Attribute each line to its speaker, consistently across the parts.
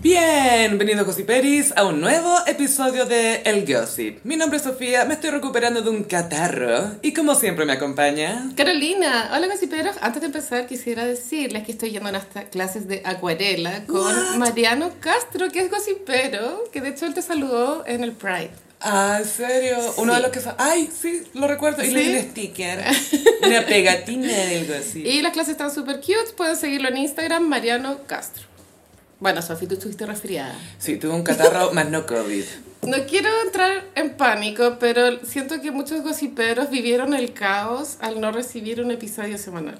Speaker 1: Bienvenidos Gossiperis a un nuevo episodio de El Gossip. Mi nombre es Sofía, me estoy recuperando de un catarro y como siempre me acompaña.
Speaker 2: Carolina, hola gossiperos. Antes de empezar quisiera decirles que estoy yendo a unas ta- clases de acuarela con
Speaker 1: What?
Speaker 2: Mariano Castro, que es gossipero, que de hecho él te saludó en el Pride.
Speaker 1: Ah, ¿en serio? Uno
Speaker 2: Sí.
Speaker 1: de los que... fa- Ay, sí, lo recuerdo. Y le
Speaker 2: ¿Sí?
Speaker 1: di un sticker. Una pegatina del Gossip.
Speaker 2: Y las clases están súper cute, pueden seguirlo en Instagram, Mariano Castro. Bueno, Sofi, tú estuviste resfriada.
Speaker 1: Sí, tuve un catarro más no COVID.
Speaker 2: No quiero entrar en pánico, pero siento que muchos gossiperos vivieron el caos al no recibir un episodio semanal.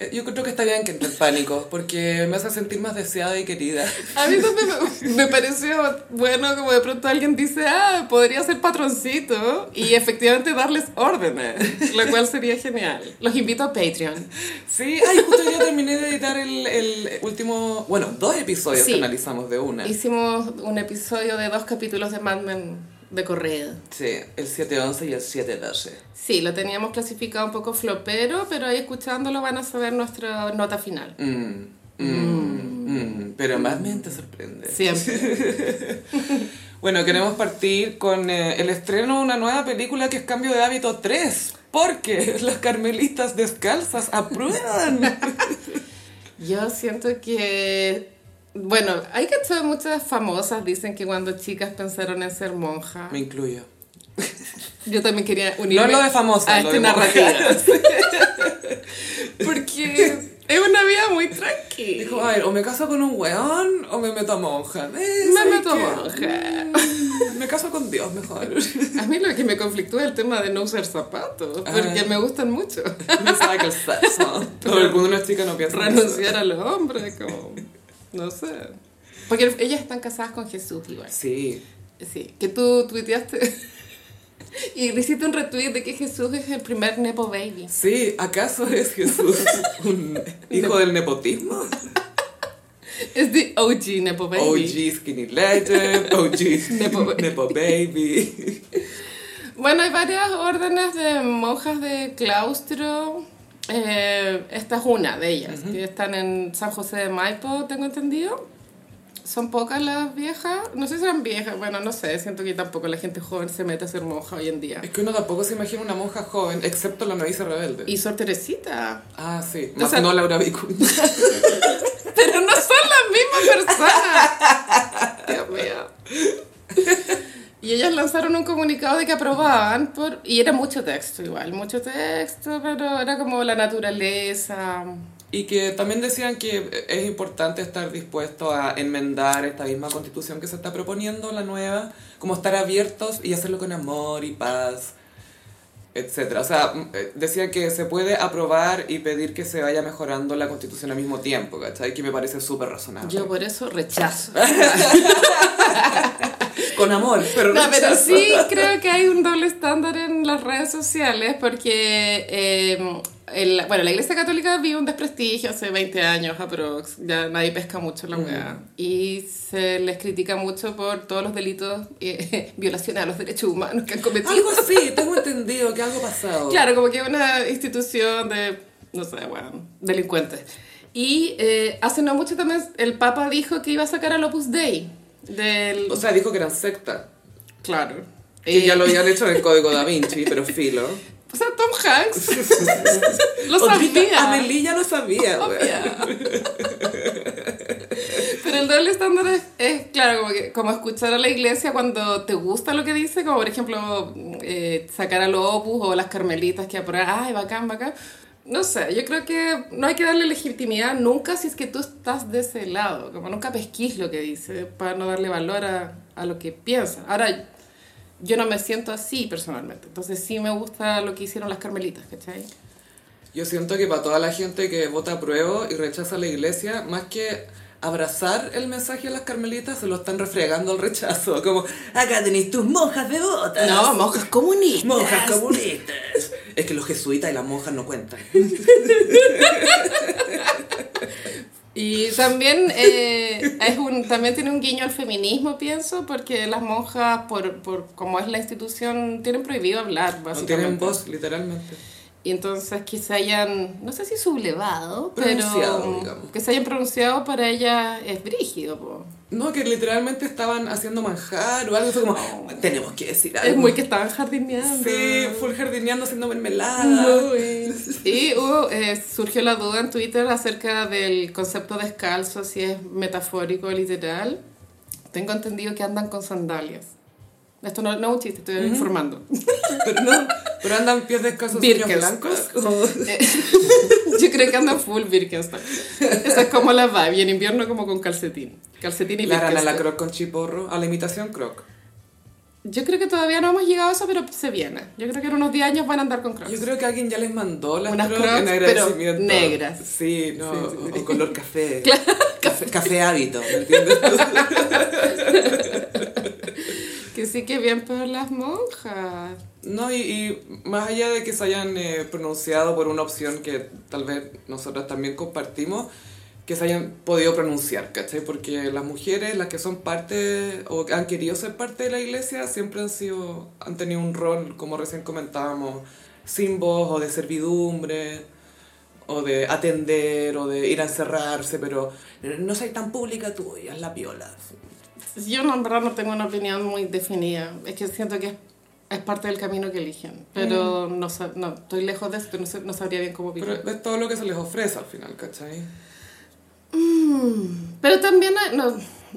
Speaker 1: Eh, Yo creo que está bien que entre en pánico porque me hace sentir más deseada y querida.
Speaker 2: A mí también me, me pareció bueno como de pronto alguien dice, ah, podría ser patroncito y efectivamente darles órdenes, lo cual sería genial. Los invito a Patreon.
Speaker 1: Sí, ay, justo ya terminé de editar el, el último... Bueno, dos episodios
Speaker 2: Sí.
Speaker 1: que analizamos de una.
Speaker 2: Hicimos un episodio de dos capítulos de Mad Men de correo.
Speaker 1: Sí, el 711 y el 712.
Speaker 2: Sí, lo teníamos clasificado un poco flopero, pero ahí escuchándolo van a saber nuestra nota final.
Speaker 1: Mm, mm, mm, pero más bien te sorprende.
Speaker 2: Siempre.
Speaker 1: Bueno, queremos partir con eh, el estreno de una nueva película que es Cambio de Hábito 3, porque las carmelitas descalzas aprueban.
Speaker 2: Yo siento que, bueno, hay que hacer muchas famosas dicen que cuando chicas pensaron en ser monja.
Speaker 1: Me incluyo.
Speaker 2: Yo también quería
Speaker 1: No
Speaker 2: unirme
Speaker 1: lo de famosa,
Speaker 2: a
Speaker 1: lo
Speaker 2: esta
Speaker 1: de monja.
Speaker 2: narrativa. Porque es una vida muy tranquila.
Speaker 1: Dijo, a ver, o me caso con un weón o me meto a monja. Eh,
Speaker 2: Me
Speaker 1: ¿sabes
Speaker 2: meto
Speaker 1: qué?
Speaker 2: monja.
Speaker 1: Mm, Me caso con Dios mejor.
Speaker 2: A mí lo que me conflictúa es el tema de no usar zapatos, porque
Speaker 1: Ah.
Speaker 2: me gustan mucho.
Speaker 1: Me saca el sexo. Pero cuando una chica no piensa. en eso.
Speaker 2: Renunciar a los hombres, como, no sé. Porque ellas están casadas con Jesús igual.
Speaker 1: Sí.
Speaker 2: Sí, que tú tuiteaste y le hiciste un retweet de que Jesús es el primer Nepo Baby.
Speaker 1: Sí, ¿acaso es Jesús un hijo del nepotismo?
Speaker 2: Es the OG Nepo Baby.
Speaker 1: OG Skinny Legend, OG
Speaker 2: Nepo
Speaker 1: Nepo,
Speaker 2: Baby.
Speaker 1: Baby.
Speaker 2: Bueno, hay varias órdenes de monjas de claustro. Eh, esta es una de ellas, que están en San José de Maipo, tengo entendido. Son pocas las viejas. No sé si eran viejas, bueno, no sé. Siento que tampoco la gente joven se mete a ser monja hoy en día.
Speaker 1: Es que uno tampoco se imagina una monja joven, excepto la novicia rebelde.
Speaker 2: Y Sor Teresita.
Speaker 1: Ah, sí. Más
Speaker 2: O sea-
Speaker 1: no Laura Vicuña.
Speaker 2: Pero no son las mismas personas. Dios mío. Y ellas lanzaron un comunicado de que aprobaban, por, y era mucho texto igual, mucho texto, pero era como la naturaleza.
Speaker 1: Y que también decían que es importante estar dispuesto a enmendar esta misma constitución que se está proponiendo, la nueva, como estar abiertos y hacerlo con amor y paz, etcétera. O sea, m- eh, decían que se puede aprobar y pedir que se vaya mejorando la constitución al mismo tiempo, ¿cachai? Que me parece súper razonable.
Speaker 2: Yo por eso rechazo.
Speaker 1: Con amor, pero
Speaker 2: No, pero
Speaker 1: rechazo.
Speaker 2: sí creo que hay un doble estándar en las redes sociales porque, eh, el- bueno, la Iglesia Católica vive un desprestigio hace 20 años aprox, ya nadie pesca mucho la weá. Y se les critica mucho por todos los delitos, eh, violaciones a los derechos humanos que han cometido.
Speaker 1: Algo así, tengo entendido que algo ha pasado.
Speaker 2: Claro, como que una institución de, no sé, bueno, delincuentes. Y eh, hace no mucho también el Papa dijo que iba a sacar al Opus Dei. Del...
Speaker 1: O sea, dijo que eran secta.
Speaker 2: claro.
Speaker 1: Que
Speaker 2: Eh,
Speaker 1: ya lo habían hecho en el código da Vinci, pero filo.
Speaker 2: O sea, Tom Hanks lo
Speaker 1: Otrita,
Speaker 2: sabía.
Speaker 1: Amelie ya lo sabía, güey.
Speaker 2: Obvia. Pero el doble estándar es, es, claro, como, que- como escuchar a la iglesia cuando te gusta lo que dice, como por ejemplo eh, sacar a los opus o las carmelitas que aprueban, ay, bacán, bacán. No sé, yo creo que no hay que darle legitimidad nunca si es que tú estás de ese lado, como nunca pesquís lo que dice para no darle valor a, a lo que piensa. Ahora, yo no me siento así personalmente, entonces sí me gusta lo que hicieron las carmelitas, ¿cachai?
Speaker 1: Yo siento que para toda la gente que vota a prueba y rechaza la iglesia, más que abrazar el mensaje de las carmelitas, se lo están refregando al rechazo. Como, acá tenéis tus monjas devotas.
Speaker 2: No, monjas comunistas.
Speaker 1: Monjas comunistas. Es que los jesuitas y las monjas no cuentan.
Speaker 2: Y también, eh, es un, también tiene un guiño al feminismo, pienso, porque las monjas, por, por como es la institución, tienen prohibido hablar,
Speaker 1: No
Speaker 2: básicamente.
Speaker 1: tienen voz, literalmente.
Speaker 2: Y entonces que se hayan, no sé si sublevado,
Speaker 1: Pronunciado,
Speaker 2: pero
Speaker 1: digamos.
Speaker 2: que se hayan pronunciado para ella es brígido. po.
Speaker 1: No, que literalmente estaban haciendo manjar o algo. Fue como, tenemos que decir algo.
Speaker 2: Es muy que estaban jardineando.
Speaker 1: Sí, full jardineando haciendo mermelada.
Speaker 2: No, eh. Y hubo, eh, surgió la duda en Twitter acerca del concepto descalzo, si es metafórico o literal. Tengo entendido que andan con sandalias. Esto no, no es un chiste, estoy informando.
Speaker 1: Pero no, pero andan pies descalzos
Speaker 2: Birkens.
Speaker 1: uñas blancos. o-
Speaker 2: Eh, Yo creo que andan full Birkenstock. Esa es como la vibe. Y en invierno como con calcetín. Calcetín y
Speaker 1: Lara, la, la
Speaker 2: Birkenstock.
Speaker 1: croc con chiporro, a la imitación croc.
Speaker 2: Yo creo que todavía no hemos llegado a eso, pero se viene. Yo creo que en unos 10 años van a andar con crocs.
Speaker 1: Yo creo que alguien ya les mandó las
Speaker 2: Unas
Speaker 1: crocs, en
Speaker 2: crocs, pero
Speaker 1: agradecimiento.
Speaker 2: negras.
Speaker 1: Sí, no,
Speaker 2: Sí, sí, sí.
Speaker 1: o color café. café. Café hábito, ¿me entiendes?
Speaker 2: Que sí que bien por las monjas.
Speaker 1: No, y, y más allá de que se hayan eh, pronunciado por una opción que tal vez nosotras también compartimos, que se hayan podido pronunciar, ¿cachai? Porque las mujeres, las que son parte o que han querido ser parte de la iglesia, siempre han sido, han tenido un rol, como recién comentábamos, sin voz o de servidumbre, o de atender, o de ir a encerrarse, pero no soy tan pública tú, y haz la viola.
Speaker 2: Yo no, en verdad no tengo una opinión muy definida. Es que siento que es, es parte del camino que eligen. Pero no, sab- no, estoy lejos de eso, pero no, sé- no sabría bien cómo opinar.
Speaker 1: Pero es todo lo que se les ofrece al final, ¿cachai?
Speaker 2: Pero también hay, no,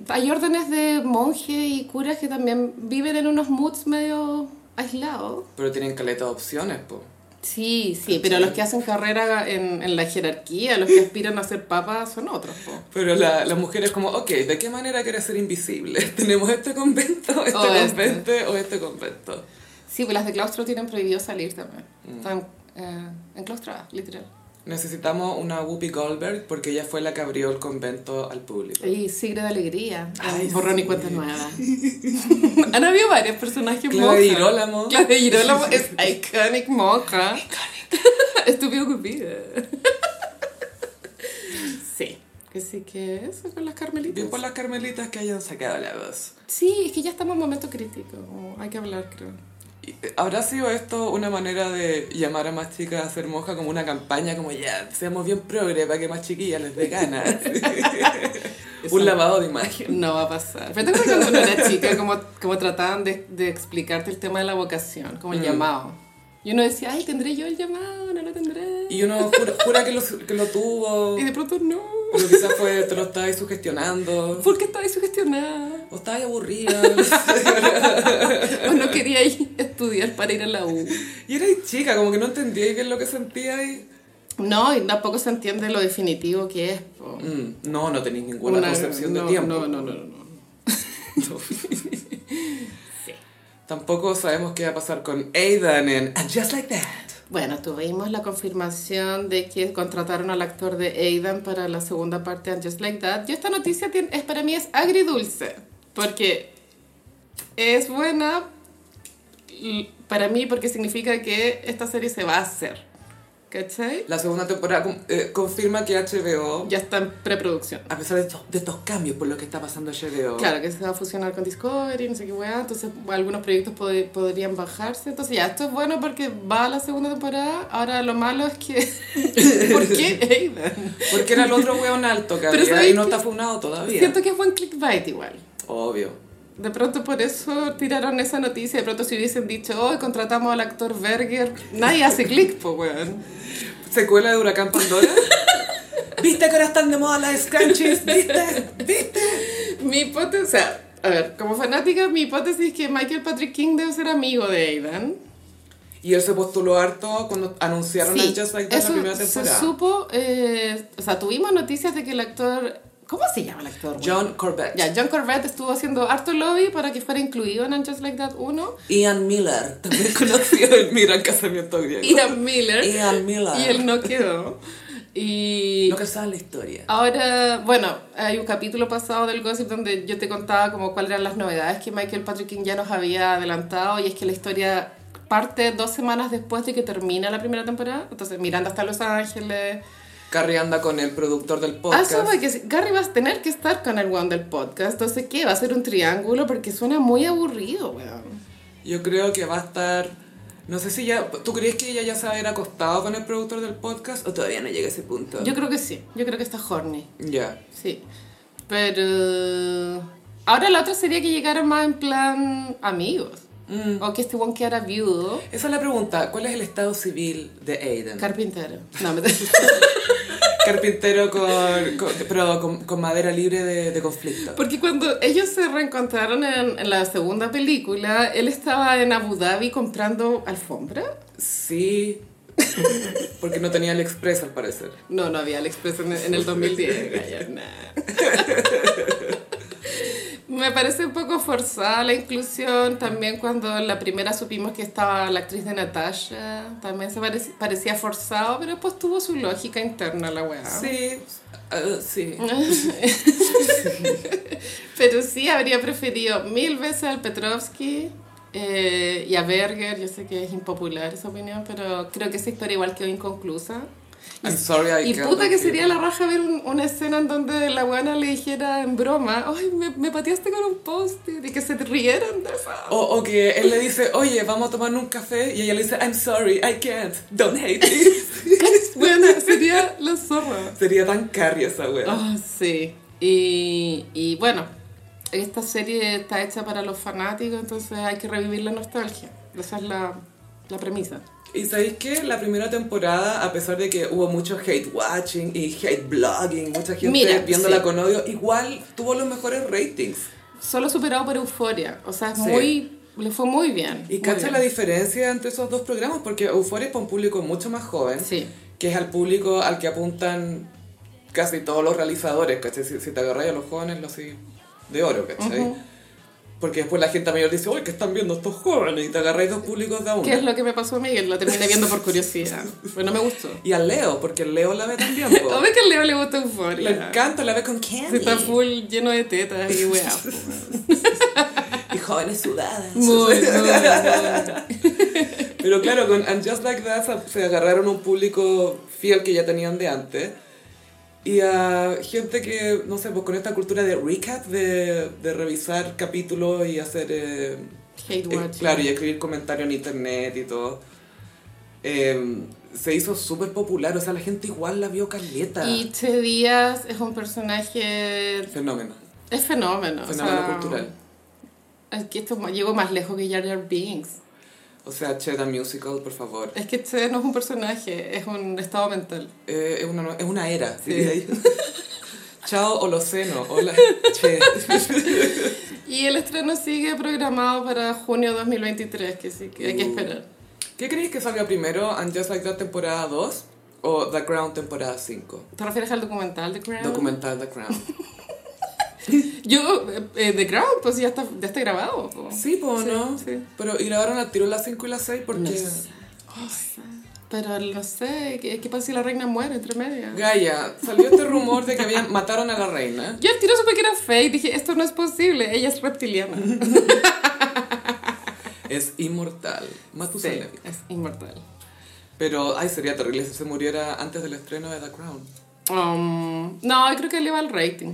Speaker 2: hay órdenes de monjes y curas que también viven en unos moods medio aislados.
Speaker 1: Pero tienen caleta de opciones, pues.
Speaker 2: Sí, sí, pero los que hacen carrera en, en la jerarquía, los que aspiran a ser papas, son otros. po.
Speaker 1: Pero la, la mujer es como, ok, ¿de qué manera quieres ser invisible? Tenemos este convento, este
Speaker 2: O este.
Speaker 1: convento o este convento.
Speaker 2: Sí, pues las de claustro tienen prohibido salir también. Están eh, enclaustradas, literal.
Speaker 1: Necesitamos una Whoopi Goldberg porque ella fue la que abrió el convento al público.
Speaker 2: Y Sigre de Alegría,
Speaker 1: Ay,
Speaker 2: en borrón y
Speaker 1: sí.
Speaker 2: cuenta nueva. Han habido varios personajes
Speaker 1: Claudia
Speaker 2: monjas.
Speaker 1: Girolamo.
Speaker 2: Claudia Girolamo es iconic monja. Estúpido cupido. sí. Así que eso con las carmelitas.
Speaker 1: Bien por las carmelitas que hayan sacado la voz.
Speaker 2: Sí, es que ya estamos en un momento crítico. como Hay que hablar, creo.
Speaker 1: Y, eh, ¿Habrá sido esto una manera de llamar a más chicas a ser monja como una campaña como ya, seamos bien progre para que más chiquillas les dé ganas?
Speaker 2: Eso-
Speaker 1: Un lavado de imagen.
Speaker 2: No va a pasar. Pero tengo que cuando uno era chica, como, como trataban de, de explicarte el tema de la vocación, como el
Speaker 1: Mm.
Speaker 2: llamado. Y uno decía, ay, tendré yo el llamado, no lo tendré.
Speaker 1: Y uno jura, jura que, lo, que lo tuvo,
Speaker 2: Y de pronto no.
Speaker 1: pero quizás fue, te lo estabas sugestionando.
Speaker 2: ¿Por qué estabais sugestionada?
Speaker 1: O estaba aburrida.
Speaker 2: ¿O no queríais estudiar para ir a la U?
Speaker 1: y erais chica, como que no entendía qué es lo que sentía y...
Speaker 2: No, y tampoco se entiende lo definitivo que es. po.
Speaker 1: Mm, no, no tenéis ninguna
Speaker 2: Una-
Speaker 1: concepción
Speaker 2: no,
Speaker 1: de tiempo.
Speaker 2: No, no, no, no. no.
Speaker 1: Tampoco sabemos qué va a pasar con Aidan en And Just Like That.
Speaker 2: Bueno, tuvimos la confirmación de que contrataron al actor de Aidan para la segunda parte de Just Like That. Yo esta noticia tiene- es, para mí es agridulce, porque es buena y para mí porque significa que esta serie se va a hacer. ¿Cachai?
Speaker 1: La segunda temporada con- eh, confirma que HBO,
Speaker 2: Ya está en preproducción.
Speaker 1: a pesar de, estos- de estos cambios por lo que está pasando HBO,
Speaker 2: Claro, que se va a fusionar con Discovery, no sé qué weá, entonces algunos proyectos pod- podrían bajarse. Entonces ya, esto es bueno porque va a la segunda temporada. Ahora lo malo es que... ¿Por qué Aidan?
Speaker 1: porque era el otro weón alto que
Speaker 2: Pero
Speaker 1: había
Speaker 2: ¿sabéis
Speaker 1: y no
Speaker 2: qué?
Speaker 1: está funado todavía.
Speaker 2: Siento que es buen clickbait igual.
Speaker 1: Obvio.
Speaker 2: De pronto por eso tiraron esa noticia, de pronto si hubiesen dicho, hoy contratamos al actor Berger, nadie hace click, po weón.
Speaker 1: Secuela de Huracán Pandora. ¿Viste que ahora están de moda las scrunchies? ¿Viste? ¿Viste?
Speaker 2: Mi hipótesis, o sea, a ver, como fanática, mi hipótesis es que Michael Patrick King debe ser amigo de Aidan.
Speaker 1: Y él se postuló harto cuando anunciaron
Speaker 2: Sí,
Speaker 1: el Just Like That
Speaker 2: eso
Speaker 1: la primera temporada.
Speaker 2: Se supo, eh, o sea, tuvimos noticias de que el actor. ¿Cómo se llama el actor? güey?
Speaker 1: John Corbett.
Speaker 2: Ya, John Corbett estuvo haciendo harto lobby para que fuera incluido en And Just Like That 1.
Speaker 1: Ian Miller, también conocido en mi gran casamiento griego.
Speaker 2: Ian Miller.
Speaker 1: Ian Miller.
Speaker 2: Y él no quedó. Y.
Speaker 1: Lo que sabe la historia.
Speaker 2: Ahora, bueno, hay un capítulo pasado del Gossip donde yo te contaba como cuáles eran las novedades que Michael Patrick King ya nos había adelantado y es que la historia parte dos semanas después de que termina la primera temporada. Entonces Miranda está en Los Ángeles,
Speaker 1: Carrie anda con el productor del
Speaker 2: Ah,
Speaker 1: podcast.
Speaker 2: eso va, que si- Gary vas a tener que estar con el one del podcast. Entonces, ¿qué? ¿Va a ser un triángulo? Porque suena muy aburrido, weón.
Speaker 1: Yo creo que va a estar No sé si ya. ¿Tú crees que ella ya se va a haber acostado con el productor del podcast o todavía no llega a ese punto?
Speaker 2: Yo creo que sí, yo creo que está horny,
Speaker 1: Ya.
Speaker 2: sí. Pero... Ahora la otra sería que llegaran más en plan amigos. O que este one quedara viudo.
Speaker 1: Esa es la pregunta. ¿Cuál es el estado civil de Aiden?
Speaker 2: Carpintero. No, me
Speaker 1: Carpintero con, con- pero con, con madera libre de, de conflicto.
Speaker 2: Porque cuando ellos se reencontraron en, en la segunda película, él estaba en Abu Dhabi comprando alfombra.
Speaker 1: Sí. Porque no tenía el express al parecer.
Speaker 2: No, no había AliExpress en, en el 2010. Gaya, nah. Me parece un poco forzada la inclusión. También cuando en la primera supimos que estaba la actriz de Natasha, también se parec- parecía forzado, pero pues tuvo su lógica interna la weá.
Speaker 1: Sí. ah, sí.
Speaker 2: Pero sí habría preferido mil veces al Petrovsky eh, y a Berger. Yo sé que es impopular esa opinión, pero creo que esa historia igual quedó inconclusa.
Speaker 1: I'm sorry I
Speaker 2: Y
Speaker 1: can't
Speaker 2: puta que
Speaker 1: agree.
Speaker 2: sería la raja ver un- una escena en donde la buena le dijera en broma, ay, me, me pateaste con un post y que se rieran de eso.
Speaker 1: O, o que él le dice, oye, vamos a tomar un café. Y ella le dice, I'm sorry, I can't. Don't hate me.
Speaker 2: Buena, sería la zorra.
Speaker 1: Sería tan carry esa wea.
Speaker 2: Ah, sí. Y, y bueno, esta serie está hecha para los fanáticos, entonces hay que revivir la nostalgia. Esa es la, la premisa.
Speaker 1: Y sabéis que la primera temporada, a pesar de que hubo mucho hate watching y hate blogging, mucha gente
Speaker 2: Mira,
Speaker 1: viéndola
Speaker 2: sí.
Speaker 1: con odio, igual tuvo los mejores ratings.
Speaker 2: Solo superado por Euforia. O sea, es
Speaker 1: Sí.
Speaker 2: muy, le fue muy bien.
Speaker 1: Y
Speaker 2: muy
Speaker 1: cacha
Speaker 2: bien.
Speaker 1: la diferencia entre esos dos programas, porque Euphoria es para un público mucho más joven,
Speaker 2: Sí.
Speaker 1: que es al público al que apuntan casi todos los realizadores, ¿cachai? Si, si te agarras a los jóvenes, los así de oro, ¿cachai? Porque después la gente mayor dice, uy, ¿qué están viendo estos jóvenes? Y te agarráis dos públicos de a
Speaker 2: ¿Qué es
Speaker 1: uno.
Speaker 2: lo que me pasó a mí? Lo terminé viendo por curiosidad. Pero no me gustó.
Speaker 1: Y al Leo, porque el Leo la ve también, po.
Speaker 2: ¿A ver que al Leo le gusta
Speaker 1: Oh. Le
Speaker 2: Euforia?
Speaker 1: encanta, la ve con Candy.
Speaker 2: Si está full lleno de tetas y weá. po.
Speaker 1: y jóvenes sudadas.
Speaker 2: Muy, muy, muy.
Speaker 1: Pero claro, con And Just Like That se- se agarraron un público fiel que ya tenían de antes. Y a gente que, no sé, pues con esta cultura de recap, de, de revisar capítulos y hacer... eh,
Speaker 2: Hate
Speaker 1: eh,
Speaker 2: watch.
Speaker 1: claro, y escribir comentarios en internet y todo. eh, se hizo súper popular, o sea, la gente igual la vio caleta.
Speaker 2: Y Che Díaz es un personaje
Speaker 1: Fenómeno.
Speaker 2: Es fenómeno. o
Speaker 1: Fenómeno
Speaker 2: sea,
Speaker 1: cultural.
Speaker 2: Es que esto llegó más lejos que Jar Jar Binks.
Speaker 1: O sea, Cheta Musical, por favor.
Speaker 2: Es que este no es un personaje, es un estado mental.
Speaker 1: Eh, es, una, nue- es una era,
Speaker 2: Sí.
Speaker 1: diría yo. Chao Holoceno, hola Che.
Speaker 2: Y el estreno sigue programado para junio 2023, que sí, que hay que
Speaker 1: Uh.
Speaker 2: esperar.
Speaker 1: ¿Qué creéis que salga primero, And Just Like That temporada 2 o The Crown temporada 5?
Speaker 2: ¿Te refieres al documental The Crown?
Speaker 1: Documental The Crown.
Speaker 2: Yo, eh, eh, The Crown, pues ya está, ya está grabado. po.
Speaker 1: Sí, po,
Speaker 2: Sí,
Speaker 1: ¿no?
Speaker 2: sí.
Speaker 1: Pero y grabaron al tiro las 5 y las 6 porque...
Speaker 2: No sé. no sé. Pero no sé, ¿qué, qué pasa si la reina muere entre media?
Speaker 1: Gaia, salió este rumor de que habían, mataron a la reina.
Speaker 2: Yo al tiro supe que era fake, dije, esto no es posible, ella es reptiliana.
Speaker 1: Es inmortal.
Speaker 2: Sí,
Speaker 1: Matusalem.
Speaker 2: es inmortal.
Speaker 1: Pero, ay, sería terrible si se muriera antes del estreno de The Crown.
Speaker 2: Um, no, creo que eleva el rating.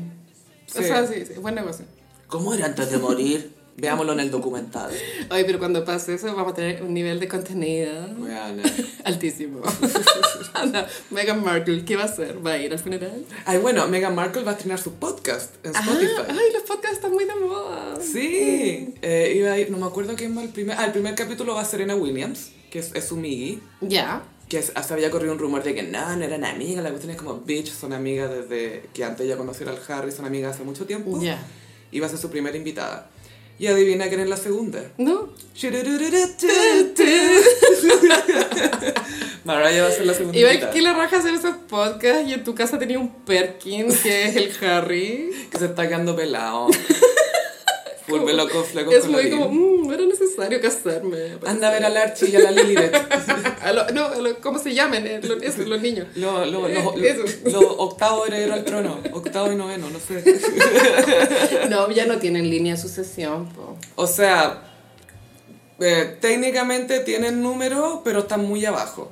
Speaker 2: O
Speaker 1: Sí.
Speaker 2: sea, sí, sí, buen negocio.
Speaker 1: ¿Cómo era antes de morir? Veámoslo en el documental.
Speaker 2: Oye, pero cuando pase eso vamos a tener un nivel de contenido
Speaker 1: Bueno.
Speaker 2: altísimo. Anda, Meghan Markle, ¿qué va a hacer? ¿Va a ir al funeral?
Speaker 1: Ay, bueno, Meghan Markle va a estrenar su podcast en
Speaker 2: Ah,
Speaker 1: Spotify.
Speaker 2: ay, los podcasts están muy de moda.
Speaker 1: Sí, eh, iba a ir, no me acuerdo quién va el primer. Ah, el primer capítulo va a Serena Williams, que es, es su Miggy,
Speaker 2: Ya.
Speaker 1: que es- hasta había corrido un rumor de que no, no eran amigas, la cuestión es como, bitch, son amigas desde que antes ella conociera al Harry, son amigas hace mucho tiempo.
Speaker 2: Ya.
Speaker 1: Y va a ser su primera invitada. Y adivina quién es la segunda.
Speaker 2: ¿No?
Speaker 1: Mariah va a ser la segunda
Speaker 2: Igual
Speaker 1: invitada.
Speaker 2: que le raja hacer esos podcasts y en tu casa tenía un Perkins que es el Harry.
Speaker 1: Que se está quedando pelado. Full pelo con flecos
Speaker 2: Es muy
Speaker 1: colorín.
Speaker 2: como, "Mm, no era necesario casarme.
Speaker 1: Anda a ver al Archie y a la Lilibet.
Speaker 2: A lo- no, a lo- ¿cómo se llaman? eh? Lo- eso, los niños.
Speaker 1: Lo, lo, lo,
Speaker 2: Eh, Eso.
Speaker 1: lo- lo octavo heredero al trono, octavo y noveno, no sé.
Speaker 2: No, ya no tienen línea de sucesión. po.
Speaker 1: O sea, eh, técnicamente tienen número, pero están muy abajo.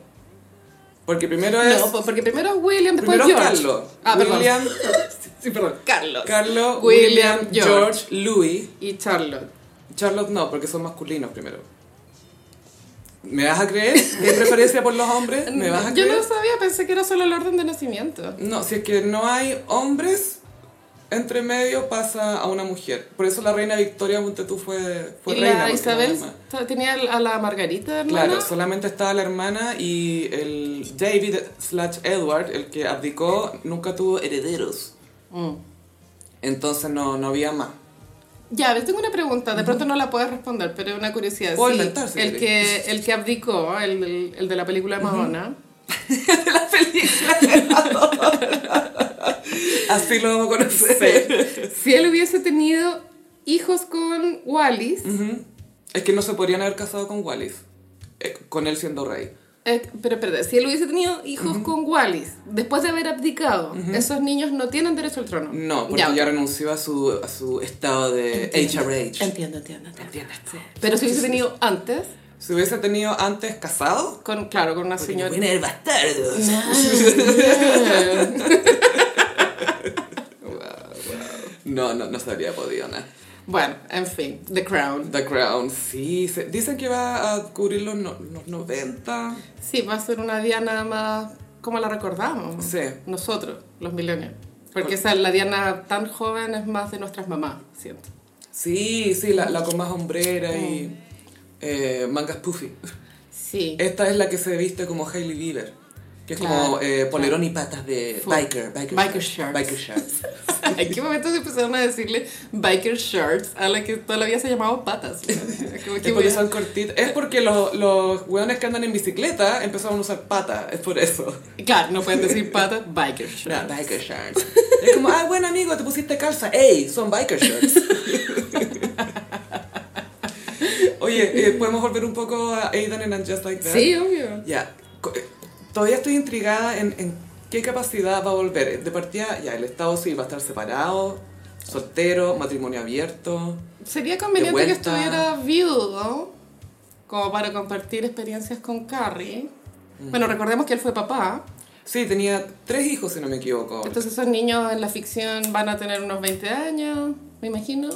Speaker 1: Porque primero es.
Speaker 2: No, po- porque primero es William, después
Speaker 1: Pues, primero
Speaker 2: George.
Speaker 1: Carlos.
Speaker 2: Ah, perdón.
Speaker 1: William,
Speaker 2: Sí, perdón. Carlos.
Speaker 1: Carlos,
Speaker 2: William,
Speaker 1: William,
Speaker 2: George.
Speaker 1: George, Louis.
Speaker 2: y Charlotte.
Speaker 1: Charlotte no, porque son masculinos primero. ¿Me vas a creer? ¿Qué preferencia por los hombres? ¿Me vas a
Speaker 2: Yo
Speaker 1: creer?
Speaker 2: no sabía, pensé que era solo el orden de nacimiento.
Speaker 1: No, si es que no hay hombres, entre medio pasa a una mujer. Por eso la reina Victoria Montetú fue, fue
Speaker 2: y
Speaker 1: reina.
Speaker 2: la
Speaker 1: porque
Speaker 2: Isabel
Speaker 1: no hay más.
Speaker 2: ta- tenía a la Margarita, hermana.
Speaker 1: Claro, solamente estaba la hermana y el David slash Edward, el que abdicó, nunca tuvo herederos.
Speaker 2: Mm.
Speaker 1: Entonces no, no había más.
Speaker 2: Ya, a ver, tengo una pregunta, de pronto no la puedes responder, pero es una curiosidad.
Speaker 1: Puedo
Speaker 2: Sí,
Speaker 1: inventar, si
Speaker 2: el, que,
Speaker 1: querés.
Speaker 2: el que abdicó, el, el- el de la película de Madonna.
Speaker 1: la película de Así lo vamos a conocer.
Speaker 2: Si él hubiese tenido hijos con Wallis,
Speaker 1: Ujú. Es que no se podrían haber casado con Wallis, eh, con él siendo rey.
Speaker 2: eh, pero espérate, si él hubiese tenido hijos con Wallis, después de haber abdicado, esos niños no tienen derecho al trono.
Speaker 1: No, porque ya,
Speaker 2: ok.
Speaker 1: renunció a su, a su estado de HRH.
Speaker 2: Entiendo, entiendo, entiendo. Pero si hubiese tenido antes,
Speaker 1: Si hubiese tenido antes casado,
Speaker 2: con, claro, con una señora...
Speaker 1: el bastardo. No, no, no se habría podido nada.
Speaker 2: Bueno, en fin, The Crown.
Speaker 1: The Crown, sí. se- dicen que va a cubrir los, no- los 90.
Speaker 2: Sí, va a ser una Diana más como la recordamos.
Speaker 1: Sí.
Speaker 2: Nosotros, los millennials. Porque esa, la Diana tan joven es más de nuestras mamás, siento.
Speaker 1: Sí, sí, la, la con más hombrera y eh, mangas puffy.
Speaker 2: Sí.
Speaker 1: Esta es la que se viste como Hailey Bieber. Que es como
Speaker 2: Claro,
Speaker 1: eh, polerón y patas de
Speaker 2: Full.
Speaker 1: biker, biker,
Speaker 2: Biker
Speaker 1: shirt,
Speaker 2: shirts.
Speaker 1: Biker shirts.
Speaker 2: ¿En qué momento se empezaron a decirle biker shirts a la que todavía se llamaba patas? Como que
Speaker 1: Es porque
Speaker 2: voy a-
Speaker 1: son cortitas. Es porque los, los weones que andan en bicicleta empezaron a usar patas. Es por eso.
Speaker 2: Claro, no pueden decir patas, biker shirts.
Speaker 1: No, biker shirts. Es como, ah, buen amigo, te pusiste calza. ¡Ey! Son biker shirts. Oye, eh, ¿podemos volver un poco a Aidan en And Just Like That?
Speaker 2: Sí, obvio.
Speaker 1: Ya. Co- eh, Todavía estoy intrigada en, en qué capacidad va a volver. De partida, ya, el Estado sí va a estar separado, soltero, matrimonio abierto.
Speaker 2: Sería conveniente que
Speaker 1: vuelta.
Speaker 2: estuviera viudo, como para compartir experiencias con Carrie. Bueno, recordemos que él fue papá.
Speaker 1: Sí, tenía tres hijos, si no me equivoco.
Speaker 2: Entonces esos niños en la ficción van a tener unos 20 años, me imagino.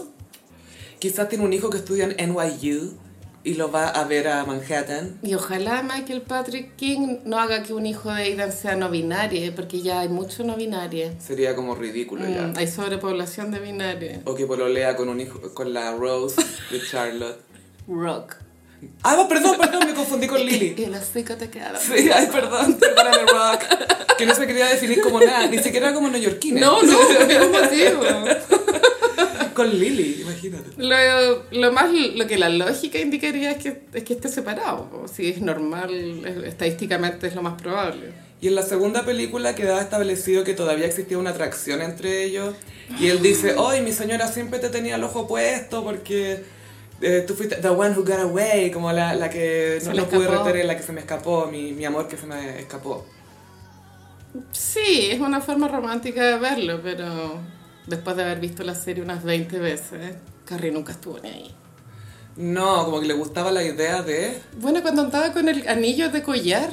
Speaker 1: Quizás tiene un hijo que estudia en NYU y lo va a ver a Manhattan.
Speaker 2: Y ojalá Michael Patrick King no haga que un hijo de Aidan sea no binario, porque ya hay mucho no binario.
Speaker 1: Sería como ridículo ya.
Speaker 2: Mm, hay sobrepoblación de binarios.
Speaker 1: O que pololea con un hijo, con la Rose de Charlotte.
Speaker 2: Rock.
Speaker 1: Ah, no, perdón, perdón, me confundí con Lily.
Speaker 2: Y el hocico te queda.
Speaker 1: Sí, ay, perdón, perdóname, Rock. Que no se quería definir como nada, ni siquiera como neoyorquina.
Speaker 2: No, no, por ningún motivo.
Speaker 1: Con Lily, imagínate.
Speaker 2: Lo, lo más, lo que la lógica indicaría es que, es que esté separado. po. Si es normal, es- estadísticamente es lo más probable.
Speaker 1: Y en la segunda película quedaba establecido que todavía existía una atracción entre ellos. Y él dice, hoy mi señora siempre te tenía el ojo puesto porque eh, tú fuiste the one who got away, como la, la que
Speaker 2: Se
Speaker 1: no,
Speaker 2: le
Speaker 1: no pude
Speaker 2: escapó.
Speaker 1: retener, la que se me escapó, mi, mi amor que se me escapó.
Speaker 2: Sí, es una forma romántica de verlo, pero después de haber visto la serie unas 20 veces, Carrie nunca estuvo ni ahí.
Speaker 1: No, como que le gustaba la idea de...
Speaker 2: Bueno, cuando andaba con el anillo de collar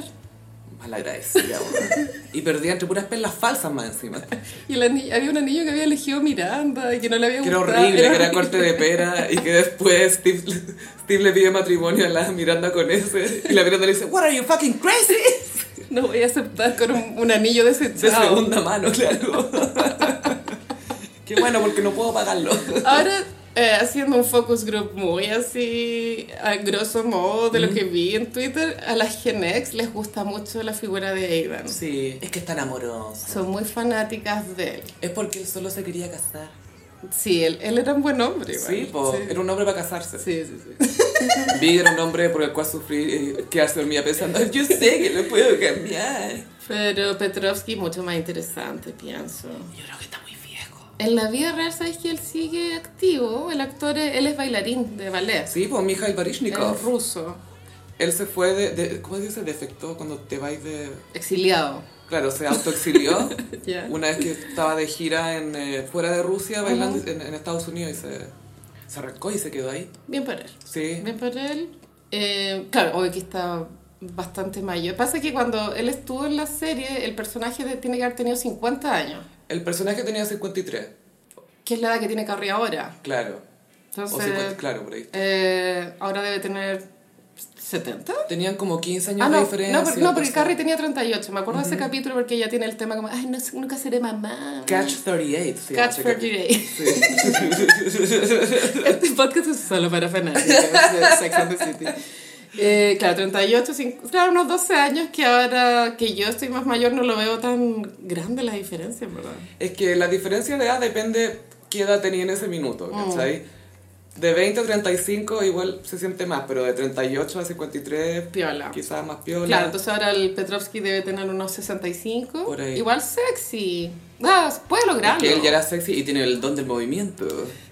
Speaker 1: Malagradecida, weón. Y perdía entre puras perlas falsas más encima.
Speaker 2: y el ani- había un anillo que había elegido Miranda y que no le había
Speaker 1: Que era
Speaker 2: gustado.
Speaker 1: horrible, que era
Speaker 2: horrible.
Speaker 1: corte de pera y que después Steve, Steve le pide matrimonio a la Miranda con ese. Y la Miranda le dice, what are you fucking crazy?
Speaker 2: No voy a aceptar con un, un anillo de ese
Speaker 1: De
Speaker 2: chavo.
Speaker 1: segunda mano, claro. Qué bueno, porque no puedo pagarlo.
Speaker 2: Ahora, eh, haciendo un focus group muy así, a grosso modo, de
Speaker 1: Mm.
Speaker 2: lo que vi en Twitter, a las Gen X les gusta mucho la figura de Aidan.
Speaker 1: Sí, es que es tan amoroso.
Speaker 2: Son muy fanáticas de él.
Speaker 1: Es porque él solo se quería casar.
Speaker 2: Sí, él, él era un buen hombre. igual.
Speaker 1: Sí, po,
Speaker 2: sí.
Speaker 1: era un hombre para casarse.
Speaker 2: Sí, sí, sí.
Speaker 1: Vi era un hombre por el cual sufrí eh, quedarse dormida pensando, yo sé que lo puedo cambiar.
Speaker 2: Pero Petrovsky mucho más interesante, pienso.
Speaker 1: Yo creo que está muy viejo.
Speaker 2: En la vida real, ¿sabes que él sigue activo? El actor, es- él es bailarín de ballet.
Speaker 1: Sí, pues Mikhail Baryshnikov.
Speaker 2: Es ruso,
Speaker 1: Él se fue de, de- ¿Cómo se dice? Defectó cuando te vais de...
Speaker 2: exiliado.
Speaker 1: Claro, se autoexilió.
Speaker 2: Ya.
Speaker 1: Una vez que estaba de gira en, eh, fuera de Rusia, bailando en, en Estados Unidos y se, se arrancó y se quedó ahí.
Speaker 2: Bien por él.
Speaker 1: Sí.
Speaker 2: Bien por él. Eh, claro, obvio que está bastante mayor. Pasa que cuando él estuvo en la serie, el personaje de- tiene que haber tenido 50 años,
Speaker 1: El personaje tenía 53,
Speaker 2: que es la edad que tiene Carrie ahora.
Speaker 1: claro.
Speaker 2: Entonces,
Speaker 1: o 50, claro, por ahí.
Speaker 2: eh, ahora debe tener ¿70?
Speaker 1: Tenían como 15 años
Speaker 2: Ah, no,
Speaker 1: de
Speaker 2: no,
Speaker 1: diferencia.
Speaker 2: pero- no, porque
Speaker 1: entonces-
Speaker 2: Carrie tenía 38. Me acuerdo de ese capítulo porque ella tiene el tema como, ay, no, sé, nunca seré mamá.
Speaker 1: Catch 38. se llama
Speaker 2: Catch
Speaker 1: ese
Speaker 2: for
Speaker 1: capítulo.
Speaker 2: today.
Speaker 1: Sí.
Speaker 2: Este podcast es solo para fanáticos de Sex and the City. Eh, claro, 38, cinco- claro, unos 12 años que ahora que yo estoy más mayor no lo veo tan grande la diferencia, en verdad.
Speaker 1: Es que la diferencia de edad depende qué edad tenía en ese minuto,
Speaker 2: Mm.
Speaker 1: ¿cachai? De 20 a 35 igual se siente más, pero de 38 a 53
Speaker 2: Piola.
Speaker 1: quizás más piola.
Speaker 2: Claro, entonces ahora el Petrovsky debe tener unos 65.
Speaker 1: Por ahí.
Speaker 2: Igual sexy. Ah, puede
Speaker 1: Es
Speaker 2: lograrlo.
Speaker 1: que él ya era sexy y tiene el don del movimiento.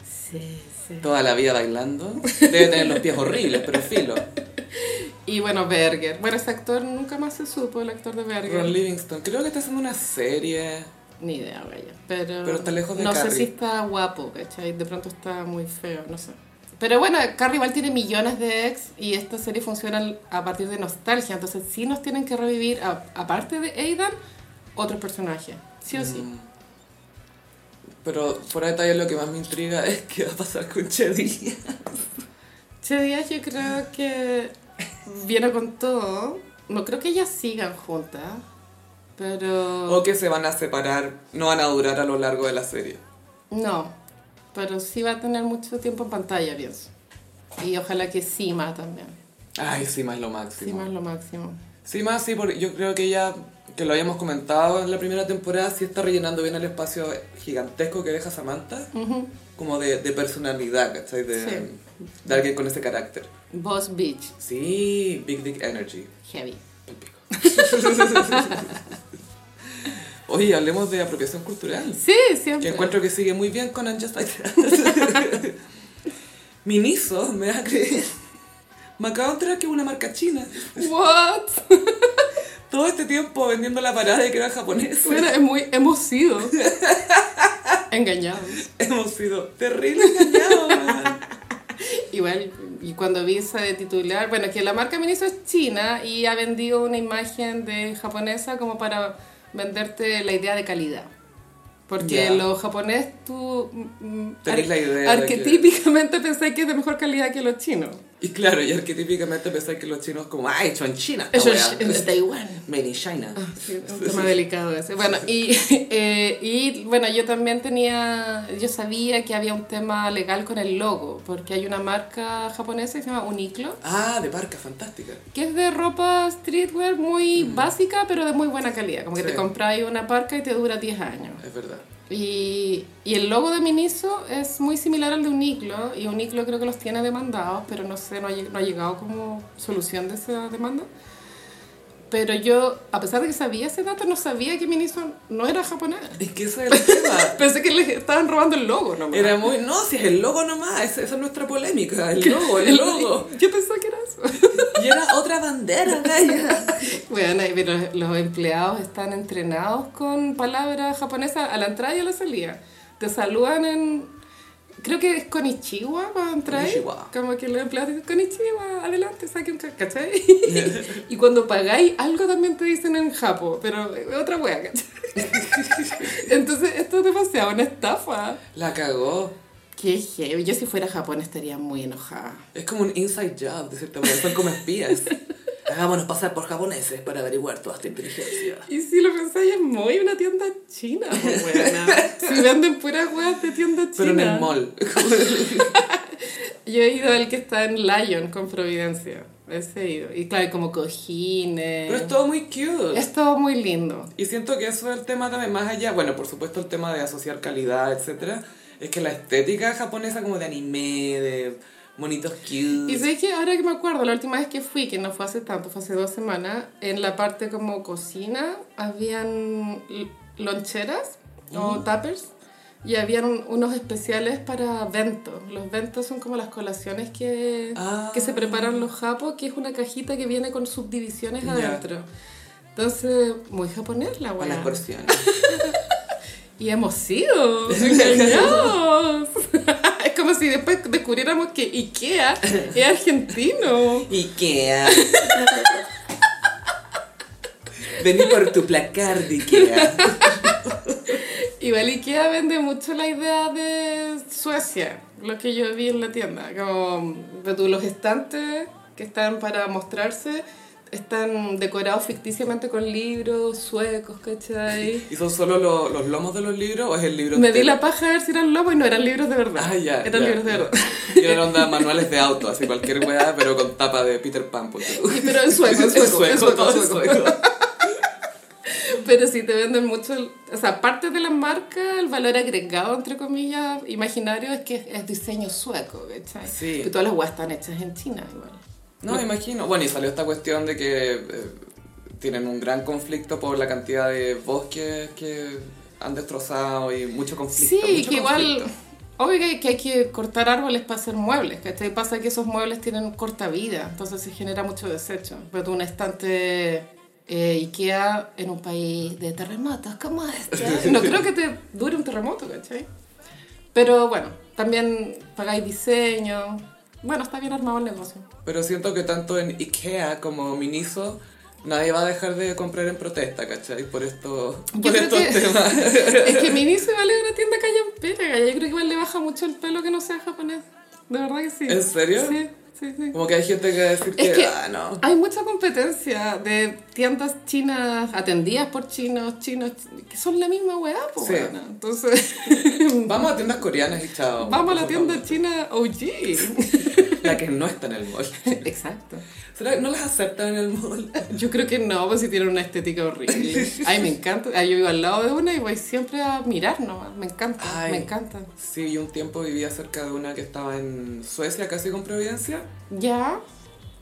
Speaker 2: Sí, sí.
Speaker 1: Toda la vida bailando. Debe tener los pies horribles, pero filo.
Speaker 2: Y bueno, Berger. Bueno, ese actor nunca más se supo, el actor de Berger.
Speaker 1: Ron Livingston, creo que está haciendo una serie.
Speaker 2: Ni idea, vaya. Pero,
Speaker 1: Pero está lejos de
Speaker 2: No
Speaker 1: Carrie.
Speaker 2: sé si está guapo, ¿cachai? De pronto está muy feo, no sé. Pero bueno, Carrie igual tiene millones de ex y esta serie funciona a partir de nostalgia. Entonces sí nos tienen que revivir, a- aparte de Aidan, otros personajes. Sí o sí.
Speaker 1: Mm. Pero fuera de detalle lo que más me intriga es qué va a pasar con Chedi.
Speaker 2: Che Díaz yo creo que viene con todo. No creo que ellas sigan juntas, pero...
Speaker 1: O que se van a separar, no van a durar a lo largo de la serie.
Speaker 2: No, pero sí va a tener mucho tiempo en pantalla, pienso. Y ojalá que Sima también.
Speaker 1: Ay, Sima es lo máximo.
Speaker 2: Sima es lo máximo.
Speaker 1: Sima, sí, por- yo creo que ya, que lo habíamos comentado en la primera temporada, sí está rellenando bien el espacio gigantesco que deja Samantha,
Speaker 2: Ujú.
Speaker 1: como de, de personalidad, ¿cachai? De,
Speaker 2: Sí.
Speaker 1: de alguien con ese carácter.
Speaker 2: Boss Beach,
Speaker 1: Sí, Big Dick Energy.
Speaker 2: heavy.
Speaker 1: El pico. Oye, hablemos de apropiación cultural.
Speaker 2: Sí,
Speaker 1: Que
Speaker 2: siempre.
Speaker 1: encuentro que sigue muy bien con And Just Like That. Miniso, me da a creer. Macaontra, que es una marca china.
Speaker 2: What?
Speaker 1: Todo este tiempo vendiendo la parada de que era japonés.
Speaker 2: Mira, es muy hemos sido engañados.
Speaker 1: Hemos sido terrible engañados. man.
Speaker 2: Igual, y cuando vi ese titular, bueno, que la marca Miniso es china y ha vendido una imagen de japonesa como para venderte la idea de calidad. Porque
Speaker 1: Ya.
Speaker 2: lo japonés tú mm,
Speaker 1: Tenés
Speaker 2: ar-
Speaker 1: la idea de que-
Speaker 2: arquetípicamente pensé que es de mejor calidad que los chinos.
Speaker 1: y claro, y arquetípicamente pensar que los chinos como, ah, hecho en China. esta
Speaker 2: Eso
Speaker 1: wea".
Speaker 2: es en Taiwán. Ah,
Speaker 1: Made in China.
Speaker 2: Sí, un tema delicado ese. Bueno, y, eh, y bueno, yo también tenía, yo sabía que había un tema legal con el logo, porque hay una marca japonesa que se llama Uniqlo,
Speaker 1: Ah, de parca, fantástica.
Speaker 2: que es de ropa streetwear muy básica, pero de muy buena calidad. Como que
Speaker 1: Sí.
Speaker 2: te compráis una parca y te dura 10 años.
Speaker 1: Es verdad.
Speaker 2: Y, y el logo de Miniso es muy similar al de Uniqlo, y Uniqlo creo que los tiene demandados, pero no sé, no ha, lleg- no ha llegado como solución de esa demanda. Pero yo, a pesar de que sabía ese dato, no sabía que Miniso no era japonés.
Speaker 1: Es que ese es el tema.
Speaker 2: Pensé que le estaban robando el logo nomás.
Speaker 1: Era muy, no, si es el logo nomás, esa, esa es nuestra polémica, el logo, el logo.
Speaker 2: Yo pensaba que era eso.
Speaker 1: Y era otra bandera, gaya.
Speaker 2: Bueno, y pero los empleados están entrenados con palabras japonesas a la entrada y a la salida. Te saludan en... Creo que es Konichiwa cuando entráis.
Speaker 1: Konnichiwa.
Speaker 2: Como que los empleados dicen, Konichiwa, adelante, saque un... ca-", ¿Cachai? y cuando pagáis algo también te dicen en japo, pero es otra wea, ¿cachai? Entonces esto es demasiado una estafa.
Speaker 1: La cagó.
Speaker 2: Qué heavy. Yo si fuera a Japón estaría muy enojada.
Speaker 1: Es como un inside job, de cierta manera, son como espías. Hagámonos pasar por japoneses para averiguar toda esta inteligencia.
Speaker 2: Y si lo pensáis, es muy una tienda china, pues, weona. Si venden puras weas de tienda china.
Speaker 1: Pero en el mall.
Speaker 2: Yo he ido al que está en Lion con Providencia. Ese he ido. Y claro, como cojines.
Speaker 1: Pero es todo muy cute.
Speaker 2: Es todo muy lindo.
Speaker 1: Y siento que eso es el tema también más allá. Bueno, por supuesto el tema de asociar calidad, etcétera Es que la estética japonesa como de anime, de monitos
Speaker 2: Y
Speaker 1: cute.
Speaker 2: sé que ahora que me acuerdo, la última vez que fui, que no fue hace tanto, fue hace dos semanas, en la parte como cocina habían l- loncheras
Speaker 1: Mm.
Speaker 2: o tuppers y habían un- unos especiales para ventos. Los ventos son como las colaciones que,
Speaker 1: Ah.
Speaker 2: que se preparan los japos, que es una cajita que viene con subdivisiones
Speaker 1: Ya.
Speaker 2: adentro. Entonces, muy japonés la
Speaker 1: Con las
Speaker 2: buena.
Speaker 1: porciones.
Speaker 2: Y hemos sido engañados. es como si después descubriéramos que Ikea es argentino.
Speaker 1: Ikea. Vení por tu placar de Ikea.
Speaker 2: Igual Ikea vende mucho la idea de Suecia, lo que yo vi en la tienda, como de tú, los estantes que están para mostrarse están decorados ficticiamente con libros suecos, ¿cachai?
Speaker 1: ¿Y son solo lo- los lomos de los libros o es el libro
Speaker 2: Me di
Speaker 1: entero?
Speaker 2: la paja a ver si eran lobos y no eran libros de verdad.
Speaker 1: Ah, ya.
Speaker 2: eran
Speaker 1: ya,
Speaker 2: libros de
Speaker 1: ya.
Speaker 2: verdad.
Speaker 1: Y eran onda manuales de auto, así cualquier weá, pero con tapa de Peter Pan. ponte tú.
Speaker 2: Y- Pero en sueco, en
Speaker 1: Es
Speaker 2: sueco, en sueco, en
Speaker 1: todo es
Speaker 2: sueco.
Speaker 1: sueco.
Speaker 2: Pero sí te venden mucho, el- o sea, aparte de la marca, el valor agregado, entre comillas, imaginario, es que es, es diseño sueco, ¿cachai?
Speaker 1: Sí.
Speaker 2: Que todas las weas están hechas en China igual.
Speaker 1: No, me imagino. Bueno, y salió esta cuestión de que eh, tienen un gran conflicto por la cantidad de bosques que han destrozado y mucho conflicto.
Speaker 2: Sí,
Speaker 1: mucho
Speaker 2: que igual,
Speaker 1: conflicto.
Speaker 2: obvio que hay, que hay que cortar árboles para hacer muebles, ¿cachai? Pasa que esos muebles tienen corta vida, entonces se genera mucho desecho. Pero tú un estante eh, IKEA en un país de terremotos como este, no creo que te dure un terremoto, ¿cachai? Pero bueno, también pagáis diseño, bueno, está bien armado el negocio.
Speaker 1: Pero siento que tanto en Ikea como Miniso nadie va a dejar de comprar en protesta, ¿cachai? Por, esto,
Speaker 2: Yo
Speaker 1: por
Speaker 2: creo
Speaker 1: estos
Speaker 2: que-
Speaker 1: temas.
Speaker 2: es que Miniso vale una tienda callampera, yo creo que igual le baja mucho el pelo que no sea japonés, de verdad que sí.
Speaker 1: ¿En serio?
Speaker 2: Sí, sí, sí.
Speaker 1: Como que hay gente que va a decir
Speaker 2: Es
Speaker 1: que,
Speaker 2: que-
Speaker 1: ah, no.
Speaker 2: Hay mucha competencia de tiendas chinas atendidas por chinos, chinos, que son la misma weá, po,
Speaker 1: Sí.
Speaker 2: weona. Entonces,
Speaker 1: Vamos a tiendas coreanas y chao.
Speaker 2: vamos a la
Speaker 1: Por
Speaker 2: tienda
Speaker 1: favor.
Speaker 2: china OG.
Speaker 1: La que no está en el mall.
Speaker 2: Exacto.
Speaker 1: ¿Será que no las aceptan en el mall?
Speaker 2: Yo creo que no, pues si tienen una estética horrible. Ay, me encanta. Ay, yo vivo al lado de una y voy siempre a mirar nomás. Me encanta,
Speaker 1: Ay.
Speaker 2: me encanta.
Speaker 1: Sí, yo un tiempo vivía cerca de una que estaba en Suecia, casi con Providencia.
Speaker 2: ¿Ya?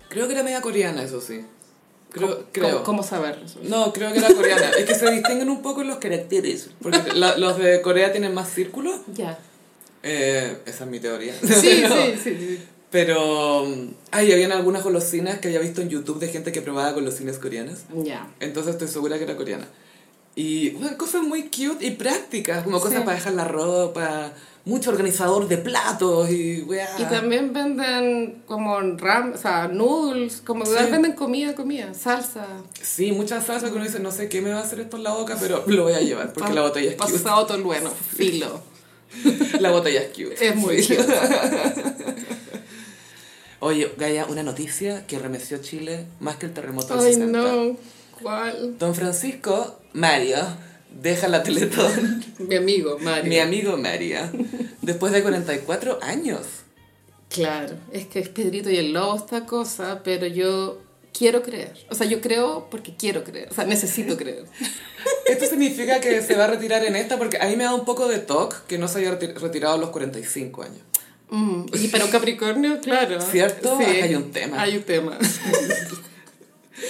Speaker 1: Creo que era media coreana, eso sí. Creo,
Speaker 2: ¿Cómo-
Speaker 1: creo.
Speaker 2: ¿Cómo, cómo saberlo?
Speaker 1: No, creo que era coreana. es que se distinguen un poco los caracteres. Porque la- los de Corea tienen más círculos.
Speaker 2: Ya.
Speaker 1: Eh, esa es mi teoría.
Speaker 2: Sí,
Speaker 1: Pero-
Speaker 2: sí, sí, sí.
Speaker 1: Pero, mm, ay, habían algunas golosinas que había visto en YouTube de gente que probaba golosinas coreanas.
Speaker 2: Ya.
Speaker 1: Entonces estoy segura que era coreana. Y, bueno, cosas muy cute y prácticas, como cosas
Speaker 2: Sí.
Speaker 1: para dejar la ropa, mucho organizador de platos y weá.
Speaker 2: Y también venden como ram, o sea, noodles, como
Speaker 1: Sí.
Speaker 2: igual venden comida, comida, salsa.
Speaker 1: Sí, muchas salsas que uno dice, no sé qué me va a hacer esto en la boca, pero lo voy a llevar porque la botella es cute.
Speaker 2: Pasado todo el bueno, filo.
Speaker 1: La botella es cute.
Speaker 2: Es muy
Speaker 1: Sí.
Speaker 2: cute.
Speaker 1: Oye, Gaya, una noticia que remeció Chile más que el terremoto del
Speaker 2: Ay,
Speaker 1: 60.
Speaker 2: no. ¿Cuál?
Speaker 1: Don Francisco Mario deja la Teletón.
Speaker 2: Mi amigo, Mario.
Speaker 1: Mi amigo Mario. Después de 44 años.
Speaker 2: Claro, es que es Pedrito y el Lobo esta cosa, pero yo quiero creer. O sea, yo creo porque quiero creer. O sea, necesito creer.
Speaker 1: Esto significa que se va a retirar en esta porque a mí me da un poco de toque que no se haya reti- retirado a los 45 años.
Speaker 2: Mm, Y para un Capricornio, claro.
Speaker 1: ¿Cierto? Acá hay un tema.
Speaker 2: Hay un tema.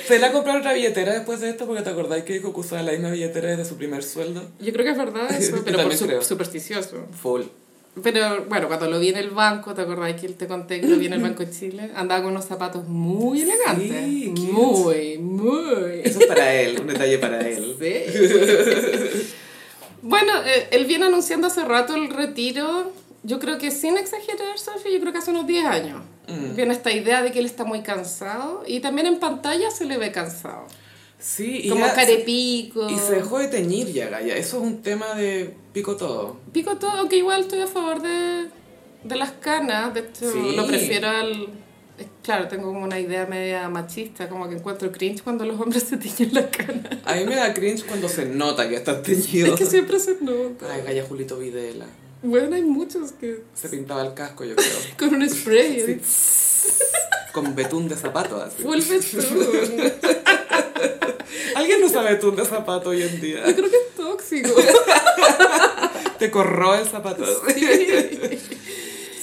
Speaker 1: ¿Se la comprar otra billetera después de esto? Porque te acordáis que dijo que usaba la misma billetera desde su primer sueldo.
Speaker 2: Yo creo que es verdad eso,
Speaker 1: Yo
Speaker 2: pero por
Speaker 1: también
Speaker 2: su-
Speaker 1: creo.
Speaker 2: supersticioso.
Speaker 1: Full.
Speaker 2: Pero bueno, cuando lo vi en el banco, ¿te acordás que te conté que lo vi en el Banco de Chile? Andaba con unos zapatos muy elegantes.
Speaker 1: Sí, cute.
Speaker 2: muy, muy.
Speaker 1: Eso es para él, un detalle para él.
Speaker 2: Sí. bueno, eh, él viene anunciando hace rato el retiro. Yo creo que sin exagerar, Sofi, yo creo que hace unos 10 años.
Speaker 1: Mm.
Speaker 2: Viene esta idea de que él está muy cansado y también en pantalla se le ve cansado.
Speaker 1: Sí, y,
Speaker 2: Como
Speaker 1: ya-
Speaker 2: carepico.
Speaker 1: y se dejó de teñir ya, Gaya. Eso es un tema de pico todo.
Speaker 2: Pico todo, aunque igual estoy a favor de, de las canas, de hecho
Speaker 1: Sí.
Speaker 2: lo prefiero al... es Claro, tengo como una idea media machista, como que encuentro cringe cuando los hombres se tiñen las canas.
Speaker 1: A mí me da cringe cuando se nota que está teñido.
Speaker 2: Es que siempre se nota.
Speaker 1: Ay, Gaya Julito Videla.
Speaker 2: Bueno, hay muchos que...
Speaker 1: Se pintaba el casco, yo creo.
Speaker 2: Con un spray, así,
Speaker 1: Con betún de zapato, así.
Speaker 2: vuelve tú.
Speaker 1: Alguien usa betún de zapato hoy en día.
Speaker 2: Yo creo que es tóxico.
Speaker 1: Te corroe el zapato.
Speaker 2: Sí.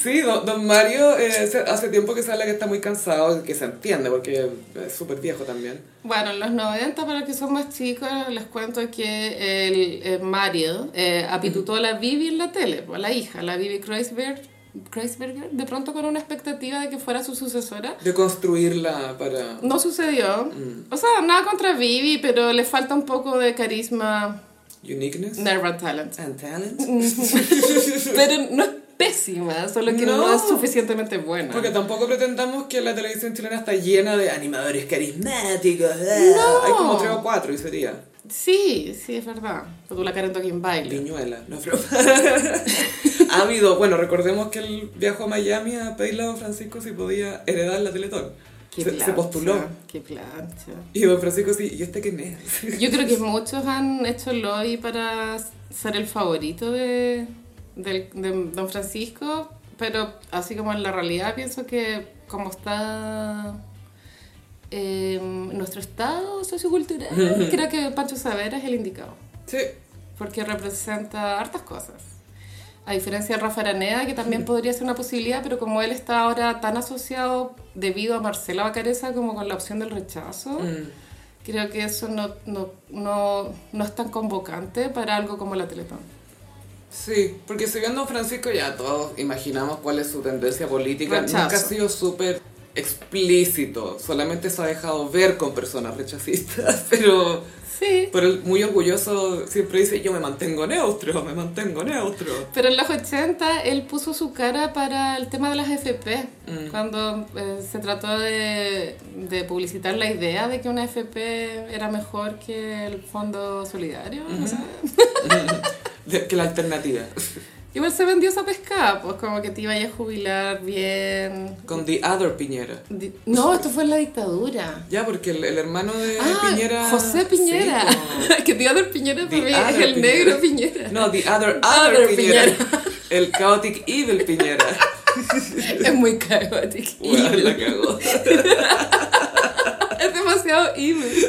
Speaker 1: Sí, don, don Mario eh, se- hace tiempo que se habla que está muy cansado, que se entiende, porque es súper viejo también.
Speaker 2: Bueno, en los 90, para los que son más chicos, les cuento que el, eh, Mario eh, apitutó a la Vivi en la tele, pues, a la hija, la Vivi Kreuzberg, Kreuzberger, de pronto con una expectativa de que fuera su sucesora.
Speaker 1: De construirla para...
Speaker 2: No sucedió.
Speaker 1: Mm.
Speaker 2: O sea, nada contra Vivi, pero le falta un poco de carisma,
Speaker 1: Uniqueness.
Speaker 2: nerva talent.
Speaker 1: And talent.
Speaker 2: Mm. Pero no es pésima, solo que no,
Speaker 1: No.
Speaker 2: es suficientemente buena.
Speaker 1: Porque tampoco pretendamos que la televisión chilena está llena de animadores carismáticos. No. Hay como tres o cuatro y sería.
Speaker 2: Sí, sí, es verdad. Pero tú la Karen Toquín baila.
Speaker 1: Viñuela, no es broma. ha habido, bueno, recordemos que él viajó a Miami a pedirle a don Francisco si podía heredar la Teletón.
Speaker 2: Qué
Speaker 1: Se- se
Speaker 2: plancha,
Speaker 1: postuló.
Speaker 2: Qué plancha.
Speaker 1: Y don Francisco sí, ¿y este quién es?
Speaker 2: Yo creo que muchos han hecho el lobby para ser el favorito de, del- de Don Francisco, pero así como en la realidad pienso que como está eh, nuestro estado sociocultural, creo que Pancho Savera es el indicado,
Speaker 1: sí,
Speaker 2: porque representa hartas cosas. A diferencia de Rafa Araneda, que también podría ser una posibilidad, pero como él está ahora tan asociado debido a Marcela Bacareza como con la opción del rechazo,
Speaker 1: Mm.
Speaker 2: Creo que eso no, no, no, no es tan convocante para algo como la Teletón.
Speaker 1: sí, porque si bien don Francisco ya todos imaginamos cuál es su tendencia política,
Speaker 2: Rechazo.
Speaker 1: nunca ha sido súper explícito, solamente se ha dejado ver con personas rechazistas, pero,
Speaker 2: Sí.
Speaker 1: pero él muy orgulloso siempre dice yo me mantengo neutro, me mantengo neutro.
Speaker 2: Pero en los 80 él puso su cara para el tema de las FP,
Speaker 1: Mm.
Speaker 2: cuando eh, se trató de, de publicitar la idea de que una FP era mejor que el Fondo Solidario. no sé.
Speaker 1: De- que la alternativa.
Speaker 2: Igual se vendió esa pescada, pues como que te iba a jubilar bien.
Speaker 1: Con The Other Piñera.
Speaker 2: Di- No, esto fue en la dictadura.
Speaker 1: Ya, porque el, el hermano de
Speaker 2: Ah,
Speaker 1: Eh, Piñera...
Speaker 2: José Piñera.
Speaker 1: Sí, po.
Speaker 2: que tío del Piñera
Speaker 1: The
Speaker 2: para mí es
Speaker 1: other
Speaker 2: el
Speaker 1: Piñera.
Speaker 2: negro Piñera.
Speaker 1: No, The Other,
Speaker 2: Other
Speaker 1: other,
Speaker 2: Piñera.
Speaker 1: Piñera. El Chaotic Evil Piñera.
Speaker 2: Es muy caótico.
Speaker 1: Weón, la cagó.
Speaker 2: Es demasiado evil.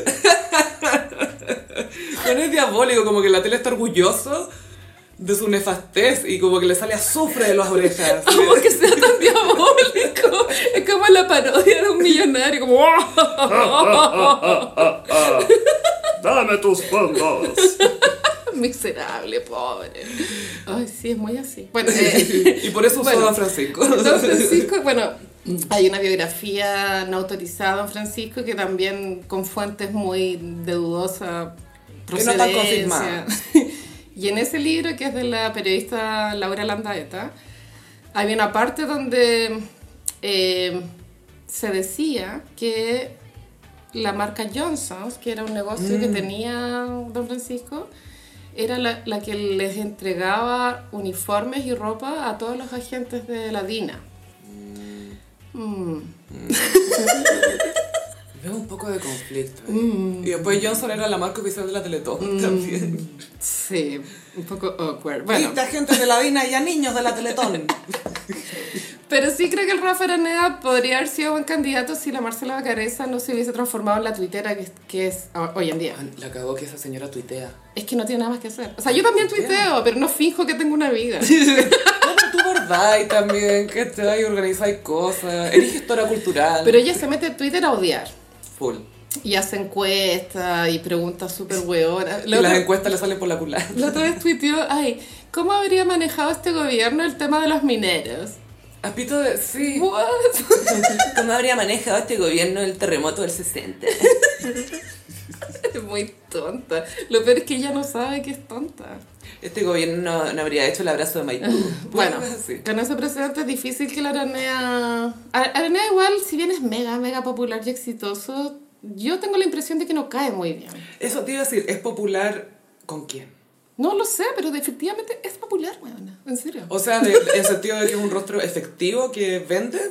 Speaker 1: Bueno, es diabólico, como que la tele está orgulloso de su nefastez y como que le sale azufre de las orejas.
Speaker 2: Como que sea tan diabólico. Es como la parodia de un millonario. Como. "Oh,
Speaker 3: Dame tus fondos.
Speaker 2: Miserable, pobre. Ay, sí, es muy así. Bueno, eh,
Speaker 1: Y por eso usó
Speaker 2: Bueno.
Speaker 1: a Francisco. Mm.
Speaker 2: Don Francisco, bueno, hay una biografía no autorizada de Don Francisco que también con fuentes muy de dudosa
Speaker 1: Que no están
Speaker 2: procedencia. Y en ese libro, que es de la periodista Laura Landaeta, hay una parte donde eh, se decía que la marca Johnson's, que era un negocio que tenía Don Francisco, era la, la que les entregaba uniformes y ropa a todos los agentes de la DINA. Mm.
Speaker 1: Veo un poco de conflicto. ¿eh? ahí. Mm. Y después Johnson era la marca oficial de la
Speaker 2: Mm.
Speaker 1: Teletón también.
Speaker 2: Sí, un poco awkward. Bueno,
Speaker 1: gente de la DINA y a niños de la Teletón.
Speaker 2: pero sí creo que el Rafa Araneda podría haber sido buen candidato si la Marcela Bacareza no se hubiese transformado en la tuitera que es, que es a- hoy en día.
Speaker 1: La cagó que esa señora tuitea.
Speaker 2: Es que no tiene nada más que hacer. O sea, yo también tuiteo, pero no finjo que tengo una vida.
Speaker 1: No, pero tú bordáis también, ¿cachai? Organizáis cosas. Eres gestora cultural.
Speaker 2: Pero ella se mete a Twitter a odiar.
Speaker 1: Full.
Speaker 2: Y hace encuestas y preguntas súper hueonas.
Speaker 1: Y
Speaker 2: La
Speaker 1: las
Speaker 2: otra,
Speaker 1: encuestas le salen por la culata.
Speaker 2: la otra vez tuiteó, ay, ¿cómo habría manejado este gobierno el tema de los mineros?
Speaker 1: A pito de... Sí.
Speaker 2: What?
Speaker 1: ¿Cómo habría manejado este gobierno el terremoto del 60?
Speaker 2: Es muy tonta. Lo peor es que ella no sabe que es tonta.
Speaker 1: Este gobierno no, no habría hecho el abrazo de Maipú.
Speaker 2: Bueno,
Speaker 1: sí.
Speaker 2: con ese precedente es difícil que la Aranea... Ar- Aranea igual, si bien es mega, mega popular y exitoso, yo tengo la impresión de que no cae muy bien.
Speaker 1: Eso te iba a decir, ¿es popular con quién?
Speaker 2: No lo sé, pero efectivamente es popular, weona. En serio.
Speaker 1: O sea, de- en el sentido de que es un rostro efectivo que vende.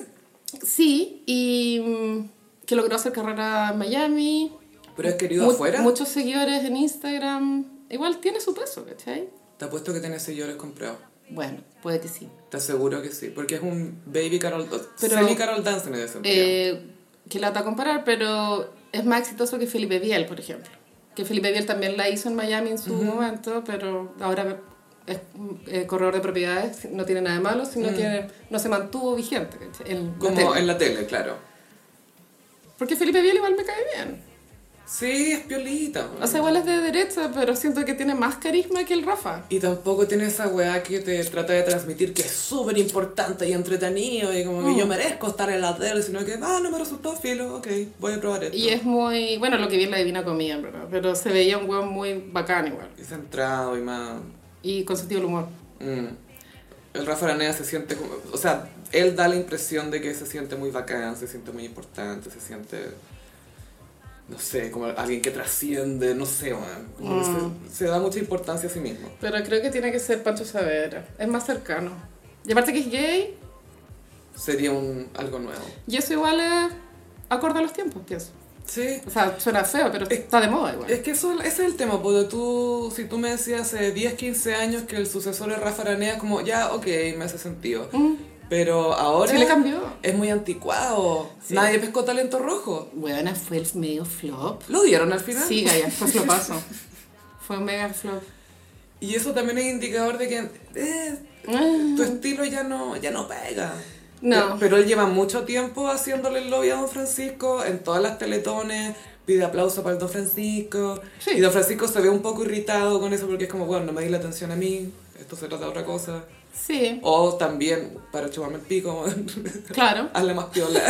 Speaker 2: Sí, y mm, que logró hacer carrera en Miami.
Speaker 1: Pero es querido
Speaker 2: Mu-
Speaker 1: afuera.
Speaker 2: Muchos seguidores en Instagram. Igual tiene su peso, ¿cachai?
Speaker 1: Te apuesto que tiene seguidores comprados.
Speaker 2: Bueno, puede que sí.
Speaker 1: Te aseguro que sí. Porque es un baby Carol...
Speaker 2: Pero-
Speaker 1: semi Carol Dance en ese sentido.
Speaker 2: Eh, que lata comparar, pero es más exitoso que Felipe Biel, por ejemplo. Que Felipe Biel también la hizo en Miami en su momento, pero ahora es eh, corredor de propiedades, no tiene nada de malo, sino que no se mantuvo vigente, ¿cachai? En la
Speaker 1: Mm. Como
Speaker 2: tele.
Speaker 1: en la tele, claro.
Speaker 2: Porque Felipe Biel igual me cae bien.
Speaker 1: Sí, es piolita.
Speaker 2: O sea, igual es de derecha, pero siento que tiene más carisma que el Rafa.
Speaker 1: Y tampoco tiene esa weá que te trata de transmitir que es súper importante y entretenido y como que yo merezco estar en la tele, sino que, ah, no me resultó filo, ok, voy a probar esto.
Speaker 2: Y es muy. Bueno, lo que vi en la Divina Comida, en verdad. Pero se veía un hueón muy bacán igual.
Speaker 1: Y centrado y más...
Speaker 2: Y con sentido del humor.
Speaker 1: mm. El Rafa Araneda se siente como... O sea, él da la impresión de que se siente muy bacán, se siente muy importante, se siente... No sé, como alguien que trasciende, no sé, weón. Como que
Speaker 2: Mm.
Speaker 1: se, se da mucha importancia a sí mismo.
Speaker 2: Pero creo que tiene que ser Pancho Savera. Es más cercano. Y aparte que es gay,
Speaker 1: Sería un, algo nuevo.
Speaker 2: y eso igual es acorde a los tiempos, pienso.
Speaker 1: Sí.
Speaker 2: O sea, suena feo, pero está de moda igual.
Speaker 1: Es que eso, ese es el tema, porque tú, si tú me decías hace 10, 15 años que el sucesor es Rafa Aranea, es como, ya, ok, me hace sentido.
Speaker 2: Mm.
Speaker 1: Pero ahora
Speaker 2: Sí le cambió.
Speaker 1: es muy anticuado. Nadie pescó talento rojo.
Speaker 2: Weona, fue el medio flop.
Speaker 1: ¿Lo dieron al final?
Speaker 2: Sí, Gaya, fue flopazo. fue un mega flop.
Speaker 1: Y eso también es indicador de que eh, tu
Speaker 2: Ah,
Speaker 1: estilo ya no, ya no pega.
Speaker 2: No.
Speaker 1: Pe- Pero él lleva mucho tiempo haciéndole el lobby a Don Francisco en todas las teletones. Pide aplauso para el Don Francisco.
Speaker 2: Sí.
Speaker 1: Y Don Francisco se ve un poco irritado con eso porque es como, bueno, no me di la atención a mí. Esto se trata de otra cosa.
Speaker 2: Sí,
Speaker 1: O también, para chuparme el pico,
Speaker 2: claro.
Speaker 1: hazle más piola.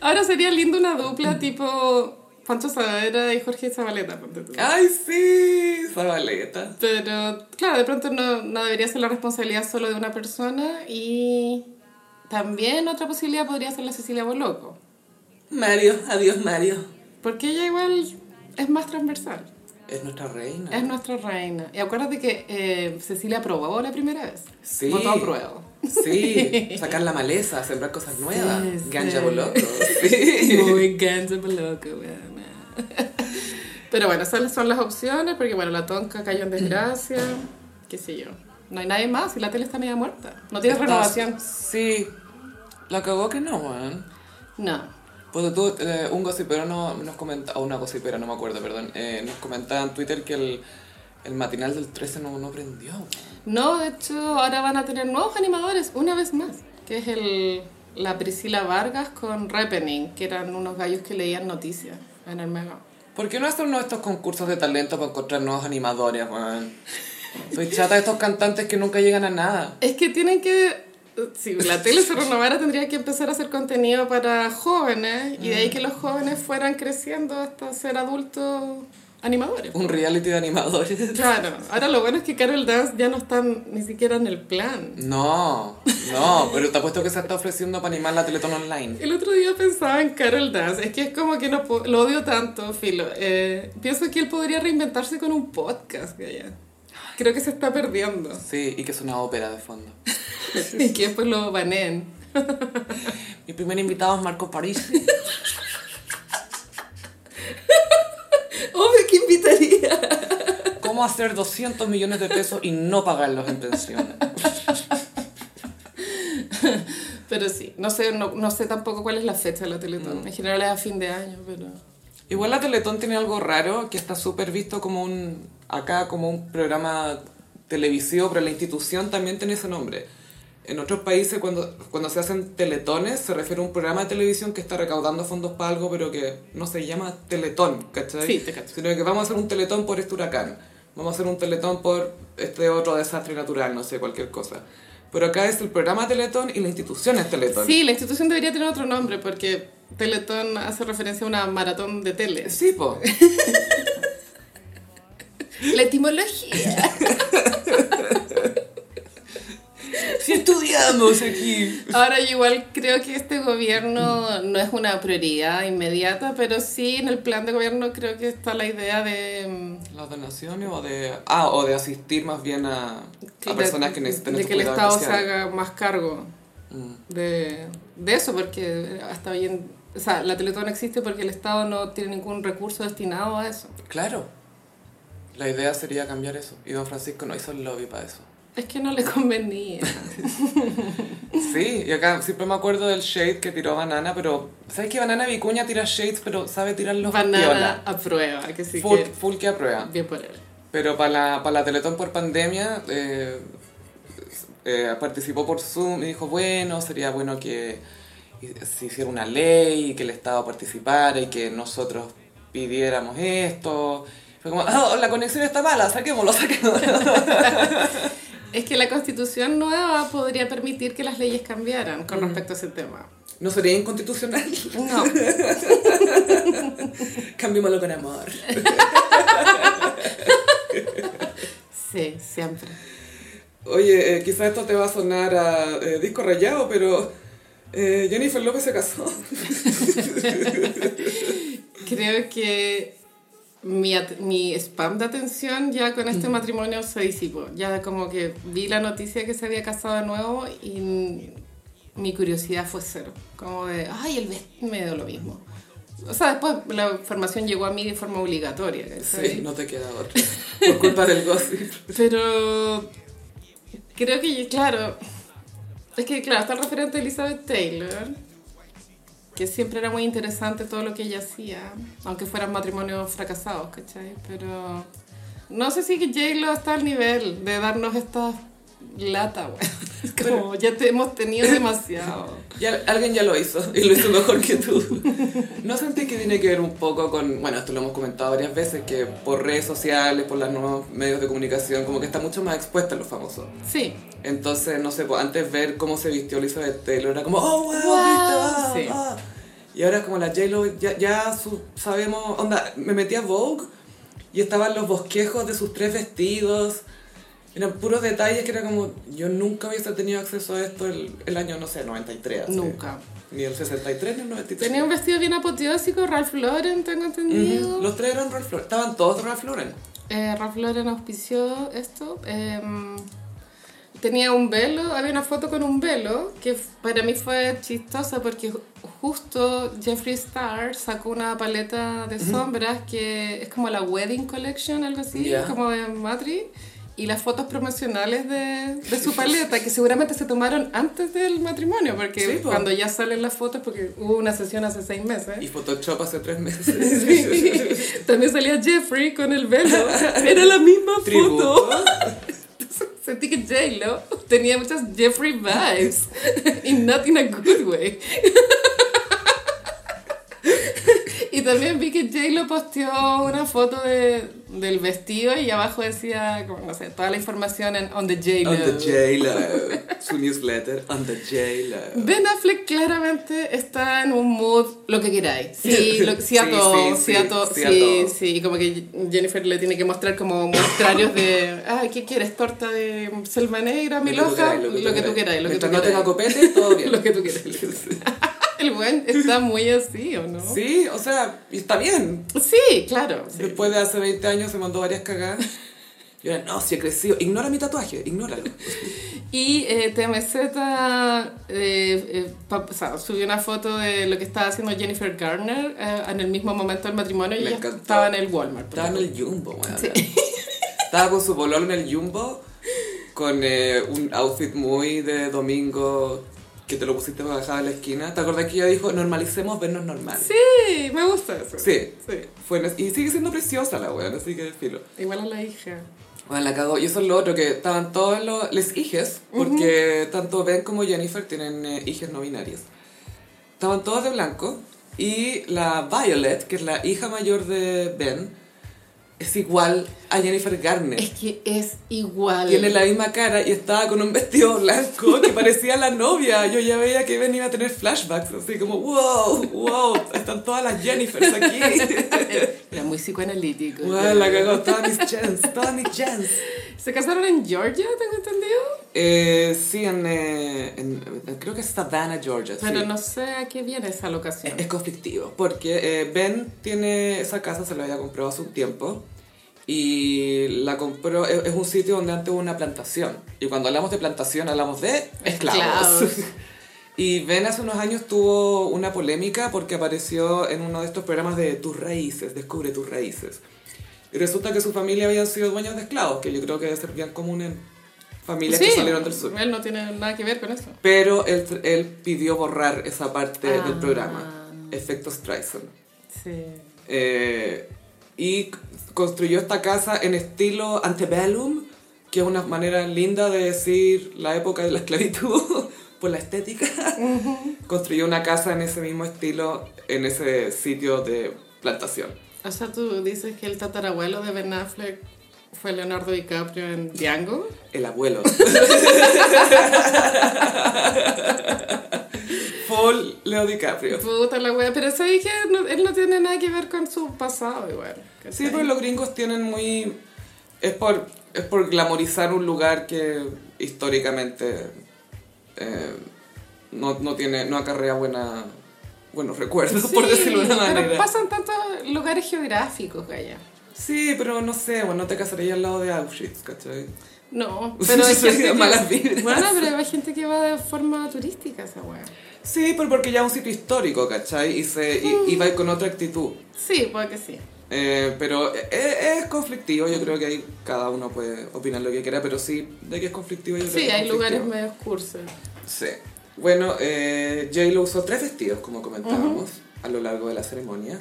Speaker 2: Ahora sería lindo una dupla tipo Pancho Saavedra y Jorge Zabaleta. ponte tú.
Speaker 1: ¡Ay, sí! Zabaleta.
Speaker 2: Pero claro, de pronto no, no debería ser la responsabilidad solo de una persona y también otra posibilidad podría ser la Cecilia Boloco.
Speaker 1: Mario, adiós Mario.
Speaker 2: Porque ella igual es más transversal.
Speaker 1: Es nuestra reina.
Speaker 2: Es nuestra reina. Y acuérdate que eh, Cecilia aprobó la primera vez.
Speaker 1: Sí.
Speaker 2: Votó a prueba.
Speaker 1: Sí, sacar la maleza, sembrar cosas nuevas.
Speaker 2: Sí,
Speaker 1: Ganja
Speaker 2: sí.
Speaker 1: boloco. Sí.
Speaker 2: Muy ganso por loco, weona. Pero bueno, esas son las opciones, porque bueno, la tonca cayó en desgracia, qué sé yo. No hay nadie más y la tele está media muerta. No tiene renovación.
Speaker 1: Sí. La cagó que no, weón.
Speaker 2: No.
Speaker 1: Porque tú, eh, un gossipero no, nos comentaba, una gossipera, no me acuerdo, perdón, eh, nos comentaba en Twitter que el, el matinal del 13 no, no prendió. weón.
Speaker 2: No, de hecho, ahora van a tener nuevos animadores, una vez más, que es el, la Priscila Vargas con Repening, que eran unos gallos que leían noticias en el mega.
Speaker 1: ¿Por qué no hacer uno de estos concursos de talento para encontrar nuevos animadores, weón? Soy chata de estos cantantes que nunca llegan a nada.
Speaker 2: Es que tienen que. Si la tele se renovara, tendría que empezar a hacer contenido para jóvenes y de ahí que los jóvenes fueran creciendo hasta ser adultos animadores.
Speaker 1: Un reality de animadores.
Speaker 2: Claro, ahora lo bueno es que Carol Dance ya no está ni siquiera en el plan.
Speaker 1: No, no, pero te apuesto que se está ofreciendo para animar la Teletón Online.
Speaker 2: El otro día pensaba en Carol Dance, es que es como que no po- lo odio tanto, Filo. Eh, pienso que él podría reinventarse con un podcast, Gaya. Creo que se está perdiendo
Speaker 1: Sí, y que es una ópera de fondo.
Speaker 2: y que después lo baneen.
Speaker 1: Mi primer invitado es Marco París.
Speaker 2: Obvio que invitaría.
Speaker 1: ¿Cómo hacer 200 millones de pesos y no pagarlos en pensiones?
Speaker 2: Pero sí, no sé, no, no sé tampoco cuál es la fecha de la Teletón. En general es a fin de año, pero...
Speaker 1: Igual la Teletón tiene algo raro que está súper visto como un. acá como un programa televisivo, pero la institución también tiene ese nombre. En otros países, cuando, cuando se hacen teletones, se refiere a un programa de televisión que está recaudando fondos para algo, pero que no se llama teletón, ¿cachai?
Speaker 2: Sí, te cacho.
Speaker 1: Sino que vamos a hacer un teletón por este huracán, vamos a hacer un teletón por este otro desastre natural, no sé, cualquier cosa. Pero acá es el programa teletón y la institución es teletón.
Speaker 2: Sí, la institución debería tener otro nombre porque Teletón hace referencia a una maratón de teles.
Speaker 1: Sí, po.
Speaker 2: La etimología.
Speaker 1: Si estudiamos aquí.
Speaker 2: Ahora yo igual creo que este gobierno no es una prioridad inmediata, pero sí en el plan de gobierno creo que está la idea de... mm,
Speaker 1: Las donaciones o de... Ah, o de asistir más bien a, a
Speaker 2: de-
Speaker 1: personas que necesiten
Speaker 2: De
Speaker 1: estos
Speaker 2: que el Estado
Speaker 1: cuidados
Speaker 2: se
Speaker 1: especiales.
Speaker 2: haga más cargo
Speaker 1: Mm,
Speaker 2: de, de eso, porque hasta hoy en... O sea, la Teletón existe porque el Estado no tiene ningún recurso destinado a eso.
Speaker 1: Claro. La idea sería cambiar eso. Y don Francisco no hizo el lobby para eso.
Speaker 2: Es que no le convenía.
Speaker 1: Sí, y acá siempre me acuerdo del shade que tiró Banana, pero... ¿Sabes que Banana Vicuña tira shades, pero sabe tirarlos
Speaker 2: Banana
Speaker 1: piola?
Speaker 2: a prueba, que sí
Speaker 1: Full,
Speaker 2: que...
Speaker 1: full que aprueba.
Speaker 2: Bien por él.
Speaker 1: Pero para la, para la Teletón por pandemia, eh, eh, participó por Zoom y dijo, bueno, sería bueno que se hiciera una ley, y que el Estado participara y que nosotros pidiéramos esto. Fue como, "Ah, la conexión está mala, saquémoslo, saquémoslo.
Speaker 2: Es que la constitución nueva podría permitir que las leyes cambiaran con respecto a ese tema.
Speaker 1: No sería inconstitucional.
Speaker 2: No.
Speaker 1: Cambiémoslo con amor.
Speaker 2: Sí, siempre.
Speaker 1: Oye, eh, quizás esto te va a sonar a eh, disco rayado, pero eh, Jennifer López se casó.
Speaker 2: Creo que mi, at- mi spam de atención ya con este matrimonio se disipó. Ya como que vi la noticia que se había casado de nuevo y mi curiosidad fue cero. Como de, ay, el vestido me dio lo mismo. O sea, después la formación llegó a mí de forma obligatoria. ¿cachai?
Speaker 1: Sí, no te queda otra. Por culpa del gossip.
Speaker 2: Pero creo que, claro, es que, claro, está el referente de Elizabeth Taylor, que siempre era muy interesante todo lo que ella hacía, aunque fueran matrimonios fracasados, ¿cachai? Pero no sé si J-Lo está al nivel de darnos estas lata, güey. Como ya te hemos tenido demasiado.
Speaker 1: Ya, alguien ya lo hizo y lo hizo mejor que tú. ¿No sentí que tiene que ver un poco con, bueno, esto lo hemos comentado varias veces, que por redes sociales, por los nuevos medios de comunicación, como que está mucho más expuesta a los famosos?
Speaker 2: Sí,
Speaker 1: Entonces, no sé, pues, antes ver cómo se vistió Elizabeth Taylor era como, oh, wow, ¿viste?
Speaker 2: Wow,
Speaker 1: Ah,
Speaker 2: sí.
Speaker 1: ah". Y ahora es como la J-Lo, ya, ya su- sabemos, onda, me metí a Vogue y estaban los bosquejos de sus tres vestidos. Eran puros detalles que era como, yo nunca hubiese tenido acceso a esto el, el año, no sé, 93. así.
Speaker 2: nunca.
Speaker 1: Ni el 63 ni el 93.
Speaker 2: Tenía un vestido bien apoteósico, Ralph Lauren, tengo entendido.
Speaker 1: Ujú, Los tres eran Ralph Lauren. Estaban todos de Ralph Lauren.
Speaker 2: Eh, Ralph Lauren auspició esto. em, tenía un velo, había una foto con un velo que f- para mí fue chistosa porque ju- justo Jeffree Star sacó una paleta de sombras que es como la Wedding Collection, algo así,
Speaker 1: Ya.
Speaker 2: como de Matri. Y las fotos promocionales de, de su paleta, que seguramente se tomaron antes del matrimonio, porque
Speaker 1: Sí, po.
Speaker 2: cuando ya salen las fotos, porque hubo una sesión hace seis meses.
Speaker 1: Y Photoshop hace tres meses.
Speaker 2: Sí. También salía Jeffrey con el velo. Era la misma
Speaker 1: Tributo.
Speaker 2: foto. Sentí que J-Lo tenía muchas Jeffrey vibes. Y not in a good way. Y también vi que J-Lo posteó una foto de, del vestido y abajo decía, como, no sé, toda la información en On the J-Lo.
Speaker 1: On the J-Lo. Su newsletter, On the uh, J-Lo.
Speaker 2: Ben Affleck claramente está en un mood lo que queráis. Sí, lo- sí a
Speaker 1: Sí,
Speaker 2: todo,
Speaker 1: sí,
Speaker 2: sí a
Speaker 1: sí,
Speaker 2: todo,
Speaker 1: sí
Speaker 2: sí,
Speaker 1: a todo.
Speaker 2: sí. Y como que Jennifer le tiene que mostrar como muestrarios de, ay, ¿qué quieres? ¿Torta de selva negra, mil hojas? Lo que tú queráis, lo que tú
Speaker 1: Mientras no tenga
Speaker 2: queráis.
Speaker 1: copete, todo bien.
Speaker 2: Lo que tú quieras. El buen está muy así, ¿o no? Sí,
Speaker 1: Sí, o sea, y está bien.
Speaker 2: claro. sí.
Speaker 1: Después de hace 20 años se mandó varias cagadas. Y ahora, no, si he crecido. Ignora mi tatuaje, ignóralo.
Speaker 2: Y eh, TMZ eh, eh, pa- o sea, subió una foto de lo que estaba haciendo Jennifer Garner eh, en el mismo momento del matrimonio y
Speaker 1: Me
Speaker 2: ella
Speaker 1: encantó.
Speaker 2: estaba en el Walmart. por
Speaker 1: Estaba en
Speaker 2: ejemplo.
Speaker 1: el Jumbo, weón.
Speaker 2: Sí.
Speaker 1: Estaba con su bolón en el Jumbo, con eh, un outfit muy de domingo que te lo pusiste para bajar a la esquina. ¿Te acuerdas que ella dijo, normalicemos vernos normales?
Speaker 2: Sí, me gusta eso.
Speaker 1: Sí.
Speaker 2: Sí.
Speaker 1: Fue en es- y sigue siendo preciosa la weón, así que filo.
Speaker 2: Igual a la hija.
Speaker 1: Bueno, la cagó. Y eso es lo otro, que estaban todos los... Les hijes, porque tanto Ben como Jennifer tienen eh, hijes no binarias. Estaban todos de blanco. Y la Violet, que es la hija mayor de Ben, es igual a Jennifer Garner.
Speaker 2: Es que es igual.
Speaker 1: Tiene la misma cara y estaba con un vestido blanco que parecía la novia. Yo ya veía que Ben iba a tener flashbacks, así como, wow, wow, están todas las Jennifers aquí.
Speaker 2: Era muy psicoanalítico.
Speaker 1: Bueno, la cagó, todas mis chans, todas mis chans.
Speaker 2: ¿Se casaron en Georgia, tengo entendido?
Speaker 1: Eh, sí, en, eh, en- eh, creo que es Savannah, Georgia. sí.
Speaker 2: Pero no sé a qué viene esa
Speaker 1: Eh,
Speaker 2: locación.
Speaker 1: Es conflictivo, porque eh, Ben tiene esa casa, se la había comprado hace un tiempo, y la compró, es, es un sitio donde antes hubo una plantación, y cuando hablamos de plantación hablamos de esclavos.
Speaker 2: Esclavos.
Speaker 1: y Ben hace unos años tuvo una polémica porque apareció en uno de estos programas de Tus Raíces, Descubre Tus Raíces. Y resulta que su familia habían sido dueños de esclavos, que yo creo que debe ser bien común en familias que salieron del sur.
Speaker 2: él no tiene nada que ver con eso.
Speaker 1: Pero él, él pidió borrar esa parte del
Speaker 2: Ah.
Speaker 1: programa, Efecto Streisand.
Speaker 2: Sí.
Speaker 1: Eh, y c- construyó esta casa en estilo antebellum, que es una manera linda de decir la época de la esclavitud por la estética. Construyó una casa en ese mismo estilo, en ese sitio de plantación.
Speaker 2: O sea, tú dices que el tatarabuelo de Ben Affleck fue Leonardo DiCaprio en Django.
Speaker 1: El abuelo. Paul Leo DiCaprio.
Speaker 2: Puta la wea. Pero eso dije, no- él no tiene nada que ver con su pasado, igual.
Speaker 1: Sí, pues, pero los gringos tienen muy... Es por, es por glamorizar un lugar que históricamente eh, no, no tiene, no acarrea buena, buenos recuerdos, por decirlo de una
Speaker 2: Pero
Speaker 1: manera.
Speaker 2: pasan tantos lugares geográficos, Gaya.
Speaker 1: Sí, pero no sé, bueno, no te casarías al lado de Auschwitz, ¿cachai?
Speaker 2: No,
Speaker 1: Sí,
Speaker 2: pero hay
Speaker 1: sí,
Speaker 2: gente que,
Speaker 1: malas vibras.
Speaker 2: Bueno, pero hay gente que va de forma turística esa weá.
Speaker 1: Sí, pero porque ya es un sitio histórico, ¿cachai? Y, se, y, y va con otra actitud.
Speaker 2: Sí, puede que sí.
Speaker 1: Eh, pero e- e- es, conflictivo, yo creo que ahí cada uno puede opinar lo que quiera, pero sí, de que es conflictivo yo creo
Speaker 2: Sí,
Speaker 1: que es
Speaker 2: hay lugares
Speaker 1: conflictivo.
Speaker 2: medio oscuros.
Speaker 1: Sí. Bueno, eh, J-Lo usó tres vestidos, como comentábamos, a lo largo de la ceremonia.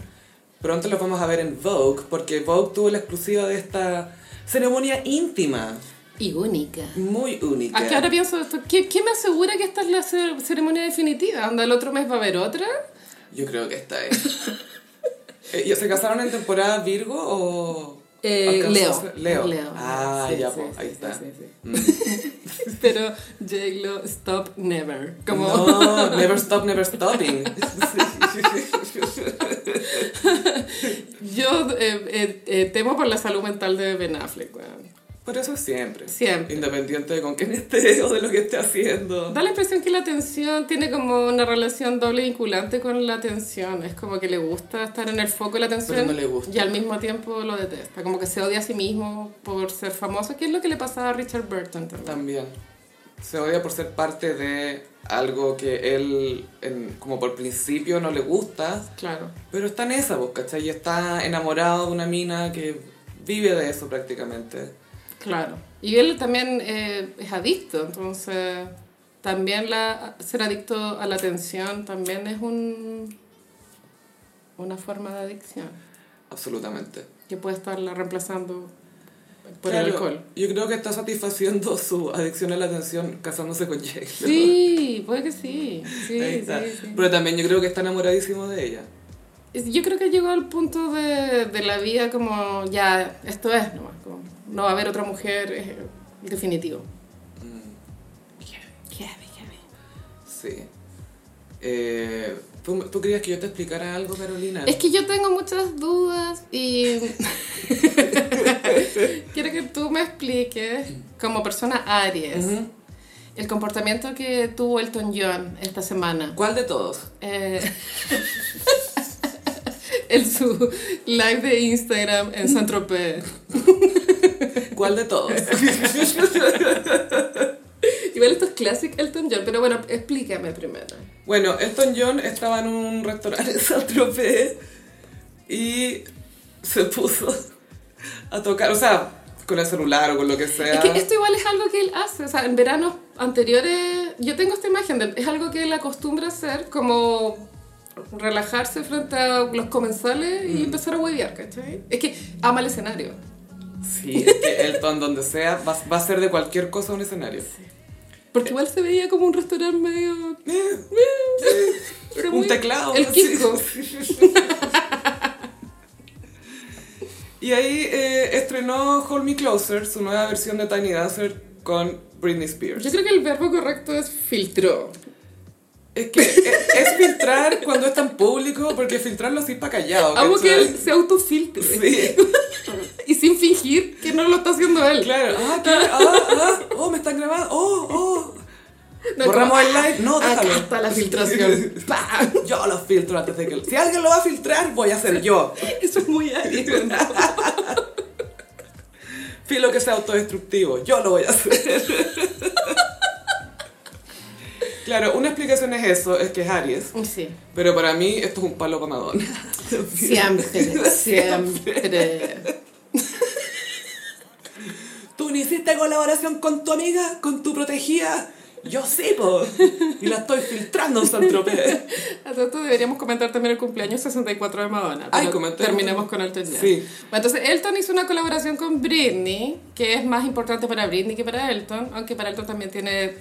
Speaker 1: Pronto los vamos a ver en Vogue, porque Vogue tuvo la exclusiva de esta ceremonia íntima,
Speaker 2: Y única.
Speaker 1: muy única.
Speaker 2: ¿A qué Ah, ahora pienso esto? ¿Qué, qué me asegura que esta es la cer- ceremonia definitiva? ¿Anda el otro mes va a haber otra?
Speaker 1: Yo creo que esta es. Eh, ¿y ¿Se casaron en temporada Virgo o...?
Speaker 2: Eh,
Speaker 1: alcanzó
Speaker 2: Leo.
Speaker 1: a ser- Leo.
Speaker 2: Leo.
Speaker 1: Ah,
Speaker 2: Sí,
Speaker 1: ya,
Speaker 2: sí,
Speaker 1: pues,
Speaker 2: sí,
Speaker 1: ahí
Speaker 2: sí,
Speaker 1: está.
Speaker 2: sí, sí.
Speaker 1: Mm.
Speaker 2: Pero J-Lo, stop never. Como
Speaker 1: No, never stop, never stopping.
Speaker 2: yo eh, eh, eh, temo por la salud mental de Ben Affleck. weón.
Speaker 1: Por eso siempre.
Speaker 2: Siempre.
Speaker 1: Independiente de con quién esté o de lo que esté haciendo.
Speaker 2: Da la impresión que la tensión tiene como una relación doble vinculante con la tensión. Es como que le gusta estar en el foco de la tensión
Speaker 1: Pero no le gusta.
Speaker 2: y al mismo tiempo lo detesta. Como que se odia a sí mismo por ser famoso, que es lo que le pasaba a Richard Burton también.
Speaker 1: También. Se odia por ser parte de algo que él, en- como por principio, no le gusta.
Speaker 2: Claro.
Speaker 1: Pero está en esa, voz, ¿cachai? Y está enamorado de una mina que vive de eso prácticamente.
Speaker 2: Claro. Y él también eh, es adicto, entonces también la, ser adicto a la atención también es un, una forma de adicción
Speaker 1: Absolutamente.
Speaker 2: que puede estarla reemplazando por el
Speaker 1: Claro,
Speaker 2: alcohol.
Speaker 1: Yo creo que está satisfaciendo su adicción a la atención casándose con Jake.
Speaker 2: Sí, puede que sí. Sí,
Speaker 1: Ahí está.
Speaker 2: sí, sí.
Speaker 1: Pero también yo creo que está enamoradísimo de ella.
Speaker 2: Es- Yo creo que llegó al punto de, de la vida como ya, esto es nomás, como, no va a haber otra mujer eh, definitivo.
Speaker 1: Mm. Sí. Eh, ¿tú, tú querías que yo te explicara algo, Carolina?
Speaker 2: Es que yo tengo muchas dudas y quiero que tú me expliques, como persona Aries,
Speaker 1: Ujú.
Speaker 2: el comportamiento que tuvo Elton John esta semana.
Speaker 1: ¿Cuál de todos?
Speaker 2: Eh, en su live de Instagram en San Tropez.
Speaker 1: ¿Cuál de todos?
Speaker 2: Igual esto es classic Elton John, pero bueno, explícame primero.
Speaker 1: bueno, Elton John estaba en un restaurante en Saint-Tropez y se puso a tocar, o sea, con el celular o con lo que sea.
Speaker 2: Es que esto igual es algo que él hace, o sea, en veranos anteriores, yo tengo esta imagen, de, es algo que él acostumbra hacer, como relajarse frente a los comensales
Speaker 1: Mm.
Speaker 2: y empezar a huevear, ¿cachai? Es que ama el escenario.
Speaker 1: Sí, es que Elton, donde sea, va, va a ser de cualquier cosa un escenario.
Speaker 2: Porque igual se veía como un restaurante medio... Era
Speaker 1: un
Speaker 2: muy-
Speaker 1: teclado.
Speaker 2: El
Speaker 1: sí.
Speaker 2: Kiko.
Speaker 1: Y ahí eh, estrenó Hold Me Closer, su nueva versión de Tiny Dancer con Britney Spears.
Speaker 2: Yo creo que el verbo correcto es filtró.
Speaker 1: Es que es, es filtrar cuando es tan público, porque filtrarlo así para callado.
Speaker 2: Amo que
Speaker 1: ¿cachai?
Speaker 2: él se autofiltre
Speaker 1: Sí,
Speaker 2: y sin fingir que no lo está haciendo él.
Speaker 1: claro. Ah, claro. Ah, ah, oh, me están grabando. Oh,
Speaker 2: No,
Speaker 1: oh. Borramos
Speaker 2: como, "Ah,
Speaker 1: el live. No,
Speaker 2: "Acá
Speaker 1: déjalo.
Speaker 2: está la filtración. ¡Pam!
Speaker 1: Yo lo filtro antes de que. Si alguien lo va a filtrar, voy a ser yo.
Speaker 2: Eso es muy Aries. ¿no?
Speaker 1: Filo que sea autodestructivo, yo lo voy a hacer. claro, una explicación es eso, es que es Aries,
Speaker 2: Oh, Sí.
Speaker 1: pero para mí esto es un palo para Madonna.
Speaker 2: Siempre, siempre.
Speaker 1: ¿Tú no hiciste colaboración con tu amiga, con tu protegida? Yo sí, po. Y la estoy filtrando en San Tropez.
Speaker 2: A todo esto deberíamos comentar también el cumpleaños 64 de Madonna.
Speaker 1: Ay,
Speaker 2: pero
Speaker 1: comenté-
Speaker 2: terminamos con Elton John.
Speaker 1: Sí.
Speaker 2: Bueno, entonces Elton hizo una colaboración con Britney, que es más importante para Britney que para Elton, aunque para Elton también tiene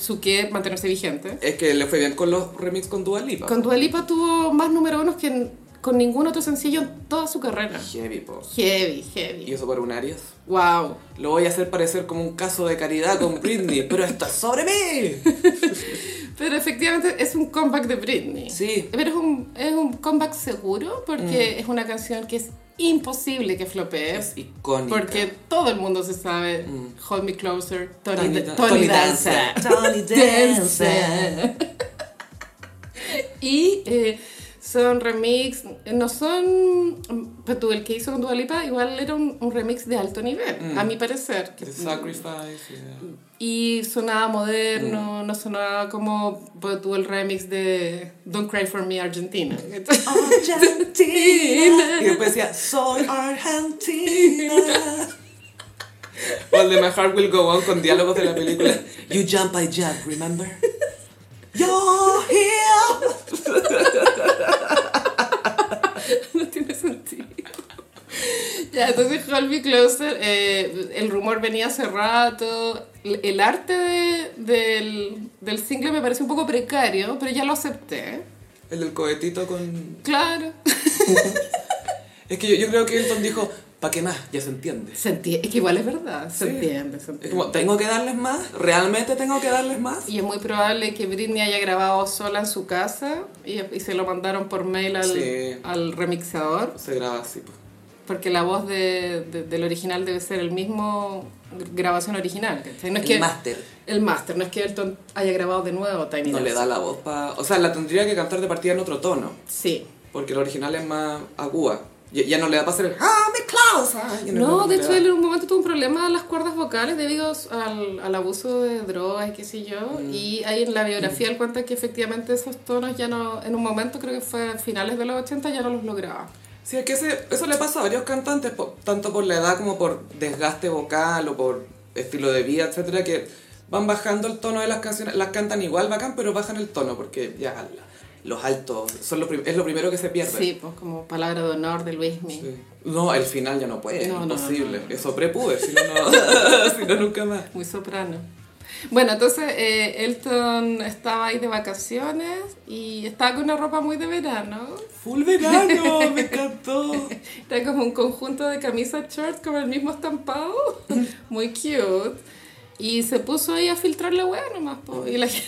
Speaker 2: su que mantenerse vigente.
Speaker 1: Es que le fue bien con los remix con Dua Lipa.
Speaker 2: Con Dua Lipa tuvo más número unos que en- con ningún otro sencillo en toda su carrera.
Speaker 1: Heavy, po.
Speaker 2: Heavy,
Speaker 1: Y
Speaker 2: heavy.
Speaker 1: eso para un Aries.
Speaker 2: Wow.
Speaker 1: Lo voy a hacer parecer como un caso de caridad con Britney, pero esto es sobre mí.
Speaker 2: Pero efectivamente es un comeback de Britney.
Speaker 1: Sí.
Speaker 2: Pero es un, es un comeback seguro porque es una canción que es imposible que flopee.
Speaker 1: Es icónico.
Speaker 2: Porque todo el mundo se sabe Hold Me Closer, Tony,
Speaker 1: Tony
Speaker 2: Tony,
Speaker 1: Dan- Tony
Speaker 2: Danza.
Speaker 1: Danza. Tony Danza.
Speaker 2: y eh, so- son remix, no son, pero tú, el que hizo con Dua Lipa igual era un, un remix de alto nivel,
Speaker 1: Mm.
Speaker 2: a mi parecer. que-
Speaker 1: The Sacrifice, yeah.
Speaker 2: y sonaba moderno,
Speaker 1: Mm.
Speaker 2: no sonaba como pero tú, el remix de Don't Cry For Me Argentina.
Speaker 1: Y después decía, soy Argentina. O el de My Heart Will Go On con diálogos de la película. You jump, I jump, remember? You're here.
Speaker 2: no tiene sentido. Ya, entonces Holby Closer, eh, el rumor venía hace rato, el el arte de- del, del single me parece un poco precario, pero ya lo acepté.
Speaker 1: El del cohetito con...
Speaker 2: Claro.
Speaker 1: Es que yo, yo creo que Elton dijo, ¿pa' qué más? Ya se entiende.
Speaker 2: Se entie- es que igual es verdad, se
Speaker 1: Sí.
Speaker 2: entiende, se
Speaker 1: Es
Speaker 2: entiende.
Speaker 1: como, ¿tengo que darles más? ¿Realmente tengo que darles más?
Speaker 2: Y es muy probable que Britney haya grabado sola en su casa y, y se lo mandaron por mail al,
Speaker 1: Sí.
Speaker 2: al remixador,
Speaker 1: Se graba así, pues.
Speaker 2: porque la voz de- de- del original debe ser el mismo grabación original. ¿cachai? No es que,
Speaker 1: El máster
Speaker 2: El máster, no es que Elton haya grabado de nuevo Tiny
Speaker 1: no le
Speaker 2: Desk.
Speaker 1: da la voz para... O sea, la tendría que cantar de partida en otro tono.
Speaker 2: Sí.
Speaker 1: Porque el original es más aguda. Ya, ya no le da para hacer el... ¡Ah, me clausa! Ya
Speaker 2: No,
Speaker 1: no
Speaker 2: de
Speaker 1: le
Speaker 2: hecho
Speaker 1: da.
Speaker 2: él en un momento tuvo un problema de las cuerdas vocales debido al, al abuso de drogas y qué sé yo.
Speaker 1: Mm.
Speaker 2: Y ahí en la biografía él cuenta que efectivamente esos tonos ya no, en un momento creo que fue a finales de los 80 ya no los lograba.
Speaker 1: Sí, es que ese- eso le pasa a varios cantantes, po- tanto por la edad como por desgaste vocal o por estilo de vida, etcétera, que van bajando el tono de las canciones, las cantan igual bacán, pero bajan el tono porque ya la- los altos son lo prim- es lo primero que se pierde.
Speaker 2: Sí, pues como palabra de honor de Luis
Speaker 1: Sí. No, el final ya no puede,
Speaker 2: No,
Speaker 1: es
Speaker 2: no,
Speaker 1: imposible.
Speaker 2: no, no.
Speaker 1: Eso prepuber, si no, no- si no, nunca más.
Speaker 2: Muy soprano. Bueno, entonces eh, Elton estaba ahí de vacaciones y estaba con una ropa muy de verano.
Speaker 1: Full verano, me encantó.
Speaker 2: Era como un conjunto de camisa short con el mismo estampado. Muy cute. Y se puso ahí a filtrar la weá nomás, po. Y, la gente-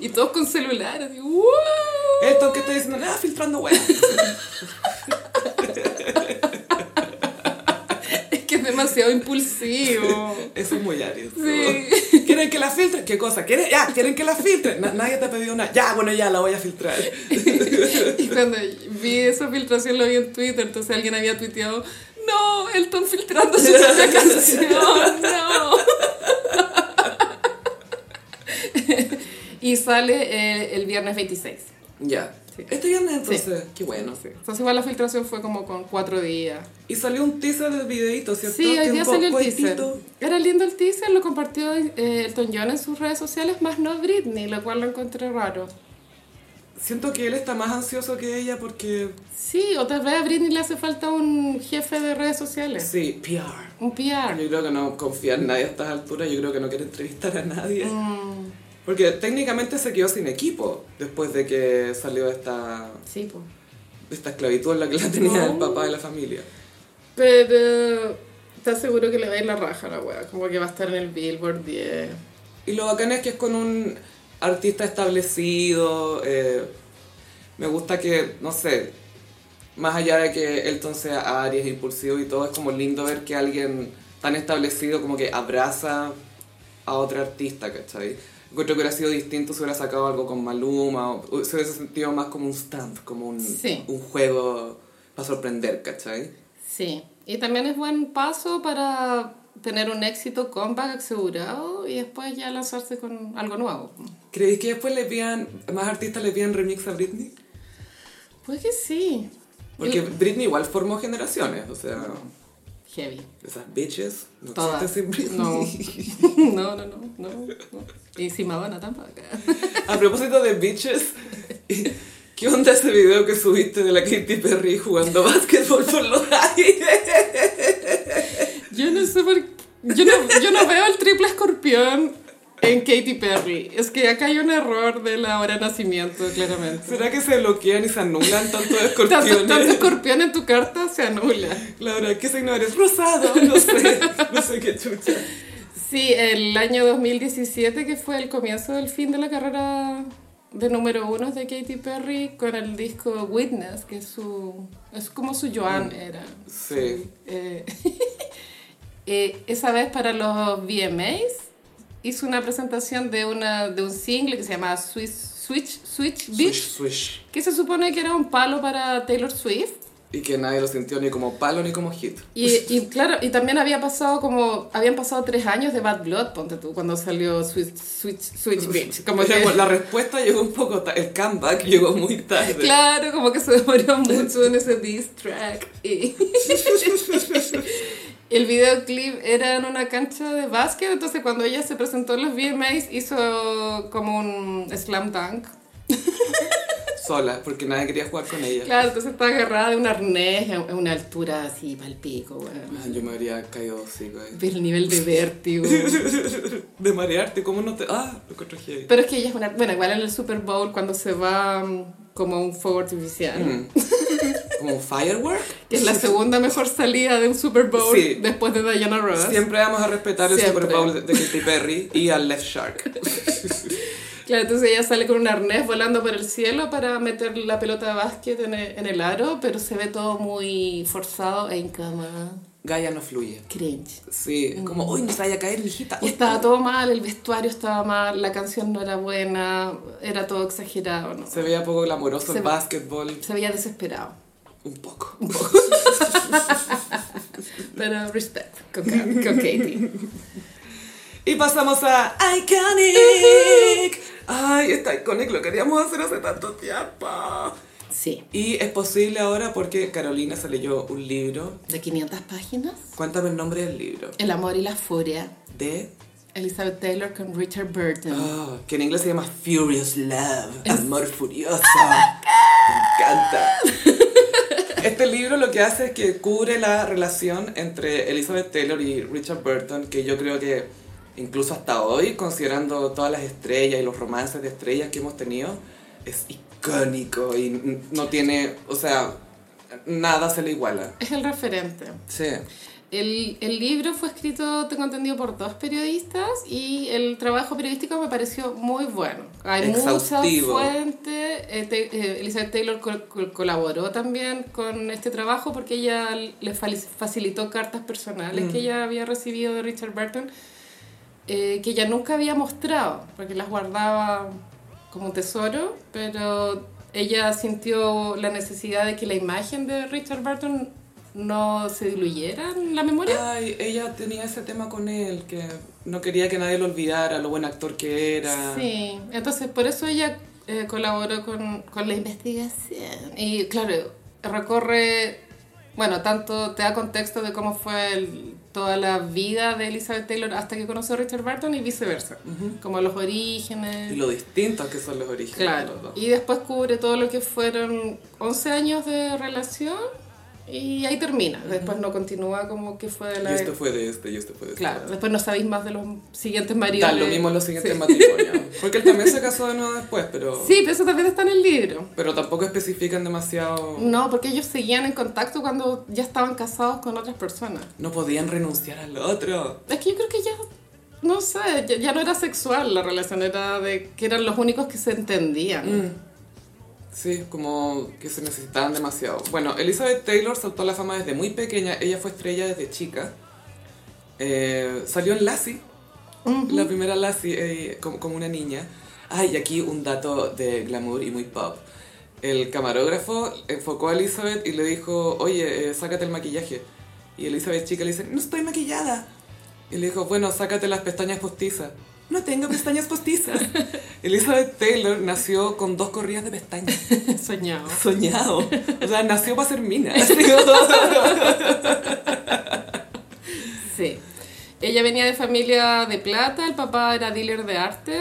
Speaker 2: y todos con celulares. Y, ¡wow!
Speaker 1: Esto que estoy diciendo, nada, filtrando weá.
Speaker 2: Es que es demasiado impulsivo.
Speaker 1: Eso es muy Aries.
Speaker 2: Sí.
Speaker 1: ¿Quieren que la filtre? ¿Qué cosa? ¿Quieren? Ya, ¿quieren que la filtre? Na- nadie te ha pedido una. Ya, bueno, ya la voy a filtrar.
Speaker 2: Y cuando vi esa filtración lo vi en Twitter, entonces alguien había tuiteado, no, Elton filtrando su propia canción, no. y sale eh, el, el viernes 26.
Speaker 1: Ya.
Speaker 2: Sí.
Speaker 1: Este viernes entonces, qué bueno.
Speaker 2: Entonces igual la filtración fue como con cuatro días.
Speaker 1: Y salió un teaser del videito, ¿cierto?
Speaker 2: Sí,
Speaker 1: Que
Speaker 2: hoy
Speaker 1: un
Speaker 2: día
Speaker 1: co-
Speaker 2: salió el teaser.
Speaker 1: cohetito.
Speaker 2: Era lindo el teaser, lo compartió eh, Elton John en sus redes sociales, más no Britney, lo cual lo encontré raro.
Speaker 1: Siento que él está más ansioso que ella porque...
Speaker 2: Sí, o tal vez a Britney le hace falta un jefe de redes sociales,
Speaker 1: Sí, PR.
Speaker 2: un PR.
Speaker 1: Yo creo que no confía en nadie a estas alturas, yo creo que no quiere entrevistar a nadie.
Speaker 2: Mm,
Speaker 1: Porque técnicamente se quedó sin equipo después de que salió esta,
Speaker 2: sí, pues.
Speaker 1: esta esclavitud en la que la tenía el
Speaker 2: No.
Speaker 1: papá de la familia.
Speaker 2: Pero te seguro que le va a ir la raja a la wea, como que va a estar en el Billboard 10.
Speaker 1: Y lo bacán es que es con un artista establecido. eh, me gusta que, no sé, más allá de que Elton sea Aries, impulsivo y todo, es como lindo ver que alguien tan establecido como que abraza a otro artista, ¿cachai? Encuentro que hubiera sido distinto si hubiera sacado algo con Maluma, o o se hubiese sentido más como un stand, como un,
Speaker 2: Sí.
Speaker 1: un juego para sorprender, ¿cachai?
Speaker 2: Sí, y también es buen paso para tener un éxito comeback asegurado y después ya lanzarse con algo nuevo.
Speaker 1: ¿Creéis que después le pidan, más artistas le pidan remix a Britney?
Speaker 2: Pues que sí.
Speaker 1: Porque
Speaker 2: Y-
Speaker 1: Britney igual formó generaciones, o sea...
Speaker 2: Heavy.
Speaker 1: Esas bitches no
Speaker 2: Todas.
Speaker 1: existen sin Britney.
Speaker 2: No. no, no, no, no, no. Y sin Madonna tampoco.
Speaker 1: A propósito de bitches, ¿qué onda ese video que subiste de la Katy Perry jugando básquetbol por los aires?
Speaker 2: Yo no sé por qué- Yo no, yo no veo el triple escorpión en Katy Perry. Es que acá hay un error de la hora de nacimiento, claramente.
Speaker 1: ¿Será que se bloquean y se anulan tanto de
Speaker 2: Tanto, tanto
Speaker 1: escorpiones?
Speaker 2: escorpión en tu carta se anula.
Speaker 1: Laura, ¿qué signo eres? Rosado, no sé, no sé qué chucha.
Speaker 2: Sí, el año 2017, que fue el comienzo del fin de la carrera de número uno de Katy Perry con el disco Witness, que es, su, es como su Joan era.
Speaker 1: Mm. Sí.
Speaker 2: Eh, eh, esa vez para los VMAs hizo una presentación de, una, de un single que se llama Switch, Switch, Switch Beach,
Speaker 1: Swish, swish.
Speaker 2: que se supone que era un palo para Taylor Swift.
Speaker 1: Y que nadie lo sintió ni como palo ni como hit.
Speaker 2: Y, y claro, y también había pasado como, habían pasado tres años de Bad Blood, ponte tú, cuando salió Switch, Switch, Switch Beach. Como
Speaker 1: O sea,
Speaker 2: que-
Speaker 1: la respuesta llegó un poco tarde, el comeback llegó muy tarde.
Speaker 2: Claro, como que se demoró mucho en ese diss track. Y el videoclip era en una cancha de básquet, entonces cuando ella se presentó en los VMAs hizo como un slam dunk.
Speaker 1: Sola, porque nadie quería jugar con ella.
Speaker 2: Claro, entonces está agarrada de un arnés a a una altura así, palpico, weón.
Speaker 1: Ah, Yo me habría caído así, güey.
Speaker 2: Ver el nivel de vértigo.
Speaker 1: De marearte, ¿cómo no te...? Ah, lo encontré heavy.
Speaker 2: Pero es que ella es una... Bueno, igual en el Super Bowl cuando se va mm, como un fuego artificial.
Speaker 1: Mm. ¿Como firework?
Speaker 2: Que es la segunda mejor salida de un Super Bowl
Speaker 1: Sí.
Speaker 2: después de Diana Ross.
Speaker 1: Siempre vamos a respetar el
Speaker 2: Siempre.
Speaker 1: Super Bowl de, de Katy Perry y al Left Shark.
Speaker 2: Claro, entonces ella sale con un arnés volando por el cielo para meter la pelota de básquet en el, en el aro, pero se ve todo muy forzado e incama.
Speaker 1: Gaia no fluye. Mm.
Speaker 2: Cringe.
Speaker 1: Sí, es como, uy, no se vaya a caer, mijita.
Speaker 2: Y estaba todo mal, el vestuario estaba mal, la canción no era buena, era todo exagerado, ¿no?
Speaker 1: Se veía poco glamoroso
Speaker 2: Se
Speaker 1: el
Speaker 2: ve-
Speaker 1: básquetbol.
Speaker 2: Se veía desesperado.
Speaker 1: Un poco.
Speaker 2: Pero respect con, Ka- con Katie.
Speaker 1: Y pasamos a Iconic. Ay, esta Iconic lo queríamos hacer hace tanto tiempo.
Speaker 2: Sí.
Speaker 1: Y es posible ahora porque Carolina se leyó un libro.
Speaker 2: De 500 páginas.
Speaker 1: Cuéntame el nombre del libro.
Speaker 2: El amor y la furia.
Speaker 1: De...
Speaker 2: Elizabeth Taylor con Richard Burton.
Speaker 1: ah, que en inglés se llama Furious Love. Amor furioso. ¡Ah, Me encanta. Este libro lo que hace es que cubre la relación entre Elizabeth Taylor y Richard Burton, que yo creo que incluso hasta hoy, considerando todas las estrellas y los romances de estrellas que hemos tenido, es icónico y n- no tiene, o sea, nada se le iguala.
Speaker 2: Es el referente.
Speaker 1: Sí.
Speaker 2: El, el libro fue escrito, tengo entendido, por dos periodistas y el trabajo periodístico me pareció muy bueno. Hay muchas
Speaker 1: Exhaustivo.
Speaker 2: fuentes. eh, te- eh, Elizabeth Taylor col- col- colaboró también con este trabajo porque ella le fali- facilitó cartas personales
Speaker 1: Mm.
Speaker 2: que ella había recibido de Richard Burton eh, que ella nunca había mostrado, porque las guardaba como un tesoro, pero ella sintió la necesidad de que la imagen de Richard Burton no se diluyera en la memoria.
Speaker 1: Ay, ella tenía ese tema con él, que no quería que nadie lo olvidara, lo buen actor que era.
Speaker 2: Sí, entonces por eso ella eh, colaboró con, con la investigación. Y claro, recorre, bueno, tanto te da contexto de cómo fue el- toda la vida de Elizabeth Taylor hasta que conoció a Richard Burton y viceversa, como los orígenes.
Speaker 1: Y lo distintos que son los orígenes. de los
Speaker 2: Claro.
Speaker 1: dos.
Speaker 2: Y después cubre todo lo que fueron 11 años de relación y ahí termina. Después no continúa como que fue de
Speaker 1: Y
Speaker 2: la...
Speaker 1: esto fue de este, y esto fue de este.
Speaker 2: Claro, después no sabéis más de los siguientes maridos.
Speaker 1: Dan lo mismo en los siguientes
Speaker 2: sí.
Speaker 1: matrimonios. Porque él también se casó de nuevo después, pero,
Speaker 2: Sí, pero eso también está en el libro.
Speaker 1: pero tampoco especifican demasiado.
Speaker 2: No, porque ellos seguían en contacto cuando ya estaban casados con otras personas.
Speaker 1: No podían renunciar al otro.
Speaker 2: Es que yo creo que ya, no sé, ya, ya no era sexual la relación, era de que eran los únicos que se entendían.
Speaker 1: Mm. Sí, como que se necesitaban demasiado. Bueno, Elizabeth Taylor saltó a la fama desde muy pequeña. Ella fue estrella desde chica. Eh, salió en Lassie, la primera Lassie, eh, como, como una niña. Ay, y aquí un dato de glamour y muy pop. El camarógrafo enfocó a Elizabeth y le dijo, oye, eh, sácate el maquillaje. Y Elizabeth chica le dice, no estoy maquillada. Y le dijo, bueno, sácate las pestañas postizas. No tengo pestañas postizas. Elizabeth Taylor nació con dos corridas de pestañas
Speaker 2: Soñaba.
Speaker 1: soñado. O sea, nació para ser mina.
Speaker 2: Sí. Ella venía de familia de plata, el papá era dealer de arte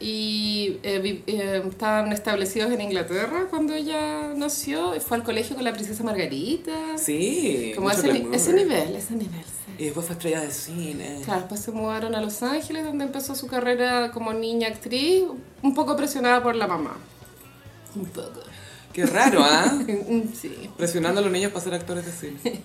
Speaker 2: y eh, vi- eh, estaban establecidos en Inglaterra cuando ella nació. Fue al colegio con la princesa Margarita.
Speaker 1: Sí.
Speaker 2: Como
Speaker 1: mucho
Speaker 2: ese, ni-
Speaker 1: glamour.
Speaker 2: ese nivel, ese nivel. sí.
Speaker 1: Y después fue estrella de cine.
Speaker 2: Claro, después se mudaron a Los Ángeles donde empezó su carrera como niña actriz, un poco presionada por la mamá. Un poco.
Speaker 1: Qué raro, ¿ah?
Speaker 2: Sí.
Speaker 1: Presionando a los niños para ser actores de cine.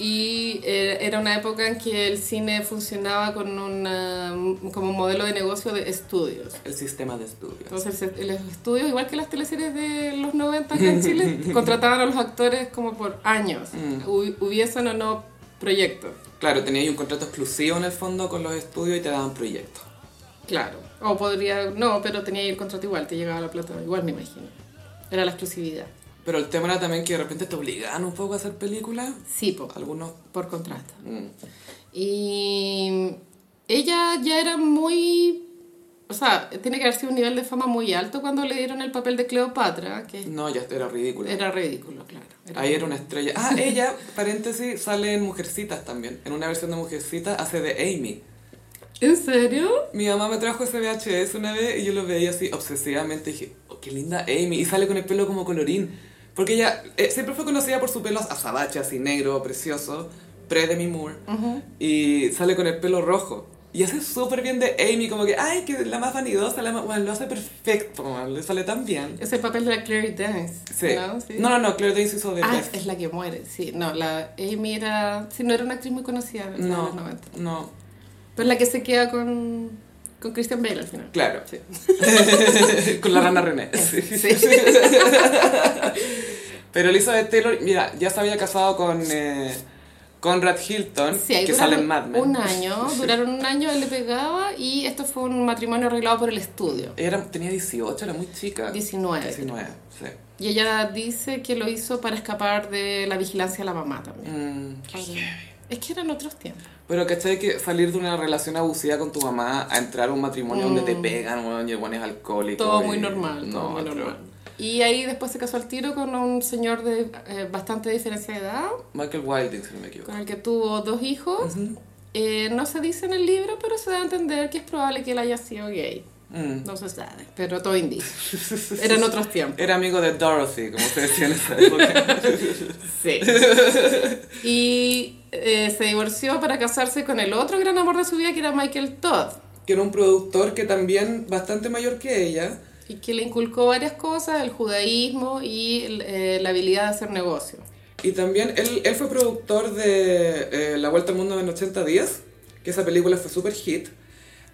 Speaker 2: Y eh, era una época en que el cine funcionaba con una, como un modelo de negocio de estudios.
Speaker 1: El sistema de estudio.
Speaker 2: Entonces, el- los estudios, igual que las teleseries de los 90 acá en Chile, contrataban a los actores como por años,
Speaker 1: Mm.
Speaker 2: hu- hubiesen o no proyectos.
Speaker 1: Claro, tenías un contrato exclusivo en el fondo con los estudios y te daban proyectos.
Speaker 2: Claro. O podría, no, pero tenía ahí el contrato igual, te llegaba la plata igual, me imagino. Era la exclusividad.
Speaker 1: Pero el tema era también que de repente te obligaban un poco a hacer películas.
Speaker 2: Sí, po,
Speaker 1: Algunos.
Speaker 2: por contrato.
Speaker 1: mm,
Speaker 2: Y ella ya era muy... O sea, tiene que haber sido un nivel de fama muy alto cuando le dieron el papel de Cleopatra, que
Speaker 1: No, ya era ridículo.
Speaker 2: era ridículo, claro. Era-
Speaker 1: Mm. Ahí era una estrella. Ah, ella, paréntesis, sale en Mujercitas también. En una versión de Mujercitas hace de Amy.
Speaker 2: ¿En serio?
Speaker 1: Mi mamá me trajo ese VHS una vez y yo lo veía así obsesivamente. Dije, oh, qué linda Amy. Y sale con el pelo como colorín. Porque ella eh, siempre fue conocida por su pelo azabache, así negro, precioso, pre-Demi Moore. Y sale con el pelo rojo. Y hace súper bien de Amy, como que, ay, que la más vanidosa, la más... Bueno, lo hace perfecto, man, le sale tan bien.
Speaker 2: Es el papel de la Claire Dance.
Speaker 1: Sí.
Speaker 2: ¿no? Sí.
Speaker 1: No, no, no, Claire Danes hizo de
Speaker 2: Ah,
Speaker 1: Beth.
Speaker 2: es la que muere, sí. No, la Amy era... Sí, no era una actriz muy conocida en los
Speaker 1: No,
Speaker 2: 90.
Speaker 1: no,
Speaker 2: Pero es la que se queda con, con Christian Bale al final.
Speaker 1: claro.
Speaker 2: Sí.
Speaker 1: Con la rana René. Sí. Pero Elizabeth Taylor, mira, ya se había casado con eh, Conrad Hilton,
Speaker 2: Sí, ahí
Speaker 1: que
Speaker 2: duraron
Speaker 1: sale en Mad Men.
Speaker 2: Un año, duraron un año, él le pegaba y esto fue un matrimonio arreglado por el estudio.
Speaker 1: Ella era- tenía 18, era muy chica.
Speaker 2: 19.
Speaker 1: 19, sí.
Speaker 2: Y ella dice que lo hizo para escapar de la vigilancia de la mamá también.
Speaker 1: Mm,
Speaker 2: Es que eran otros tiempos.
Speaker 1: Pero ¿cachai? Que salir de una relación abusiva con tu mamá a entrar a un matrimonio donde te pegan, weón, y el weón es alcohólico.
Speaker 2: Mm. Todo
Speaker 1: y-
Speaker 2: muy normal, todo muy
Speaker 1: pero-
Speaker 2: normal. Y ahí después se casó al tiro con un señor de eh, bastante diferencia de edad,
Speaker 1: Michael Wilding, si no me equivoco.
Speaker 2: con el que tuvo dos hijos. Eh, no se dice en el libro, pero se da a entender que es probable que él haya sido gay.
Speaker 1: Mm.
Speaker 2: No se sabe, pero todo indica. Eran otros tiempos.
Speaker 1: Era amigo de Dorothy, como se decía en esa época.
Speaker 2: Sí. Y eh, se divorció para casarse con el otro gran amor de su vida, que era Michael Todd,
Speaker 1: que era un productor que también bastante mayor que ella.
Speaker 2: y que le inculcó varias cosas, el judaísmo y el, eh, la habilidad de hacer negocio.
Speaker 1: Y también él, él fue productor de eh, La Vuelta al Mundo en 80 días, que esa película fue súper hit.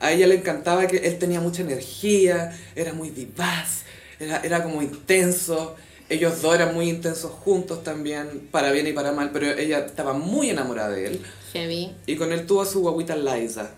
Speaker 1: A ella le encantaba que él tenía mucha energía, era muy vivaz, era, era como intenso. Ellos dos eran muy intensos juntos también, para bien y para mal, pero ella estaba muy enamorada de él.
Speaker 2: Heavy.
Speaker 1: Y con él tuvo a su guaguita Liza.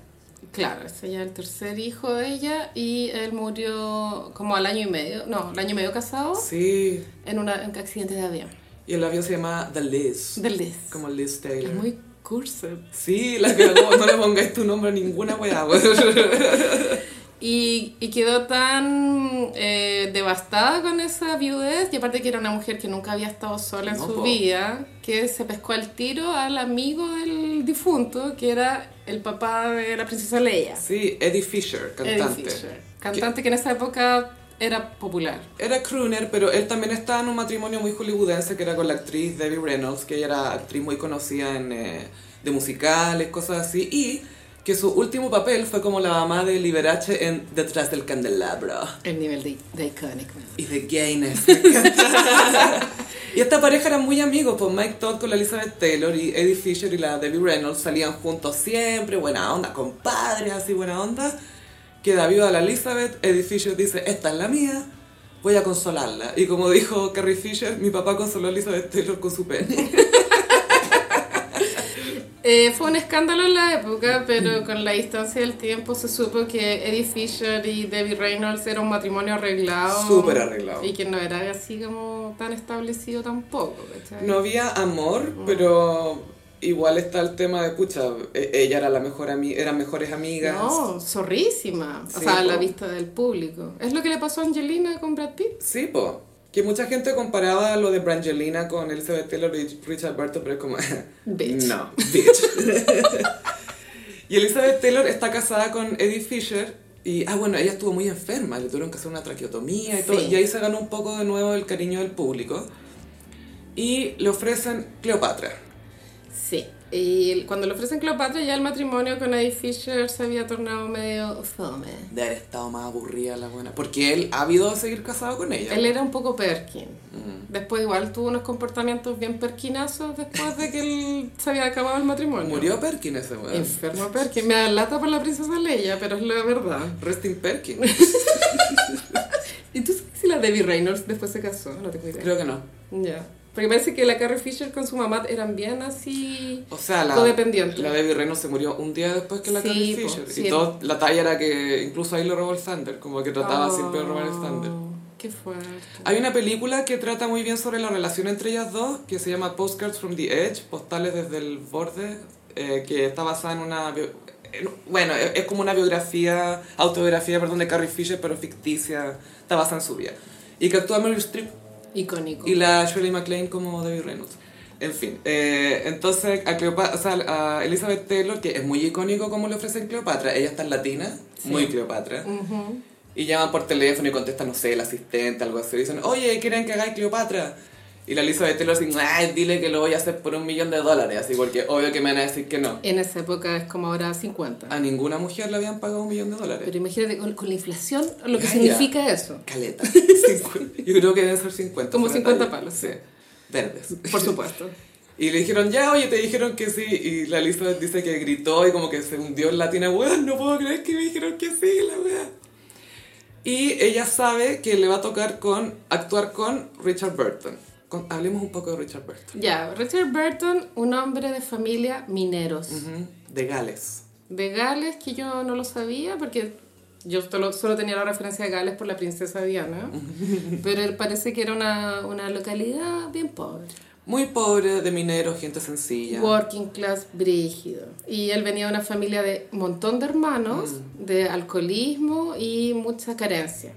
Speaker 2: Claro, ese ya era el tercer hijo de ella y él murió como al año y medio, no, al año y medio casado,
Speaker 1: Sí,
Speaker 2: en una- en un accidente de avión.
Speaker 1: y el avión se llamaba The Liz,
Speaker 2: Del Liz.
Speaker 1: como Liz Taylor.
Speaker 2: Es muy curso.
Speaker 1: Sí, la que no, no le pongáis tu nombre a ninguna weá. weón.
Speaker 2: Y, y quedó tan eh, devastada con esa viudez, y aparte que era una mujer que nunca había estado sola en
Speaker 1: No,
Speaker 2: su
Speaker 1: po.
Speaker 2: vida, que se pescó al tiro al amigo del difunto, que era el papá de la princesa Leia,
Speaker 1: Sí, Eddie Fisher,
Speaker 2: Eddie
Speaker 1: cantante.
Speaker 2: Fisher. Cantante que en esa época era popular.
Speaker 1: Era crooner, pero él también estaba en un matrimonio muy hollywoodense que era con la actriz Debbie Reynolds, que ella era actriz muy conocida en, eh, de musicales, cosas así, y que su último papel fue como la mamá de Liberace en Detrás del Candelabro
Speaker 2: El nivel de, de iconic. ¿no?
Speaker 1: y de Gaines. me encanta. y esta pareja eran muy amigos, pues Mike Todd con la Elizabeth Taylor y Eddie Fisher y la Debbie Reynolds salían juntos siempre, buena onda, compadres, así buena onda. Queda viva la Elizabeth, Eddie Fisher dice, esta es la mía, voy a consolarla. Y como dijo Carrie Fisher, mi papá consoló a Elizabeth Taylor con su pene.
Speaker 2: Eh, fue un escándalo en la época,
Speaker 1: Mm.
Speaker 2: pero con la distancia del tiempo se supo que Eddie Fisher y Debbie Reynolds era un matrimonio arreglado.
Speaker 1: Súper arreglado.
Speaker 2: Y que no era así como tan establecido tampoco, ¿cachai?
Speaker 1: No había amor, pero igual está el tema de, pucha, e- ella era la mejor amiga, eran mejores amigas.
Speaker 2: No, zorrísima. o
Speaker 1: Sí,
Speaker 2: sea, a la
Speaker 1: po.
Speaker 2: vista del público. Es lo que le pasó a Angelina con Brad Pitt.
Speaker 1: Sí, po. Que mucha gente comparaba lo de Brangelina con Elizabeth Taylor y Richard Burton, pero es como...
Speaker 2: Bitch.
Speaker 1: No, bitch. y Elizabeth Taylor está casada con Eddie Fisher. Y, ah, bueno, ella estuvo muy enferma, le tuvieron que hacer una traqueotomía y todo.
Speaker 2: Sí.
Speaker 1: Y ahí se ganó un poco de nuevo el cariño del público. Y le ofrecen Cleopatra.
Speaker 2: Sí. Y el- cuando le ofrecen Cleopatra, ya el matrimonio con Eddie Fisher se había tornado medio fome.
Speaker 1: De haber estado más aburrida la buena. Porque él ha habido de seguir casado con ella.
Speaker 2: Él era un poco perkin.
Speaker 1: Mm.
Speaker 2: Después igual tuvo unos comportamientos bien perkinazos después de que él se había acabado el matrimonio.
Speaker 1: Murió Perkin ese weón.
Speaker 2: Enfermo perkin. Me da lata por la princesa Leia, pero es la verdad.
Speaker 1: Resting Perkin.
Speaker 2: ¿Y tú sabes si la Debbie Reynolds después se casó? No tengo idea.
Speaker 1: Creo que no.
Speaker 2: Ya. Porque parece que la Carrie Fisher con su mamá eran bien así...
Speaker 1: O sea, la,
Speaker 2: Codependiente.
Speaker 1: la Baby Reno se murió un día después que la
Speaker 2: Sí,
Speaker 1: Carrie
Speaker 2: po,
Speaker 1: Fisher.
Speaker 2: sí.
Speaker 1: Y todo, la talla era que incluso ahí lo robó el Thunder, como que
Speaker 2: Ah.
Speaker 1: trataba siempre de robar el Thunder.
Speaker 2: Oh, Qué fuerte.
Speaker 1: Hay una película que trata muy bien sobre la relación entre ellas dos, que se llama Postcards from the Edge, postales desde el borde, eh, que está basada en una... bio- en- Bueno, e, es es como una biografía, autobiografía, perdón, de Carrie Fisher, pero ficticia, está basada en su vida. Y que actúa Meryl Streep
Speaker 2: Icónico.
Speaker 1: y la Shirley MacLaine como David Reynolds. En fin, eh, entonces a, Cleopa- o sea, a Elizabeth Taylor, que es muy icónico como le ofrecen Cleopatra, ella está en latina,
Speaker 2: Sí.
Speaker 1: muy Cleopatra,
Speaker 2: Ujú.
Speaker 1: y llaman por teléfono y contesta, no sé, el asistente, algo así, y dicen, oye, ¿quieren que hagáis Cleopatra? Y la Elizabeth Taylor dice, ay, dile que lo voy a hacer por un millón de dólares, así porque obvio que me van a decir que no.
Speaker 2: En esa época es como ahora 50.
Speaker 1: A ninguna mujer le habían pagado un millón de dólares.
Speaker 2: Pero imagínate con, con la inflación lo que
Speaker 1: Calla.
Speaker 2: significa eso.
Speaker 1: Caleta. Cincu- Yo creo que deben ser 50.
Speaker 2: Como
Speaker 1: son
Speaker 2: 50
Speaker 1: detalles.
Speaker 2: palos, sí.
Speaker 1: Verdes.
Speaker 2: Por supuesto.
Speaker 1: Y le dijeron, ya, oye, te dijeron que sí. Y la Elizabeth dice que gritó y como que se hundió en latina, weón, no puedo creer que me dijeron que sí, la weá. Y ella sabe que le va a tocar con, actuar con Richard Burton. Con- hablemos un poco de Richard Burton.
Speaker 2: Ya, Richard Burton, un hombre de familia mineros.
Speaker 1: Ujú, De Gales.
Speaker 2: De Gales, que yo no lo sabía porque yo solo, solo tenía la referencia de Gales por la princesa Diana. Pero él parece que era una, una localidad bien pobre.
Speaker 1: Muy pobre, de mineros, gente sencilla.
Speaker 2: Working class brígido. Y él venía de una familia de un montón de hermanos,
Speaker 1: Mm.
Speaker 2: de alcoholismo y mucha carencia.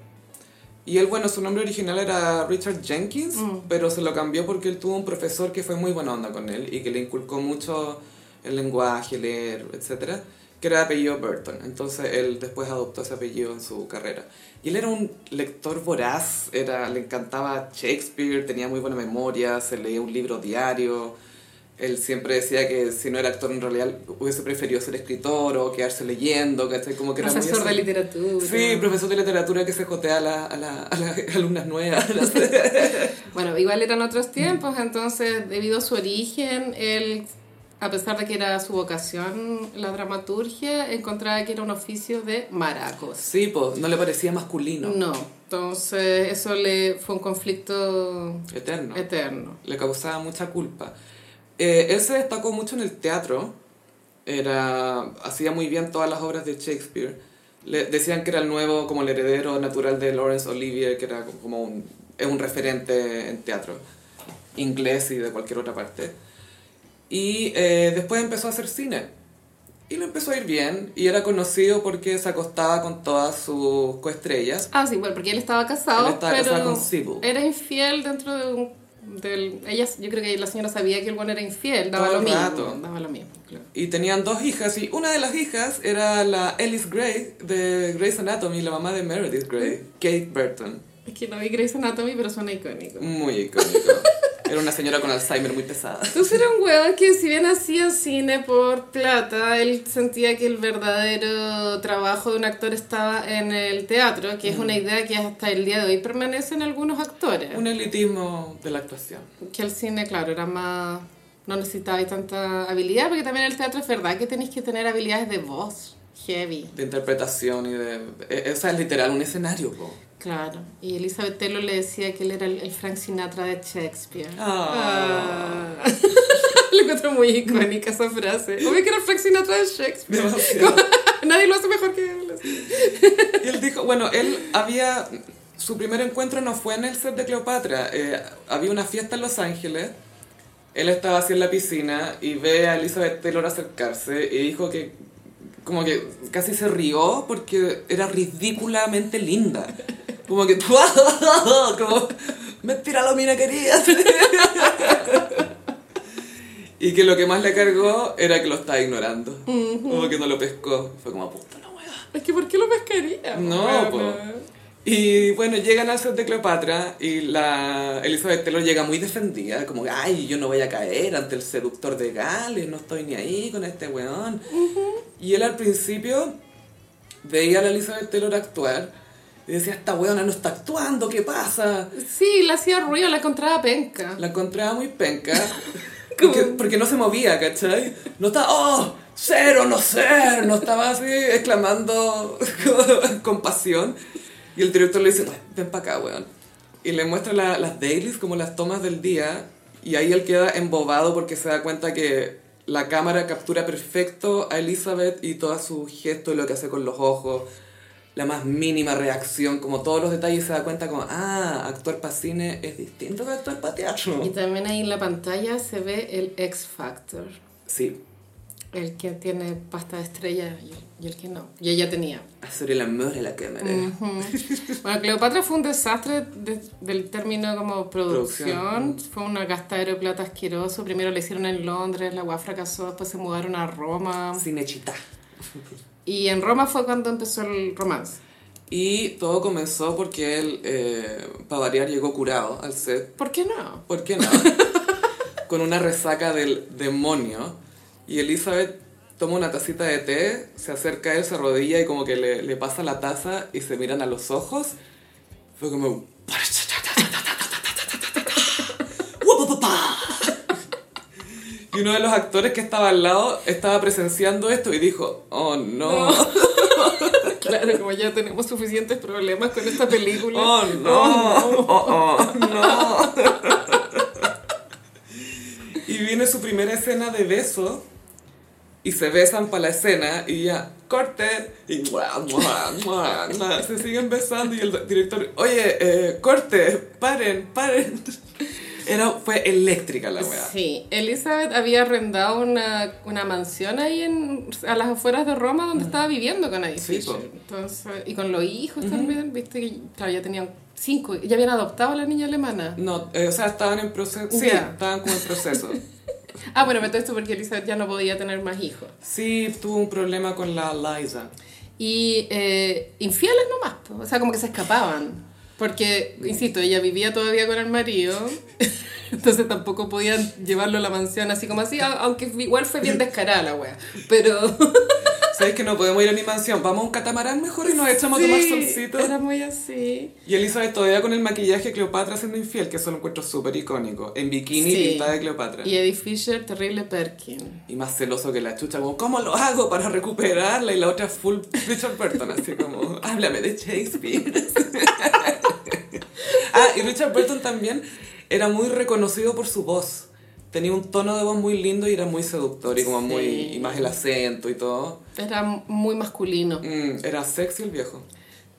Speaker 1: Y él, bueno, su nombre original era Richard Jenkins, pero se lo cambió porque él tuvo un profesor que fue muy buena onda con él y que le inculcó mucho el lenguaje, leer, etcétera, que era de apellido Burton. Entonces él después adoptó ese apellido en su carrera. Y él era un lector voraz, era, le encantaba Shakespeare, tenía muy buena memoria, se leía un libro diario. Él siempre decía que si no era actor en realidad hubiese preferido ser escritor o quedarse leyendo, ¿cachai? Como que era muy
Speaker 2: Profesor de
Speaker 1: así.
Speaker 2: literatura.
Speaker 1: Sí, profesor de literatura que se jotea a, la- a la- a las alumnas nuevas.
Speaker 2: Bueno, igual eran otros tiempos, entonces debido a su origen, él, a pesar de que era su vocación la dramaturgia, encontraba que era un oficio de maracos.
Speaker 1: sí, pues, no le parecía masculino.
Speaker 2: No. entonces eso le fue un conflicto
Speaker 1: Eterno.
Speaker 2: eterno.
Speaker 1: Le causaba mucha culpa. Eh, él se destacó mucho en el teatro. Era, hacía muy bien todas las obras de Shakespeare. Le, decían que era el nuevo, como el heredero natural de Laurence Olivier, que era como un, es un referente en teatro inglés y de cualquier otra parte. Y eh, después empezó a hacer cine. Y le empezó a ir bien. Y era conocido porque se acostaba con todas sus coestrellas.
Speaker 2: Ah, sí, bueno, porque él estaba casado,
Speaker 1: Él estaba
Speaker 2: pero
Speaker 1: casado con Sybil.
Speaker 2: era infiel dentro de un... del- ella, yo creo que la señora sabía que el bueno era infiel, daba
Speaker 1: Todo
Speaker 2: lo
Speaker 1: el
Speaker 2: mismo.
Speaker 1: rato.
Speaker 2: Daba lo mismo, claro.
Speaker 1: Y tenían dos hijas, y una de las hijas era la Alice Gray de Grey's Anatomy, la mamá de Meredith Grey, Kate Burton.
Speaker 2: Es que no vi Grey's Anatomy, pero suena icónico.
Speaker 1: Muy icónico. Era una señora con Alzheimer muy pesada.
Speaker 2: Entonces Pues era un hueón que si bien hacía cine por plata, él sentía que el verdadero trabajo de un actor estaba en el teatro, que es una idea que hasta el día de hoy permanece en algunos actores.
Speaker 1: Un elitismo de la actuación.
Speaker 2: Que el cine, claro, era más... no necesitaba tanta habilidad, porque también en el teatro es verdad que tenéis que tener habilidades de voz, heavy,
Speaker 1: De interpretación y de... e- Esa es literal un escenario, po.
Speaker 2: claro. Y Elizabeth Taylor le decía que él era el, el Frank Sinatra de Shakespeare.
Speaker 1: Ah.
Speaker 2: Ah. Lo encuentro muy icónica esa frase. Obvio que era el Frank Sinatra de Shakespeare.
Speaker 1: Demasiado.
Speaker 2: Nadie lo hace mejor que él.
Speaker 1: Y él dijo, bueno, él había, su primer encuentro no fue en el set de Cleopatra, eh, había una fiesta en Los Ángeles, él estaba así en la piscina y ve a Elizabeth Taylor acercarse y dijo que como que casi se rió porque era ridículamente linda. Como que, como, mentira lo mina querías. Y que lo que más le cargó era que lo estaba ignorando. Como que no lo pescó. Fue como, puta la wea.
Speaker 2: Es que ¿por qué lo pescaría?
Speaker 1: No, po. Y bueno, llegan al set de Cleopatra y la Elizabeth Taylor llega muy defendida, como, ay, yo no voy a caer ante el seductor de Gales, no estoy ni ahí con este weón. Y él al principio veía a la Elizabeth Taylor actuar y decía, esta weona no está actuando, ¿qué pasa?
Speaker 2: Sí, la hacía ruido, la encontraba penca.
Speaker 1: La encontraba muy penca,
Speaker 2: Como-
Speaker 1: porque, porque no se movía, ¿cachai? No estaba, oh, ser o no ser, no estaba así exclamando con pasión. Y el director le dice, ven para acá, weón. Y le muestra la- las dailies, como las tomas del día, Y ahí él queda embobado porque se da cuenta que la cámara captura perfecto a Elizabeth y todos sus gestos, lo que hace con los ojos, la más mínima reacción, como todos los detalles, se da cuenta como, ah, actuar para cine es distinto que actuar para teatro.
Speaker 2: Y también ahí en la pantalla se ve el X Factor.
Speaker 1: Sí,
Speaker 2: El que tiene pasta de estrella y el- y el que no. Y ella tenía.
Speaker 1: hacer el amor a la cámara.
Speaker 2: Ujú. Bueno, Cleopatra fue un desastre de- del término como producción.
Speaker 1: mm.
Speaker 2: Fue una gastadero de plata asqueroso. Primero le hicieron en Londres, la UAF fracasó, después se mudaron a Roma.
Speaker 1: Cinechita.
Speaker 2: Y en Roma fue cuando empezó el romance.
Speaker 1: Y todo comenzó porque él, para variar, llegó curado al set.
Speaker 2: ¿Por qué no?
Speaker 1: ¿Por qué no? Con una resaca del demonio. Y Elizabeth toma una tacita de té, se acerca a él, se arrodilla y como que le, le pasa la taza y se miran a los ojos. Fue como... Y uno de los actores que estaba al lado estaba presenciando esto y dijo, oh no.
Speaker 2: Claro, como ya tenemos suficientes problemas con esta película.
Speaker 1: Oh no, oh, oh, no. y viene su primera escena de beso y se besan para la escena y ya corte y mua, mua, mua, mua. se siguen besando y el director, oye, eh, corte, paren, paren. Era, fue eléctrica la weá.
Speaker 2: Sí, Elizabeth había arrendado una, una mansión ahí en, a las afueras de Roma donde estaba viviendo con Aisha.
Speaker 1: Mm. Sí, po.
Speaker 2: Entonces, y con los hijos también, viste que claro, ya tenían cinco, ya habían adoptado a la niña alemana.
Speaker 1: No, eh, o sea, estaban en proceso. Sí,
Speaker 2: Ya.
Speaker 1: estaban como en proceso.
Speaker 2: Ah, bueno, pero todo esto porque Elizabeth ya no podía tener más hijos.
Speaker 1: Sí, tuvo un problema con la Liza.
Speaker 2: Y eh, infieles nomás, po. o sea, como que se escapaban. Porque, insisto, ella vivía todavía con el marido, entonces tampoco podían llevarlo a la mansión así como así, a- aunque igual fue bien descarada la wea. Pero...
Speaker 1: ¿Sabes que no podemos ir a mi mansión? Vamos a un catamarán mejor y nos echamos a tomar
Speaker 2: Sí,
Speaker 1: solcito.
Speaker 2: Era muy así.
Speaker 1: Y Elizabeth todavía con el maquillaje de Cleopatra siendo infiel, que eso lo encuentro súper icónico. En bikini
Speaker 2: Sí.
Speaker 1: pintada de Cleopatra.
Speaker 2: Y Eddie Fisher, terrible Perkin.
Speaker 1: Y más celoso que la chucha, como, ¿cómo lo hago para recuperarla? Y la otra full Richard Burton, así como, háblame de Shakespeare. ah, y Richard Burton también era muy reconocido por su voz. Tenía un tono de voz muy lindo y era muy seductor y como muy...
Speaker 2: Sí.
Speaker 1: Y más el acento y todo.
Speaker 2: Era muy masculino.
Speaker 1: Mm, era sexy el viejo.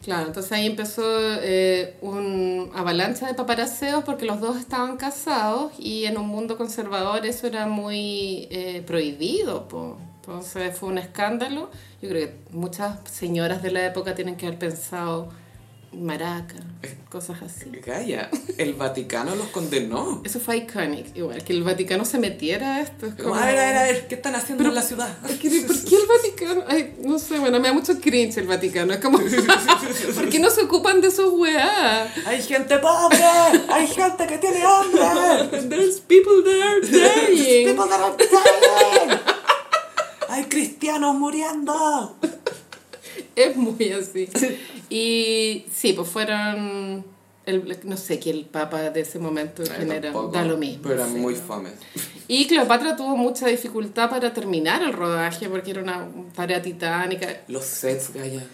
Speaker 2: Claro, entonces ahí empezó eh, un avalancha de paparaceos porque los dos estaban casados y en un mundo conservador eso era muy eh, prohibido. po. Entonces fue un escándalo. Yo creo que muchas señoras de la época tienen que haber pensado maraca, cosas así.
Speaker 1: Calla, el Vaticano los condenó.
Speaker 2: Eso fue iconic, igual, que el Vaticano se metiera a esto. es
Speaker 1: Como,
Speaker 2: como-
Speaker 1: a ver, a ver, a ver, ¿qué están haciendo en la ciudad?
Speaker 2: Es que, ¿Por qué el Vaticano? Ay, no sé, bueno, me da mucho cringe el Vaticano. Es como, ¿por qué no se ocupan de esos weá?
Speaker 1: ¡Hay gente pobre! ¡Hay gente que tiene hambre!
Speaker 2: There's people there dying.
Speaker 1: ¡People that are dying! ¡Hay cristianos muriendo!
Speaker 2: Es muy así. Y sí, pues fueron. el- no sé quién el papa de ese momento quién era. Da lo mismo.
Speaker 1: Pero eran
Speaker 2: sí.
Speaker 1: muy fome.
Speaker 2: Y Cleopatra tuvo mucha dificultad para terminar el rodaje porque era una tarea titánica.
Speaker 1: Los sets, Gaya.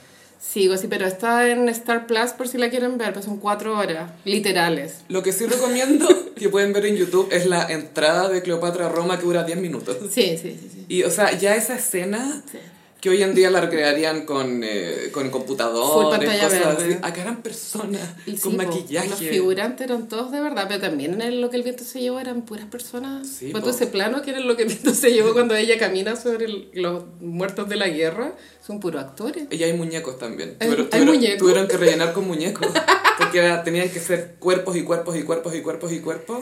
Speaker 2: Sigo así, pero está en Star Plus por si la quieren ver, pues son cuatro horas literales.
Speaker 1: Lo que sí recomiendo que pueden ver en YouTube es la entrada de Cleopatra a Roma que dura 10 minutos.
Speaker 2: Sí, sí, sí. sí.
Speaker 1: Y, o sea, ya esa escena
Speaker 2: Sí.
Speaker 1: que hoy en día la recrearían con, eh, con
Speaker 2: Full
Speaker 1: computadores,
Speaker 2: pantalla
Speaker 1: cosas
Speaker 2: verde.
Speaker 1: así. Acá eran personas
Speaker 2: Y
Speaker 1: con
Speaker 2: sí, po,
Speaker 1: maquillaje.
Speaker 2: Los figurantes eran todos de verdad, pero también en el- lo que el viento se llevó eran puras personas.
Speaker 1: Sí,
Speaker 2: Fue
Speaker 1: po.
Speaker 2: todo ese plano que era lo que el viento se llevó cuando ella camina sobre el- los muertos de la guerra, son puros actores.
Speaker 1: Y hay muñecos también.
Speaker 2: Hay-
Speaker 1: Tuvieron,
Speaker 2: hay
Speaker 1: tuvieron-
Speaker 2: muñecos.
Speaker 1: tuvieron que rellenar con muñecos. Porque era- tenían que ser cuerpos y cuerpos y cuerpos y cuerpos y cuerpos.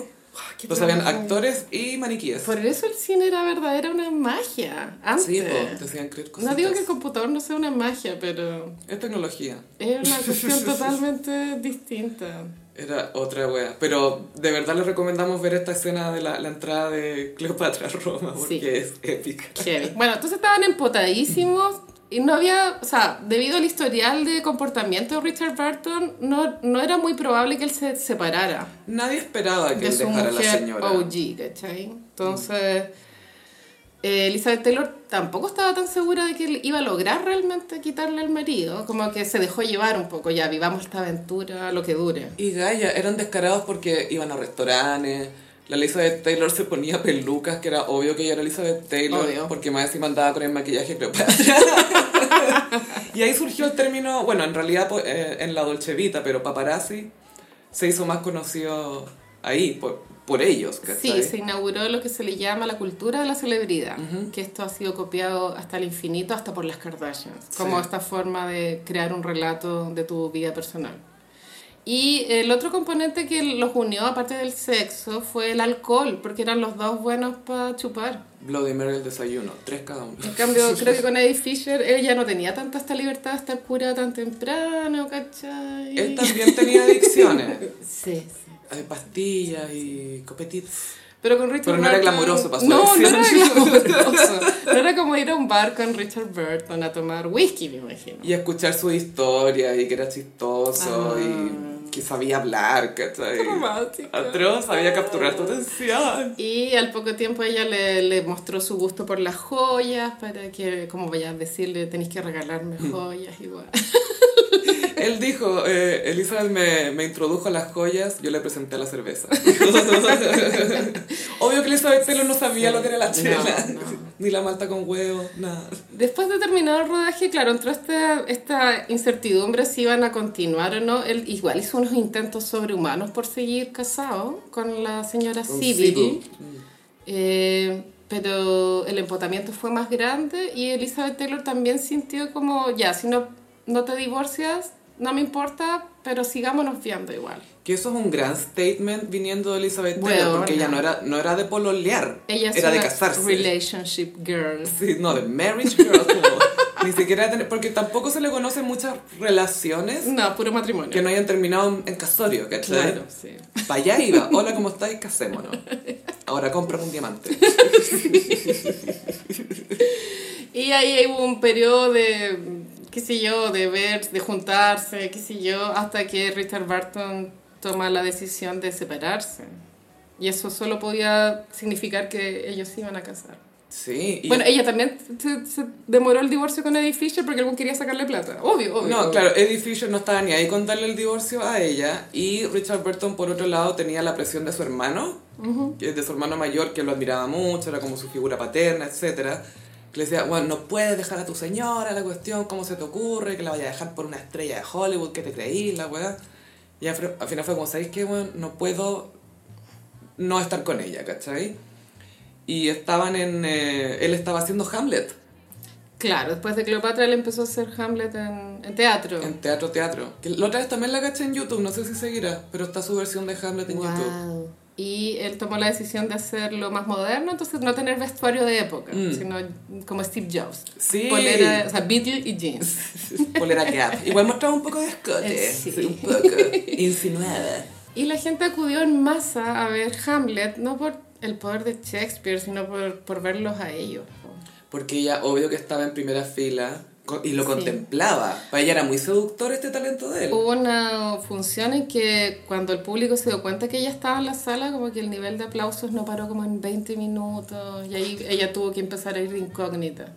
Speaker 2: qué
Speaker 1: Entonces habían
Speaker 2: trabajo.
Speaker 1: actores y maniquíes.
Speaker 2: Por eso el cine era verdad, era una magia. Antes.
Speaker 1: Sí, po, te hacían creer cosas.
Speaker 2: no digo que el computador no sea una magia, pero
Speaker 1: Es tecnología.
Speaker 2: es una cuestión totalmente distinta.
Speaker 1: Era otra wea. Pero de verdad les recomendamos ver esta escena de la, la entrada de Cleopatra a Roma porque
Speaker 2: Sí.
Speaker 1: es épica.
Speaker 2: Heavy. Bueno, entonces estaban empotadísimos y no había, o sea, debido al historial de comportamiento de Richard Burton, no, no era muy probable que él se separara
Speaker 1: Nadie esperaba que
Speaker 2: de
Speaker 1: él
Speaker 2: su
Speaker 1: dejara a la
Speaker 2: mujer
Speaker 1: señora.
Speaker 2: OG, ¿cachai? Entonces, eh, Elizabeth Taylor tampoco estaba tan segura de que él iba a lograr realmente quitarle al marido, como que se dejó llevar un poco, ya vivamos esta aventura, lo que dure.
Speaker 1: Y Gaia, eran descarados porque iban a restaurantes, La Elizabeth Taylor se ponía pelucas, que era obvio que ella era Elizabeth Taylor,
Speaker 2: Obvio.
Speaker 1: porque más encima andaba con el maquillaje Cleopatra. y ahí surgió el término, bueno, en realidad po- eh, en la Dolce Vita, pero paparazzi se hizo más conocido ahí, por, por ellos.
Speaker 2: Sí,
Speaker 1: ¿cachai?
Speaker 2: se inauguró lo que se le llama la cultura de la celebridad, que esto ha sido copiado hasta el infinito, hasta por las Kardashians, como
Speaker 1: Sí.
Speaker 2: esta forma de crear un relato de tu vida personal. Y el otro componente que los unió, aparte del sexo, fue el alcohol, porque eran los dos buenos para chupar.
Speaker 1: Bloody Mary el desayuno, tres cada uno.
Speaker 2: En cambio, creo que con Eddie Fisher, él ya no tenía tanta esta libertad de estar curado tan temprano, ¿cachai?
Speaker 1: Él también tenía adicciones,
Speaker 2: Sí, sí.
Speaker 1: eh, pastillas y copetitos.
Speaker 2: Pero con Richard
Speaker 1: Pero no era
Speaker 2: Burton-
Speaker 1: glamuroso para su
Speaker 2: No, no
Speaker 1: versión.
Speaker 2: era glamuroso. No era como ir a un bar con Richard Burton a tomar whisky, me imagino.
Speaker 1: Y escuchar su historia y que era chistoso
Speaker 2: Ah.
Speaker 1: y que sabía hablar, ¿cachai?
Speaker 2: Qué romántico.
Speaker 1: Atroz sabía capturar tu atención.
Speaker 2: Y al poco tiempo ella le, le mostró su gusto por las joyas, para que, como vayas a decirle, tenéis que regalarme
Speaker 1: Mm.
Speaker 2: joyas igual.
Speaker 1: Él dijo, eh, Elizabeth me, me introdujo a las joyas, yo le presenté la cerveza. Obvio que Elizabeth Taylor no sabía lo que era la
Speaker 2: No,
Speaker 1: chela,
Speaker 2: no.
Speaker 1: ni la malta con huevo, nada.
Speaker 2: Después de terminado el rodaje, claro, entró esta, esta incertidumbre si iban a continuar o no. Él igual hizo unos intentos sobrehumanos por seguir casado con la señora
Speaker 1: Con
Speaker 2: Sibyl.
Speaker 1: Sybil.
Speaker 2: Eh, pero el empotamiento fue más grande y Elizabeth Taylor también sintió como, ya, si no, no te divorcias, no me importa, pero sigámonos viendo igual.
Speaker 1: Que eso es un gran statement viniendo de Elizabeth Taylor,
Speaker 2: Bueno,
Speaker 1: porque ella no
Speaker 2: nada.
Speaker 1: era, no era de pololear,
Speaker 2: Ella es
Speaker 1: era de
Speaker 2: una
Speaker 1: casarse.
Speaker 2: relationship girl.
Speaker 1: Sí, no, de marriage girl, como, ni siquiera tener, porque tampoco se le conocen muchas relaciones
Speaker 2: No, puro
Speaker 1: que
Speaker 2: matrimonio.
Speaker 1: no hayan terminado en- en casorio, ¿cachai?
Speaker 2: Claro, sí.
Speaker 1: Para allá iba, hola, ¿cómo estáis? Casémonos. Ahora cómprame un diamante.
Speaker 2: Y ahí hubo un periodo de, qué sé yo, de ver, de juntarse, qué sé yo, hasta que Richard Barton toma la decisión de separarse. Y eso solo podía significar que ellos se iban a casar.
Speaker 1: Sí, y-
Speaker 2: Bueno, ella también se, se demoró el divorcio con Eddie Fisher porque algún quería sacarle plata. Obvio, obvio.
Speaker 1: No, claro, Eddie Fisher no estaba ni ahí con darle el divorcio a ella y Richard Burton por otro lado tenía la presión de su hermano, que es de su hermano mayor que lo admiraba mucho, era como su figura paterna, etcétera. Que le decía, bueno, no puedes dejar a tu señora, la cuestión, ¿cómo se te ocurre? Que la vaya a dejar por una estrella de Hollywood, que te creí, la weá. Y al fr- al final fue como, ¿sabéis qué, weón? No puedo no estar con ella, ¿cachai? Y estaban en... eh, él estaba haciendo Hamlet
Speaker 2: Claro, después de Cleopatra él empezó a hacer Hamlet en, en teatro.
Speaker 1: En teatro, teatro. Que la otra vez también la caché en YouTube, no sé si seguirá, pero está su versión de Hamlet en YouTube.
Speaker 2: Wow. Y él tomó la decisión de hacerlo más moderno, entonces no tener vestuario de época,
Speaker 1: Mm.
Speaker 2: sino como Steve Jobs.
Speaker 1: Sí.
Speaker 2: Polera, o sea, Beatle y jeans.
Speaker 1: Polera Gap. Igual mostraba un poco de escote.
Speaker 2: Eh, sí.
Speaker 1: sí, un poco. Insinuada.
Speaker 2: Y la gente acudió en masa a ver Hamlet, no por el poder de Shakespeare, sino por, por verlos a ellos.
Speaker 1: Porque ella, obvio que estaba en primera fila co- y lo
Speaker 2: Sí.
Speaker 1: contemplaba. Para ella era muy seductor este talento de él.
Speaker 2: Hubo una función en que cuando el público se dio cuenta que ella estaba en la sala, como que el nivel de aplausos no paró como en 20 minutos y ahí ella tuvo que empezar a ir de incógnita.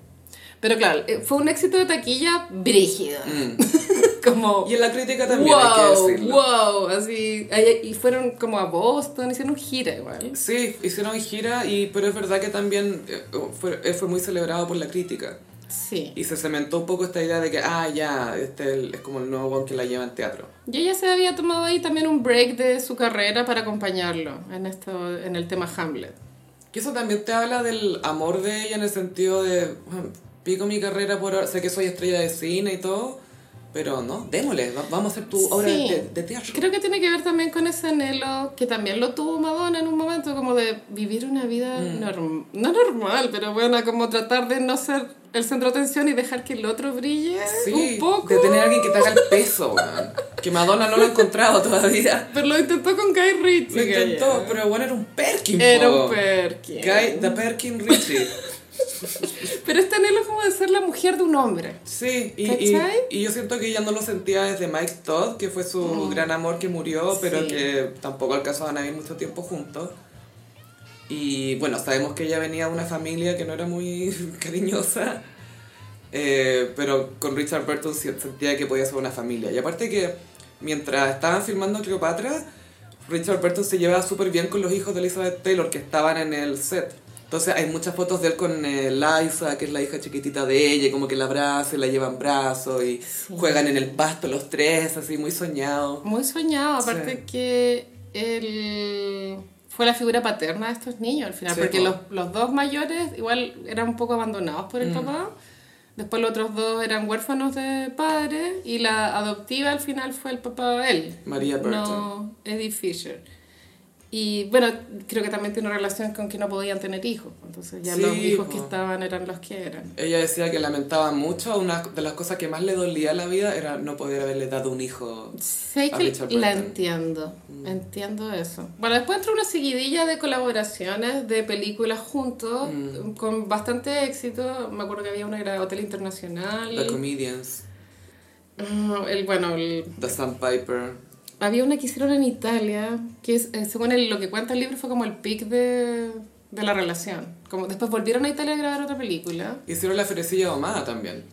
Speaker 2: Pero claro, eh, fue un éxito de taquilla brígido.
Speaker 1: Mm.
Speaker 2: como
Speaker 1: Y en la crítica también hay que
Speaker 2: Oh. wow,
Speaker 1: decirlo.
Speaker 2: wow, así ay- y fueron como a Boston, hicieron un gira igual.
Speaker 1: Sí, hicieron gira, y, pero es verdad que también eh, fue, él fue muy celebrado por la crítica.
Speaker 2: Sí.
Speaker 1: Y se cementó un poco esta idea de que, ah, ya, este es el- es como el nuevo guau que la lleva en teatro.
Speaker 2: Y ella se había tomado ahí también un break de su carrera para acompañarlo en esto en el tema Hamlet.
Speaker 1: Que eso también te habla del amor de ella en el sentido de, "Bueno, pico mi carrera por ahora, sé que soy estrella de cine y todo, pero no, démosle, va- vamos a hacer tu obra
Speaker 2: Sí.
Speaker 1: de, de teatro.
Speaker 2: Creo que tiene que ver también con ese anhelo que también lo tuvo Madonna en un momento, como de vivir una vida
Speaker 1: Mm.
Speaker 2: norm- no normal, pero bueno, como tratar de no ser el centro de atención y dejar que el otro brille un
Speaker 1: sí,
Speaker 2: poco.
Speaker 1: de tener a alguien que te haga el peso, weón. que Madonna no lo ha encontrado todavía.
Speaker 2: Pero lo intentó con Guy Ritchie.
Speaker 1: Lo
Speaker 2: que
Speaker 1: intentó,
Speaker 2: ya.
Speaker 1: pero bueno, era un Perkin.
Speaker 2: Era
Speaker 1: po.
Speaker 2: un Perkin.
Speaker 1: Guy, the Perkin Richie.
Speaker 2: Pero este anhelo como de ser la mujer de un hombre.
Speaker 1: Sí, y, y-
Speaker 2: ¿Cachai?
Speaker 1: y yo siento que ella no lo sentía desde Mike Todd, que fue su gran amor que murió, pero
Speaker 2: Mm. Sí.
Speaker 1: que tampoco alcanzaban a vivir mucho tiempo juntos. Y bueno, sabemos que ella venía de una familia que no era muy cariñosa, eh, pero con Richard Burton se- sentía que podía ser una familia. Y aparte que mientras estaban filmando Cleopatra, Richard Burton se llevaba súper bien con los hijos de Elizabeth Taylor que estaban en el set. Entonces hay muchas fotos de él con eh, Liza, que es la hija chiquitita de ella, y como que la abraza y la lleva en brazos y juegan en el pasto los tres, así muy soñado.
Speaker 2: Muy soñado, aparte que él fue la figura paterna de estos niños al final,
Speaker 1: Sí,
Speaker 2: porque
Speaker 1: po.
Speaker 2: los, los dos mayores igual eran un poco abandonados por
Speaker 1: Mm.
Speaker 2: el papá, después los otros dos eran huérfanos de padre y la adoptiva al final fue el papá de él.
Speaker 1: María Burton.
Speaker 2: No, Eddie Fisher. Y bueno, creo que también tiene relación con que no podían tener hijos, pues, entonces ya
Speaker 1: Sí,
Speaker 2: los hijos
Speaker 1: po.
Speaker 2: que estaban eran los que eran.
Speaker 1: Ella decía que lamentaba mucho, una de las cosas que más le dolía a la vida era no poder haberle dado un hijo.
Speaker 2: Sé
Speaker 1: a
Speaker 2: que
Speaker 1: Richard
Speaker 2: la
Speaker 1: Burton.
Speaker 2: entiendo, entiendo eso. Bueno, después entró una seguidilla de colaboraciones de películas juntos con bastante éxito. Me acuerdo que había una que era Hotel
Speaker 1: The
Speaker 2: Internacional.
Speaker 1: Comedians,
Speaker 2: Mm, El, bueno, el-
Speaker 1: The Sandpiper.
Speaker 2: había una que hicieron en Italia, que es, eh, según el- lo que cuenta el libro fue como el pic de, de la relación. Como después volvieron a Italia a grabar otra película.
Speaker 1: Hicieron la Ferecilla Domada también.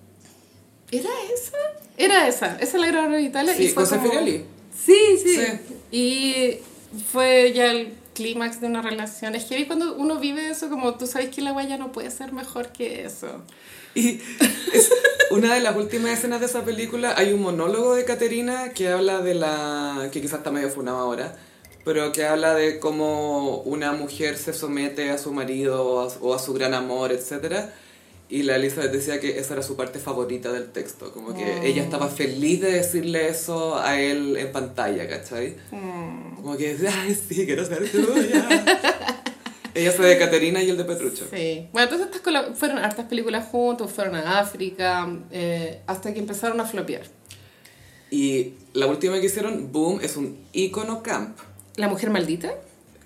Speaker 2: ¿Era esa? Era esa, esa la grabaron en Italia.
Speaker 1: Sí,
Speaker 2: y fue
Speaker 1: José
Speaker 2: como-
Speaker 1: Fiorelli.
Speaker 2: Sí, sí,
Speaker 1: Sí.
Speaker 2: Y fue ya el clímax de una relación. Es que cuando uno vive eso, como tú sabes que la guaya no puede ser mejor que eso.
Speaker 1: Y es una de las últimas escenas de esa película, hay un monólogo de Caterina que habla de la... que quizás está medio funado ahora, pero que habla de cómo una mujer se somete a su marido o a, su- o a su gran amor, etc. Y la Elizabeth decía que esa era su parte favorita del texto, como que ella estaba feliz de decirle eso a él en pantalla, ¿cachai? Como que, ay, sí, quiero ser tuya. ella fue de Caterina y el de Petrucho.
Speaker 2: Sí. Bueno, entonces estas colab- fueron hartas películas juntos, fueron a África, eh, hasta que empezaron a flopear.
Speaker 1: Y la última que hicieron, Boom, es un icono camp.
Speaker 2: La mujer maldita.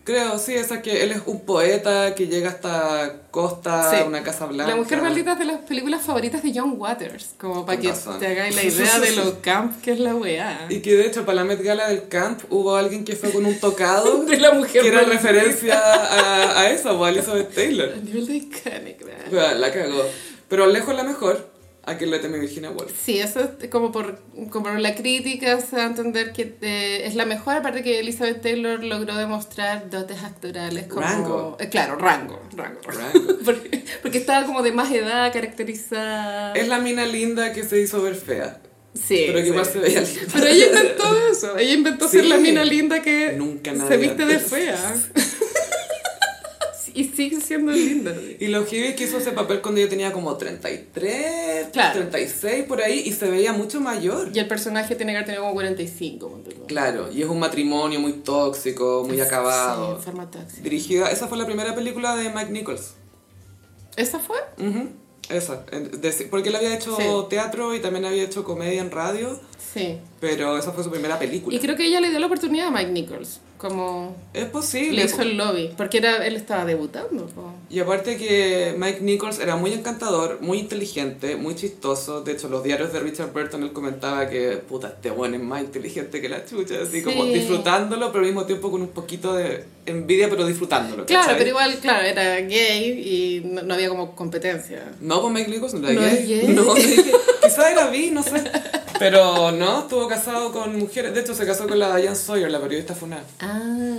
Speaker 1: Creo, sí, esa que él es un poeta que llega hasta Costa,
Speaker 2: Sí.
Speaker 1: Ah, una casa blanca.
Speaker 2: La mujer maldita es de las películas favoritas de John Waters, como para
Speaker 1: Con
Speaker 2: que
Speaker 1: razón.
Speaker 2: te hagáis la idea de lo camp que es la weá.
Speaker 1: Y que de hecho, para la Met Gala del camp hubo alguien que fue con un tocado
Speaker 2: De la
Speaker 1: que
Speaker 2: mujer
Speaker 1: era
Speaker 2: maldita.
Speaker 1: referencia a, a eso, a Elizabeth Taylor.
Speaker 2: A nivel de iconic, ¿verdad?
Speaker 1: Bueno, La cagó. Pero lejos la mejor a que le teme Virginia Woolf.
Speaker 2: Sí, eso es como por, como por la crítica, se da a entender que eh, es la mejor, aparte que Elizabeth Taylor logró demostrar dotes actorales como...
Speaker 1: Rango.
Speaker 2: Eh, claro, rango, rango.
Speaker 1: Rango.
Speaker 2: porque, porque estaba como de más edad, caracterizada...
Speaker 1: Es la mina linda que se hizo ver fea.
Speaker 2: sí,
Speaker 1: pero que
Speaker 2: sí.
Speaker 1: igual se veía linda.
Speaker 2: Pero ella inventó eso, ella inventó
Speaker 1: Sí.
Speaker 2: ser la mina linda que
Speaker 1: Nunca
Speaker 2: se
Speaker 1: nadie
Speaker 2: viste de
Speaker 1: antes.
Speaker 2: fea. y sigue siendo linda.
Speaker 1: Y lo heavy es que hizo ese papel cuando yo tenía como 33,
Speaker 2: Claro.
Speaker 1: 36 por ahí y se veía mucho mayor.
Speaker 2: Y el personaje tiene que haber tenido como 45. ponte tú.
Speaker 1: Claro, y es un matrimonio muy tóxico, muy
Speaker 2: Sí,
Speaker 1: acabado.
Speaker 2: enferma tóxica.
Speaker 1: Dirigida, esa fue la primera película de Mike Nichols.
Speaker 2: ¿Esa fue?
Speaker 1: Ujú, Esa, en- de- porque él había hecho
Speaker 2: Sí.
Speaker 1: teatro y también había hecho comedia en radio,
Speaker 2: Sí.
Speaker 1: pero esa fue su primera película.
Speaker 2: Y creo que ella le dio la oportunidad a Mike Nichols, como
Speaker 1: Es
Speaker 2: le
Speaker 1: posible.
Speaker 2: hizo el lobby, porque era, él estaba debutando. po.
Speaker 1: Y aparte que Mike Nichols era muy encantador, muy inteligente, muy chistoso. De hecho, los diarios de Richard Burton él comentaba que, puta, este bueno es más inteligente que la chucha. Así
Speaker 2: Sí.
Speaker 1: como disfrutándolo, pero al mismo tiempo con un poquito de envidia, pero disfrutándolo.
Speaker 2: Claro,
Speaker 1: ¿cachai?
Speaker 2: pero igual, claro, era gay y no, no había como competencia.
Speaker 1: No, pues Mike Nichols no era
Speaker 2: No
Speaker 1: gay.
Speaker 2: es gay.
Speaker 1: No, no es gay. quizá era bi, no sé. Pero no, estuvo casado con mujeres. De hecho, se casó con la Diane Sawyer, la periodista funada.
Speaker 2: Ah.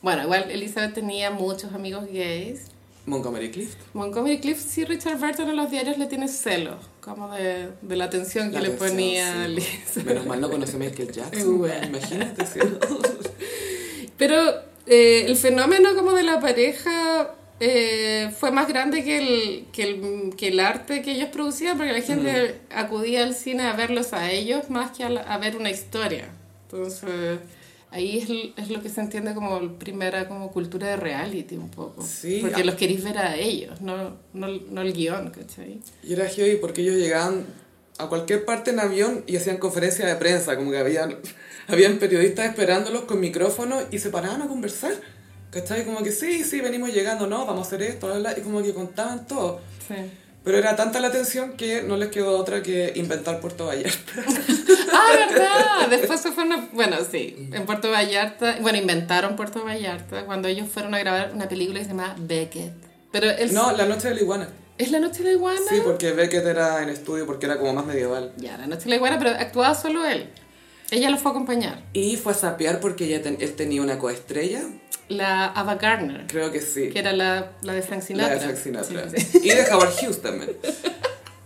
Speaker 2: Bueno, igual Elizabeth tenía muchos amigos gays.
Speaker 1: Montgomery Clift.
Speaker 2: Montgomery Cliff, sí, Richard Burton en los diarios le tiene celos, como de, de la atención que
Speaker 1: La
Speaker 2: le
Speaker 1: atención,
Speaker 2: ponía
Speaker 1: sí.
Speaker 2: a Elizabeth.
Speaker 1: Menos mal no conoció a Michael Jackson.
Speaker 2: Bueno.
Speaker 1: Imagínate, cielo.
Speaker 2: Pero eh, el fenómeno como de la pareja eh, fue más grande que el, que, el, que el arte que ellos producían, porque la gente acudía al cine a verlos a ellos más que a, la- a ver una historia. Entonces, ahí es, l- es lo que se entiende como el- primera como cultura de reality un poco.
Speaker 1: Sí,
Speaker 2: porque
Speaker 1: ah.
Speaker 2: los queréis ver a ellos, no, no, no el guión, ¿cachai?
Speaker 1: Y era heavy porque ellos llegaban a cualquier parte en avión y hacían conferencias de prensa, como que habían, habían periodistas esperándolos con micrófonos y se paraban a conversar. ¿Cachai? Como que sí, sí, venimos llegando, no, vamos a hacer esto, bla, bla, y como que contaban todo.
Speaker 2: Sí.
Speaker 1: Pero era tanta la tensión que no les quedó otra que inventar Puerto Vallarta.
Speaker 2: Ah, ¿verdad? Después se fueron a... Bueno, sí, en Puerto Vallarta. Bueno, inventaron Puerto Vallarta cuando ellos fueron a grabar una película que se llama Beckett. Pero el,
Speaker 1: No, la noche de la iguana.
Speaker 2: es La Noche de la Iguana.
Speaker 1: Sí, porque Beckett era en estudio porque era como más medieval.
Speaker 2: Ya, La Noche de la Iguana, pero actuaba solo él. Ella lo fue a acompañar.
Speaker 1: Y fue a sapear porque ella ten- él tenía una coestrella,
Speaker 2: La Ava Gardner,
Speaker 1: creo que sí.
Speaker 2: que era la, la de Frank
Speaker 1: La
Speaker 2: Sinatra.
Speaker 1: de Frank Sinatra.
Speaker 2: Sí, sí.
Speaker 1: Y de Howard Hughes también.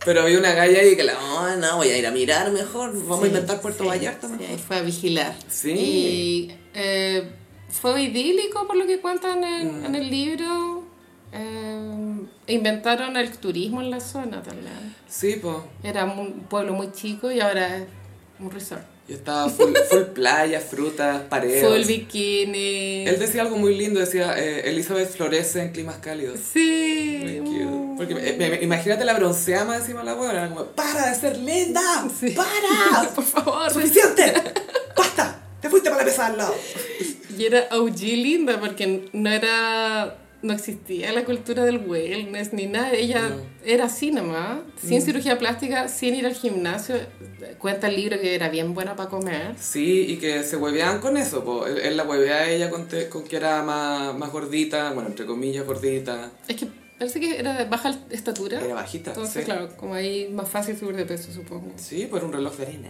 Speaker 1: Pero había una galla ahí que la, oh, no, voy a ir a mirar mejor, vamos a
Speaker 2: Sí,
Speaker 1: inventar Puerto
Speaker 2: sí,
Speaker 1: Vallarta mejor".
Speaker 2: sí, fue a vigilar.
Speaker 1: Sí.
Speaker 2: Y eh, fue idílico por lo que cuentan
Speaker 1: Mm.
Speaker 2: en, en el libro. Eh, inventaron el turismo en la zona también.
Speaker 1: Sí, po.
Speaker 2: Era un pueblo muy chico y ahora es un resort.
Speaker 1: Yo estaba full, full playa, frutas, paredes.
Speaker 2: Full bikini.
Speaker 1: Él decía algo muy lindo, decía, eh, Elizabeth florece en climas cálidos.
Speaker 2: Sí. Mm.
Speaker 1: Muy cute. Porque eh, me- me- imagínate la bronceada más encima de la hueá, era como, para de ser linda,
Speaker 2: Sí.
Speaker 1: para,
Speaker 2: Por favor.
Speaker 1: suficiente, basta, te fuiste para la mesa al lado.
Speaker 2: Y era OG linda porque no era... No existía la cultura del wellness ni nada. Ella era así nomás,
Speaker 1: Mm.
Speaker 2: sin cirugía plástica, sin ir al gimnasio. Cuenta el libro que era bien buena para comer.
Speaker 1: Sí, y que se hueveaban con eso, po. Él, él la huevea a ella con, te- con que era más, más gordita, bueno, entre comillas gordita,
Speaker 2: Es que parece que era de baja estatura.
Speaker 1: era bajita.
Speaker 2: Entonces,
Speaker 1: sí.
Speaker 2: claro, como ahí más fácil subir de peso, supongo.
Speaker 1: Sí, por un reloj de arena.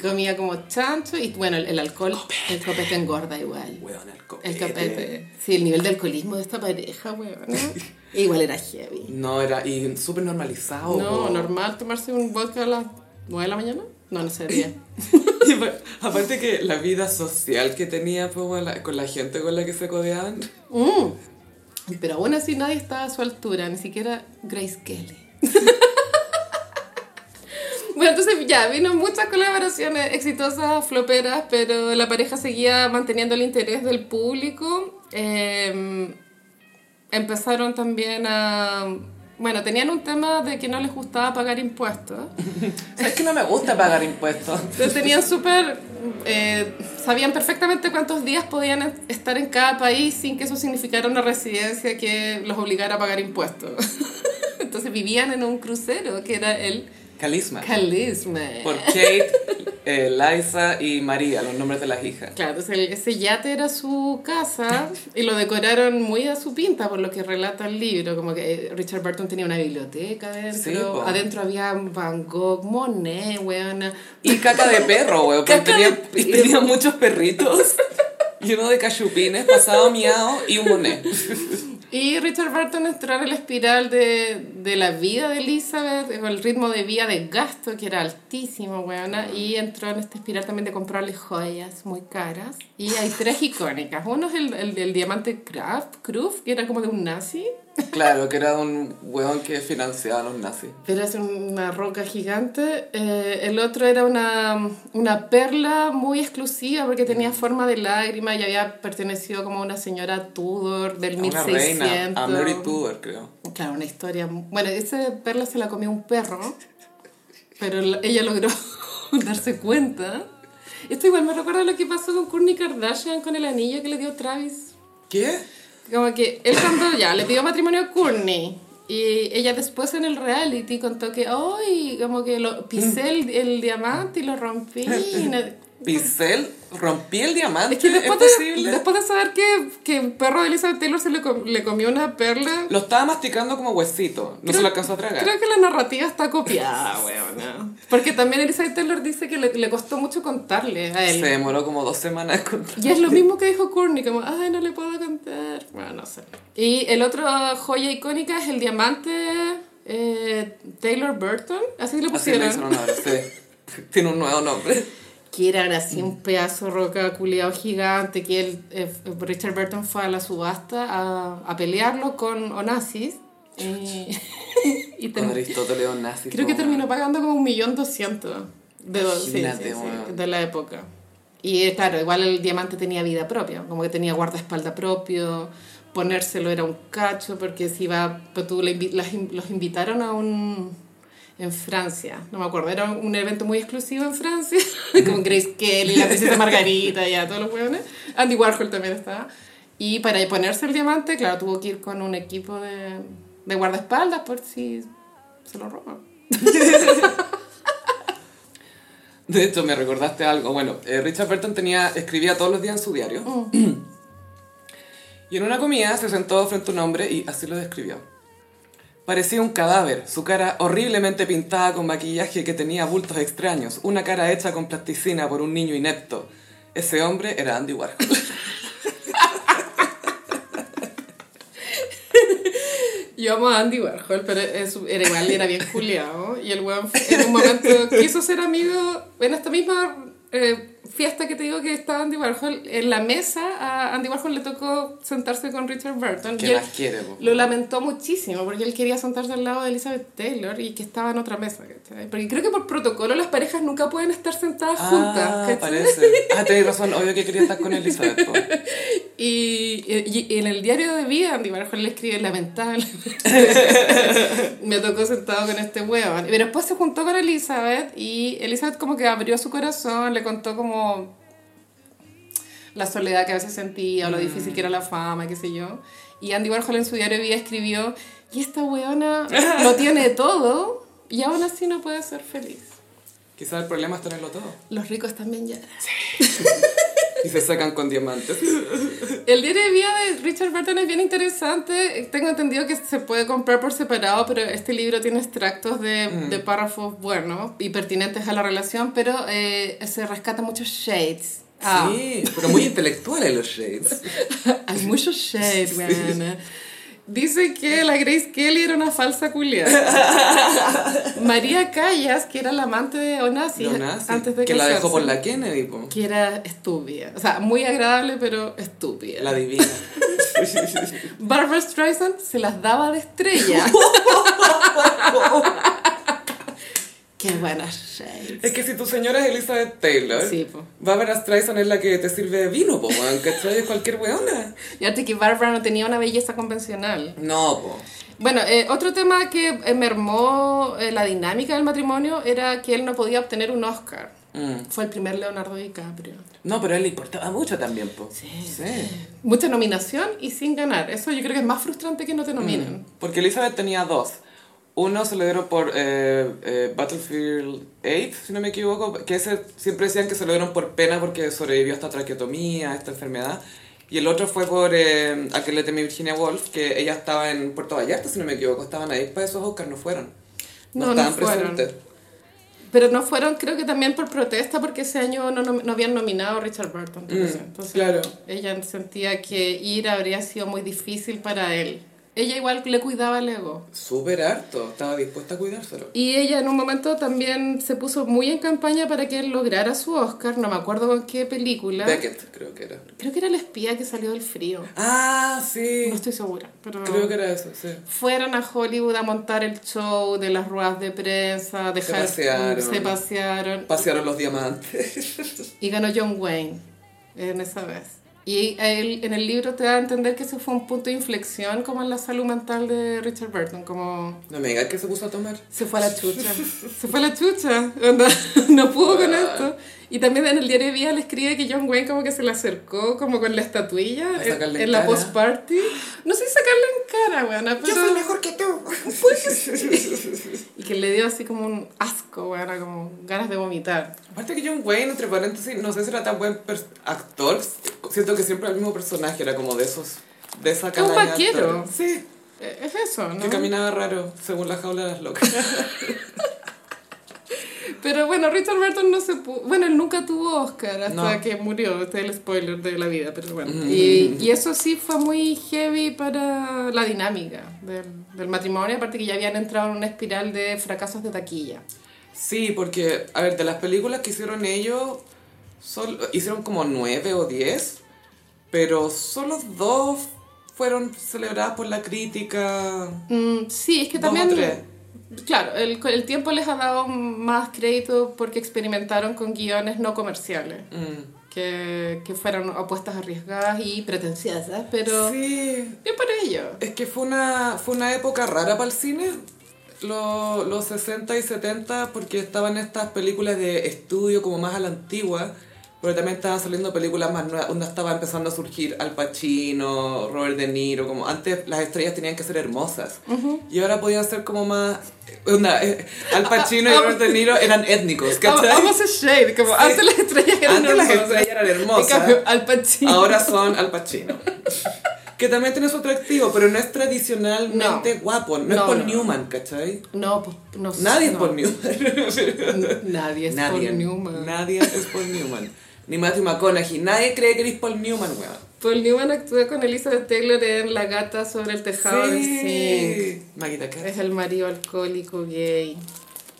Speaker 2: Comía como chancho y bueno, el, el alcohol, el copete engorda igual.
Speaker 1: Weón, el
Speaker 2: El
Speaker 1: copete.
Speaker 2: copete. Sí, el nivel de alcoholismo de esta pareja, weón. Igual era heavy.
Speaker 1: No, era, y súper normalizado.
Speaker 2: No,
Speaker 1: po.
Speaker 2: normal tomarse un vodka a las 9 de la mañana. No, no sé, 10.
Speaker 1: Y pa- aparte que la vida social que tenía pues, bueno, la- con la gente con la que se codeaban.
Speaker 2: Mm. Pero aún así nadie estaba a su altura, ni siquiera Grace Kelly. bueno, entonces ya, vino muchas colaboraciones exitosas, floperas, pero la pareja seguía manteniendo el interés del público. Eh, empezaron también a... Bueno, tenían un tema de que no les gustaba pagar impuestos.
Speaker 1: Es que no me gusta pagar impuestos.
Speaker 2: Entonces tenían súper... eh, sabían perfectamente cuántos días podían es- estar en cada país sin que eso significara una residencia que los obligara a pagar impuestos. Entonces vivían en un crucero que era el
Speaker 1: Calisma.
Speaker 2: Calisma.
Speaker 1: Ah. Por Kate, eh, Liza y María, los nombres de las hijas.
Speaker 2: Claro, entonces el- ese yate era su casa y lo decoraron muy a su pinta, por lo que relata el libro. Como que eh, Richard Burton tenía una biblioteca adentro.
Speaker 1: Sí, po.
Speaker 2: adentro había Van Gogh, Monet, weona.
Speaker 1: Y caca de perro, weón. porque
Speaker 2: Caca
Speaker 1: tenía,
Speaker 2: de perro.
Speaker 1: y tenía muchos perritos. Y uno de cachupines, pasado miado y un monet.
Speaker 2: Y Richard Burton entró en la espiral de, de la vida de Elizabeth, con el ritmo de vida de gasto que era altísimo, weona,
Speaker 1: Ah.
Speaker 2: y entró en esta espiral también de comprarle joyas muy caras. Y hay tres icónicas. Uno es el, el del diamante Kraft, Kruf, que era como de un nazi,
Speaker 1: Claro, que era un weón que financiaba a los nazis.
Speaker 2: pero es una roca gigante. Eh, el otro era una, una perla muy exclusiva porque
Speaker 1: Mm.
Speaker 2: tenía forma de lágrima y había pertenecido como a una señora Tudor del
Speaker 1: A Una
Speaker 2: 1600.
Speaker 1: reina, a Mary Tudor, creo.
Speaker 2: Claro, una historia. mu- Bueno, ese perla se la comió un perro, pero la- ella logró darse cuenta. Esto igual me recuerda lo que pasó con Kourtney Kardashian con el anillo que le dio Travis.
Speaker 1: ¿Qué?
Speaker 2: Como que él cuando ya le pidió matrimonio a Kourtney y ella después en el reality contó que, ¡ay! Como que lo, pisé el, el diamante y lo rompí. y no-
Speaker 1: Pincel, rompí el diamante.
Speaker 2: Es que después de,
Speaker 1: ¿Es posible?
Speaker 2: después de saber que, que el perro de Elizabeth Taylor se le, com- le comió una perla,
Speaker 1: Lo estaba masticando como huesito. No se lo alcanzó a tragar.
Speaker 2: Creo que la narrativa está copiada, weona. Porque también Elizabeth Taylor dice que le, le costó mucho contarle a
Speaker 1: Se
Speaker 2: él.
Speaker 1: demoró como dos semanas en contar.
Speaker 2: Y es lo mismo que dijo Courtney, como, ay, no le puedo contar. Bueno, no sé. Y el otro joya icónica es el diamante eh, Taylor Burton. Así
Speaker 1: Así
Speaker 2: le
Speaker 1: le
Speaker 2: pusieron.
Speaker 1: hicieron ahora, sí. Tiene un nuevo nombre.
Speaker 2: que eran así un pedazo de roca culiado gigante, que él, eh, Richard Burton fue a la subasta a, a pelearlo con Onassis. Y, y
Speaker 1: Con
Speaker 2: terminó-
Speaker 1: Aristóteles o nazi.
Speaker 2: Creo que
Speaker 1: como-
Speaker 2: terminó pagando como un millón doscientos de, do- sí,
Speaker 1: Imagínate,
Speaker 2: sí, sí,
Speaker 1: weón.
Speaker 2: de la época. Y eh, claro, igual el diamante tenía vida propia, como que tenía guardaespaldas propio, ponérselo era un cacho, porque si iba, pues tú le invi- las in- los invitaron a un... en Francia, no me acuerdo, era un evento muy exclusivo en Francia, con Grace Kelly, la princesa Margarita, ya todos los hueones. Andy Warhol también estaba. Y para ponerse el diamante, claro, tuvo que ir con un equipo de, de guardaespaldas por si se lo roban.
Speaker 1: De hecho, me recordaste algo. Bueno, eh, Richard Burton tenía, escribía todos los días en su diario. Y en una comida se sentó frente a un hombre y así lo describió. Parecía un cadáver, su cara horriblemente pintada con maquillaje que tenía bultos extraños, una cara hecha con plasticina por un niño inepto. Ese hombre era Andy Warhol.
Speaker 2: Yo amo a Andy Warhol, pero es- era igual, era bien juliado. Y el weón fue- en un momento quiso ser amigo, en esta misma eh, fiesta que te digo que estaba Andy Warhol, en la mesa a Andy Warhol le tocó sentarse con Richard Burton. y
Speaker 1: ¿Qué
Speaker 2: él
Speaker 1: más quiere, po?
Speaker 2: Lo lamentó muchísimo porque él quería sentarse al lado de Elizabeth Taylor y que estaba en otra mesa, ¿cachai? Porque creo que por protocolo las parejas nunca pueden estar sentadas
Speaker 1: Ah,
Speaker 2: juntas, ¿cachai?
Speaker 1: parece. Ah, tenés razón, obvio que quería estar con Elizabeth. po.
Speaker 2: Y, y- y en el diario de vida, Andy Warhol le escribe lamentable. Me tocó sentado con este huevón. Pero después se juntó con Elizabeth y Elizabeth como que abrió su corazón, le contó como la soledad que a veces sentía o lo difícil que era la fama, qué sé yo. Y Andy Warhol en su diario de vida escribió, y esta weona lo tiene todo y aún así no puede ser feliz.
Speaker 1: Quizás el problema es tenerlo todo.
Speaker 2: Los ricos también lloran.
Speaker 1: Y se sacan con diamantes.
Speaker 2: El diario de vida de Richard Burton es bien interesante. Tengo entendido que se puede comprar por separado, pero este libro tiene extractos de,
Speaker 1: Mm.
Speaker 2: de párrafos buenos y pertinentes a la relación, pero eh, se rescatan muchos shades. Ah,
Speaker 1: Sí, pero muy intelectuales los shades.
Speaker 2: Hay muchos shades, weona. Dice que la Grace Kelly era una falsa culiada. María Callas, que era la amante de Onassis,
Speaker 1: Los nazis,
Speaker 2: antes de
Speaker 1: que la dejó
Speaker 2: casarse,
Speaker 1: por la Kennedy, po.
Speaker 2: que era estúpida. O sea, muy agradable, pero estúpida.
Speaker 1: La divina.
Speaker 2: Barbara Streisand se las daba de estrella. Qué buena shades.
Speaker 1: es que si tu señora es Elizabeth Taylor,
Speaker 2: Sí, po.
Speaker 1: Barbara Streisand es la que te sirve de vino, po, weón, ¿cachai? Es cualquier weona.
Speaker 2: Y aparte que Barbara no tenía una belleza convencional.
Speaker 1: No, po.
Speaker 2: Bueno, eh, otro tema que eh, mermó eh, la dinámica del matrimonio era que él no podía obtener un Oscar.
Speaker 1: Mm.
Speaker 2: Fue el primer Leonardo DiCaprio.
Speaker 1: No, pero a él le importaba mucho también, po. Sí.
Speaker 2: Mucha nominación y sin ganar. Eso yo creo que es más frustrante que no te nominen.
Speaker 1: Porque Elizabeth tenía dos. Uno se lo dieron por eh, eh, Battlefield 8, si no me equivoco, que ese siempre decían que se lo dieron por pena porque sobrevivió a esta traqueotomía, a esta enfermedad. Y el otro fue por eh, aquel de mi Virginia Woolf, que ella estaba en Puerto Vallarta, si no me equivoco, estaban ahí para esos Oscars, no fueron. No,
Speaker 2: No, no
Speaker 1: estaban
Speaker 2: fueron.
Speaker 1: presentes.
Speaker 2: Pero no fueron, creo que también por protesta, porque ese año no, nom- no habían nominado a Richard Burton. parece.
Speaker 1: Mm,
Speaker 2: Entonces,
Speaker 1: claro.
Speaker 2: ella sentía que ir habría sido muy difícil para él. Ella igual le cuidaba el ego.
Speaker 1: Súper harto, estaba dispuesta a cuidárselo.
Speaker 2: Y ella en un momento también se puso muy en campaña para que él lograra su Oscar, no me acuerdo con qué película.
Speaker 1: Beckett, creo que era.
Speaker 2: Creo que era el espía que salió del frío.
Speaker 1: Ah, sí.
Speaker 2: No estoy segura, pero...
Speaker 1: Creo que era eso, sí.
Speaker 2: fueron a Hollywood a montar el show de las ruedas de prensa, dejar,
Speaker 1: pasearon.
Speaker 2: se pasearon.
Speaker 1: Pasearon los diamantes.
Speaker 2: Y ganó John Wayne en esa vez. Y él- en el libro te da a entender que ese fue un punto de inflexión como en la salud mental de Richard Burton, como
Speaker 1: No me digas que se puso a tomar.
Speaker 2: se fue a la chucha, se fue a la chucha, onda, no pudo con esto. Y también en el diario de Vía le escribe que John Wayne como que se le acercó como con la estatuilla
Speaker 1: A
Speaker 2: en,
Speaker 1: sacarle en
Speaker 2: en la
Speaker 1: cara.
Speaker 2: post-party. No sé si sacarle en cara, weona, pero...
Speaker 1: que tú.
Speaker 2: Y que le dio así como un asco, weona, como ganas de vomitar.
Speaker 1: Aparte que John Wayne, entre paréntesis, no sé si era tan buen per- actor. Siento que siempre era el mismo personaje, era como de esos... De esa
Speaker 2: Era un
Speaker 1: calaña de
Speaker 2: vaquero.
Speaker 1: actores. Sí,
Speaker 2: Eh, Es eso, ¿no?
Speaker 1: que caminaba raro, según la jaula de las locas.
Speaker 2: Pero bueno, Richard Burton no se pudo. Bueno, él nunca tuvo Oscar hasta
Speaker 1: No.
Speaker 2: que murió. Este es el spoiler de la vida, pero bueno. Y, y eso sí fue muy heavy para la dinámica del, del matrimonio. Aparte que ya habían entrado en una espiral de fracasos de taquilla.
Speaker 1: Sí, porque, a ver, de las películas que hicieron ellos, sol- hicieron como nueve o diez, pero solo dos fueron celebradas por la crítica.
Speaker 2: Mm, sí, es que
Speaker 1: Dos o
Speaker 2: también.
Speaker 1: tres.
Speaker 2: Claro, el, el tiempo les ha dado más crédito porque experimentaron con guiones no comerciales.
Speaker 1: Mm.
Speaker 2: Que, que fueron apuestas arriesgadas y pretenciosas, pero
Speaker 1: Sí,
Speaker 2: bien para ellos.
Speaker 1: es que fue una, fue una época rara para el cine, lo- los 60 y 70, porque estaban estas películas de estudio como más a la antigua, pero también estaban saliendo películas más nuevas, donde estaba empezando a surgir Al Pacino, Robert De Niro, como antes las estrellas tenían que ser hermosas, y ahora podían ser como más... onda, eh, Al Pacino y
Speaker 2: Ah, ah,
Speaker 1: Robert De Niro eran étnicos,
Speaker 2: Vamos
Speaker 1: ¿cachai?
Speaker 2: vamos a shade, como antes las estrellas eran
Speaker 1: Antes las
Speaker 2: hermosas.
Speaker 1: estrellas eran
Speaker 2: En
Speaker 1: hermosas.
Speaker 2: cambio, Al Pacino.
Speaker 1: Ahora son Al Pacino. que también tiene su atractivo, pero no es tradicionalmente
Speaker 2: No.
Speaker 1: guapo. No, es
Speaker 2: No,
Speaker 1: Paul
Speaker 2: no, no.
Speaker 1: Newman, ¿cachai?
Speaker 2: No, pues no sé.
Speaker 1: Nadie
Speaker 2: no.
Speaker 1: es Paul Newman.
Speaker 2: N- Nadie es
Speaker 1: nadie,
Speaker 2: Paul Newman.
Speaker 1: Nadie es Paul Newman. Ni Matthew McConaughey. Nadie cree que eres Paul Newman, weón.
Speaker 2: Paul Newman actúa con Elizabeth Taylor en La gata sobre el tejado del zinc.
Speaker 1: Maquita Cara.
Speaker 2: Es el marido alcohólico gay.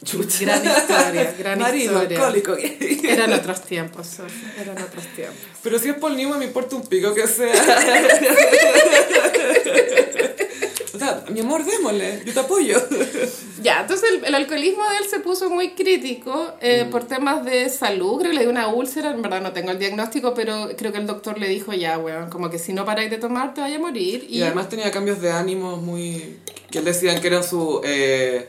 Speaker 1: Chucha.
Speaker 2: Gran historia, gran
Speaker 1: Marido
Speaker 2: historia.
Speaker 1: alcohólico.
Speaker 2: Eran otros tiempos, Sofía, eran otros tiempos.
Speaker 1: Pero si es Paul Newman, me importa un pico que sea. o sea, mi amor, démosle. Yo te apoyo.
Speaker 2: Ya, entonces el, el alcoholismo de él se puso muy crítico eh, por temas de salud. Creo que le dio una úlcera, en verdad no tengo el diagnóstico, pero creo que el doctor le dijo ya, weón, como que si no paráis de tomar te vaya a morir.
Speaker 1: Y, además tenía cambios de ánimo muy... Que él decían que eran su, eh,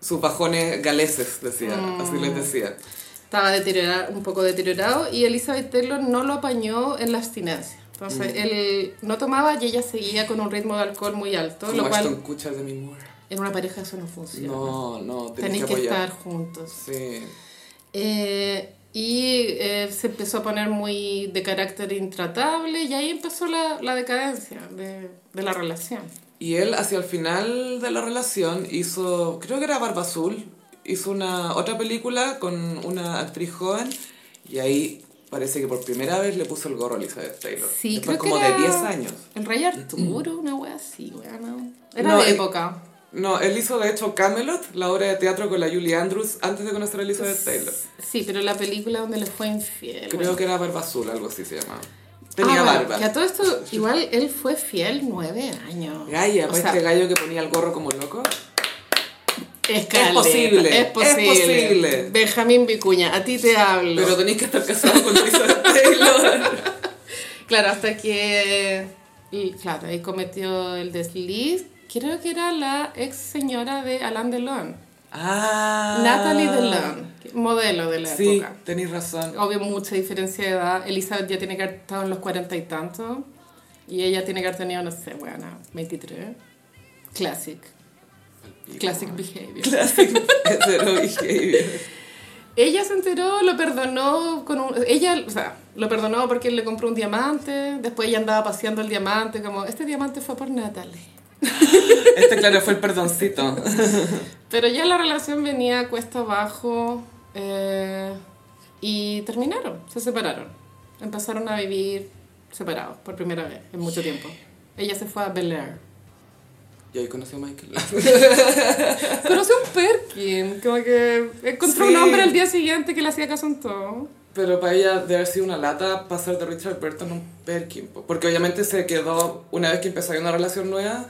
Speaker 1: sus bajones galeses, decía.
Speaker 2: Mm.
Speaker 1: Así les decía.
Speaker 2: estaba deteriorado, un poco deteriorado y Elizabeth Taylor no lo apañó en la abstinencia. Entonces él no tomaba y ella seguía con un ritmo de alcohol muy alto,
Speaker 1: Como
Speaker 2: lo
Speaker 1: Ashton
Speaker 2: cual
Speaker 1: Kutcher de mi Moore.
Speaker 2: en una pareja eso no funciona.
Speaker 1: No, no,
Speaker 2: Tenéis
Speaker 1: tenés
Speaker 2: que,
Speaker 1: que apoyar.
Speaker 2: estar juntos.
Speaker 1: Sí.
Speaker 2: Eh, y eh, se empezó a poner muy de carácter intratable y ahí empezó la, la decadencia de, de la relación.
Speaker 1: Y él hacia el final de la relación hizo, creo que era Barba Azul, hizo una otra película con una actriz joven y ahí parece que por primera vez le puso el gorro a Elizabeth Taylor.
Speaker 2: Sí,
Speaker 1: Después
Speaker 2: creo
Speaker 1: como
Speaker 2: que era
Speaker 1: de 10 años.
Speaker 2: El rey Arturo, una wea así, wea, no.
Speaker 1: Mm.
Speaker 2: Era
Speaker 1: No,
Speaker 2: de
Speaker 1: eh,
Speaker 2: época.
Speaker 1: No, él hizo de hecho Camelot, la obra de teatro con la Julie Andrews antes de conocer a Elizabeth Taylor.
Speaker 2: Pues, Sí, pero la película donde le fue infiel.
Speaker 1: Creo
Speaker 2: bueno.
Speaker 1: que era Barba Azul, algo así se llamaba.
Speaker 2: Ah,
Speaker 1: Tenía
Speaker 2: bueno,
Speaker 1: barba.
Speaker 2: Que a todo esto, igual él fue fiel nueve años.
Speaker 1: Gaya,
Speaker 2: O
Speaker 1: pues
Speaker 2: sea,
Speaker 1: este gallo que ponía el gorro como loco.
Speaker 2: es, caleta,
Speaker 1: posible, es
Speaker 2: Es posible.
Speaker 1: posible.
Speaker 2: Benjamín Vicuña, a ti te hablo.
Speaker 1: Pero tenéis que estar casado con Elizabeth Taylor.
Speaker 2: Claro, hasta que. y, Claro, ahí cometió el desliz. Creo que era la ex señora de Alain Delon,
Speaker 1: ah.
Speaker 2: Natalie Delon, modelo de la
Speaker 1: Sí,
Speaker 2: época.
Speaker 1: tenéis razón.
Speaker 2: Obvio, mucha diferencia de edad. Elizabeth ya tiene que haber estado en los cuarenta y tantos. Y ella tiene que haber tenido, no sé, bueno, 23. Classic. Classic behavior.
Speaker 1: Classic hetero behavior.
Speaker 2: Ella se enteró, lo perdonó con un- ella, o sea, lo perdonó porque él le compró un diamante, después ella andaba paseando el diamante como este diamante fue por Natalie.
Speaker 1: Este, claro, fue el perdoncito.
Speaker 2: Pero ya la relación venía cuesta abajo eh, y terminaron, se separaron. Empezaron a vivir separados por primera vez en mucho tiempo. Ella se fue a Bel Air.
Speaker 1: Y ahí conoció a Michael.
Speaker 2: Conoció un Perkin, como que encontró
Speaker 1: Sí.
Speaker 2: un hombre al día siguiente que le hacía caso en todo.
Speaker 1: Pero para ella debe haber sido una lata pasar de Richard Burton a un Perkin. po. Porque obviamente se quedó, una vez que empezáis una relación nueva,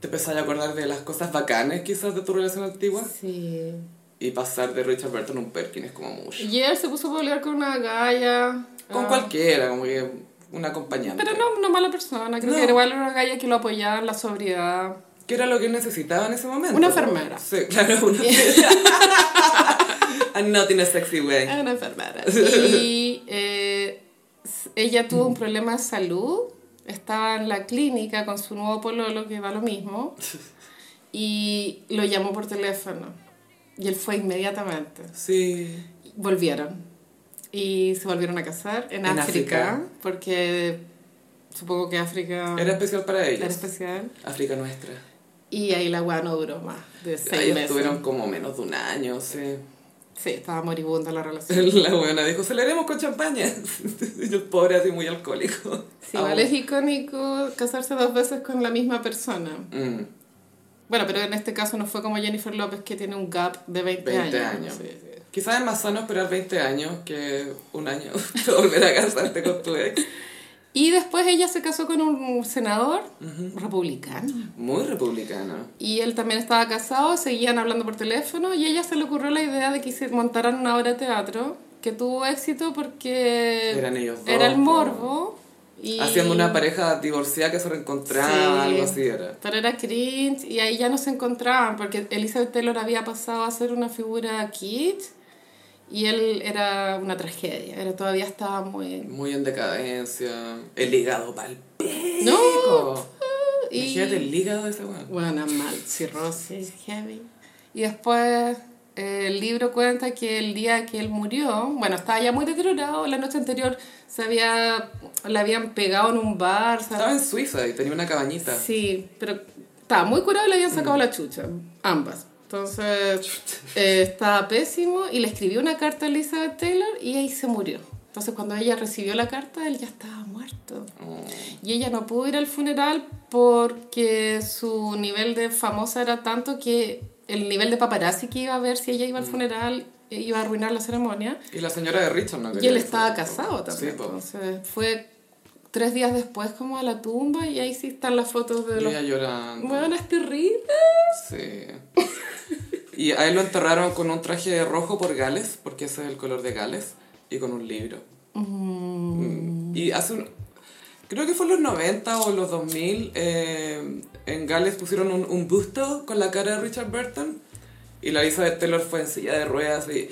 Speaker 1: te empezás a acordar de las cosas bacanes quizás de tu relación antigua.
Speaker 2: Sí.
Speaker 1: Y pasar de Richard Burton a un Perkin es como mucho.
Speaker 2: Y él se puso a pelear con una galla.
Speaker 1: Con
Speaker 2: Ah.
Speaker 1: cualquiera, como que un acompañante.
Speaker 2: Pero no, no mala persona, creo
Speaker 1: No.
Speaker 2: que era igual una galla que lo apoyaba en la sobriedad.
Speaker 1: ¿Qué era lo que necesitaba en ese momento?
Speaker 2: Una enfermera.
Speaker 1: Sí, claro, una And not in a sexy way.
Speaker 2: Era una enfermera. Y eh, s- ella tuvo un problema de salud, estaba en la clínica con su nuevo pololo, que va lo mismo, y lo llamó por teléfono. Y él fue inmediatamente.
Speaker 1: Sí.
Speaker 2: Volvieron. Y se volvieron a casar en,
Speaker 1: En
Speaker 2: África,
Speaker 1: África.
Speaker 2: porque supongo que África
Speaker 1: Era especial para
Speaker 2: era
Speaker 1: ellos.
Speaker 2: especial.
Speaker 1: África nuestra.
Speaker 2: Y ahí la weá no duró más de seis
Speaker 1: Ellos
Speaker 2: meses.
Speaker 1: tuvieron como menos de un año, sí.
Speaker 2: Sí, estaba moribunda la relación.
Speaker 1: La buena dijo, celebremos con champaña. Y el pobre así muy alcohólico.
Speaker 2: Sí, igual es icónico casarse dos veces con la misma persona.
Speaker 1: Mm.
Speaker 2: Bueno, pero en este caso no fue como Jennifer López que tiene un gap de 20,
Speaker 1: 20
Speaker 2: años.
Speaker 1: años.
Speaker 2: Sí, sí.
Speaker 1: Quizás es más sano esperar 20 años que un año para volver a casarte con tu ex.
Speaker 2: Y después ella se casó con un senador republicano.
Speaker 1: Muy republicano.
Speaker 2: Y él también estaba casado, seguían hablando por teléfono y a ella se le ocurrió la idea de que se montaran una obra de teatro que tuvo éxito porque
Speaker 1: Eran ellos dos,
Speaker 2: era el
Speaker 1: po.
Speaker 2: morbo. Y...
Speaker 1: Haciendo una pareja divorciada que se reencontraba,
Speaker 2: Sí.
Speaker 1: algo así era.
Speaker 2: Pero era cringe y ahí ya no se encontraban porque Elizabeth Taylor había pasado a ser una figura kitsch y él era una tragedia, era, todavía estaba muy...
Speaker 1: Muy en decadencia. El hígado pal.
Speaker 2: No,
Speaker 1: Imagínate el
Speaker 2: y...
Speaker 1: hígado de ese weón.
Speaker 2: Bueno, mal, cirrosis, heavy. Y después eh, el libro cuenta que el día que él murió, bueno, estaba ya muy deteriorado, la noche anterior se había, la habían pegado en un bar, se-
Speaker 1: Estaba en Suiza y tenía una cabañita.
Speaker 2: Sí, pero estaba muy curado y le habían sacado la chucha, ambas. Entonces, eh, estaba pésimo y le escribió una carta a Elizabeth Taylor y ahí se murió. Entonces, cuando ella recibió la carta, él ya estaba muerto.
Speaker 1: Oh.
Speaker 2: Y ella no pudo ir al funeral porque su nivel de famosa era tanto que el nivel de paparazzi que iba a ver si ella
Speaker 1: Mm.
Speaker 2: iba al funeral eh, iba a arruinar la ceremonia.
Speaker 1: Y la señora de Richard no
Speaker 2: Y él
Speaker 1: quería
Speaker 2: estaba
Speaker 1: eso.
Speaker 2: casado también.
Speaker 1: Sí, po.
Speaker 2: entonces fue tres días después como a la tumba y ahí sí están las fotos de
Speaker 1: Y
Speaker 2: los...
Speaker 1: ella llorando.
Speaker 2: Bueno, es terrible.
Speaker 1: Sí. Y a él lo enterraron con un traje rojo por Gales, porque ese es el color de Gales, y con un libro. Mm. Y hace un... Creo que fue en los 90 o los 2000, eh, en Gales pusieron un, un busto con la cara de Richard Burton, y la Elizabeth Taylor fue en silla de ruedas y...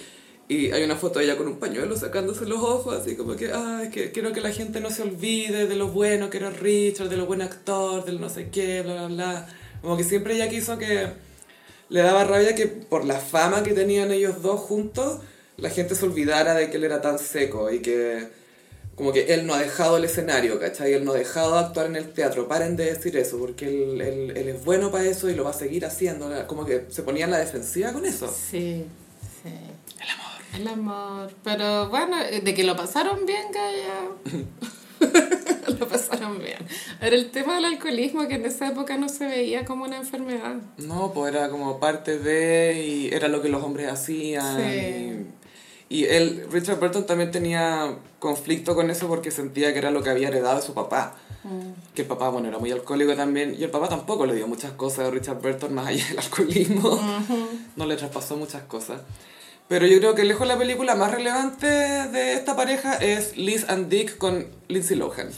Speaker 1: Y hay una foto de ella con un pañuelo sacándose los ojos, así como que, ay, que quiero que la gente no se olvide de lo bueno que era Richard, de lo buen actor, del no sé qué, bla, bla, bla. Como que siempre ella quiso que... Le daba rabia que por la fama que tenían ellos dos juntos, la gente se olvidara de que él era tan seco y que... Como que él no ha dejado el escenario, ¿cachai? Él no ha dejado de actuar en el teatro. Paren de decir eso, porque él, él- él es bueno para eso y lo va a seguir haciendo. Como que se ponía en la defensiva con eso.
Speaker 2: Sí, sí. El amor. El amor. Pero bueno, eh, de que lo pasaron bien, Gaya. lo pasaron bien. Ahora, el tema del alcoholismo, que en esa época no se veía como una enfermedad.
Speaker 1: No, pues era como parte de y era lo que los hombres hacían.
Speaker 2: Sí.
Speaker 1: Y, y él, Richard Burton también tenía conflicto con eso porque sentía que era lo que había heredado de su papá. Que el papá, bueno, era muy alcohólico también. Y el papá tampoco le dio muchas cosas a Richard Burton más allá del alcoholismo. No le traspasó muchas cosas. Pero yo creo que lejos la película más relevante de esta pareja es Liz and Dick con Lindsay Lohan.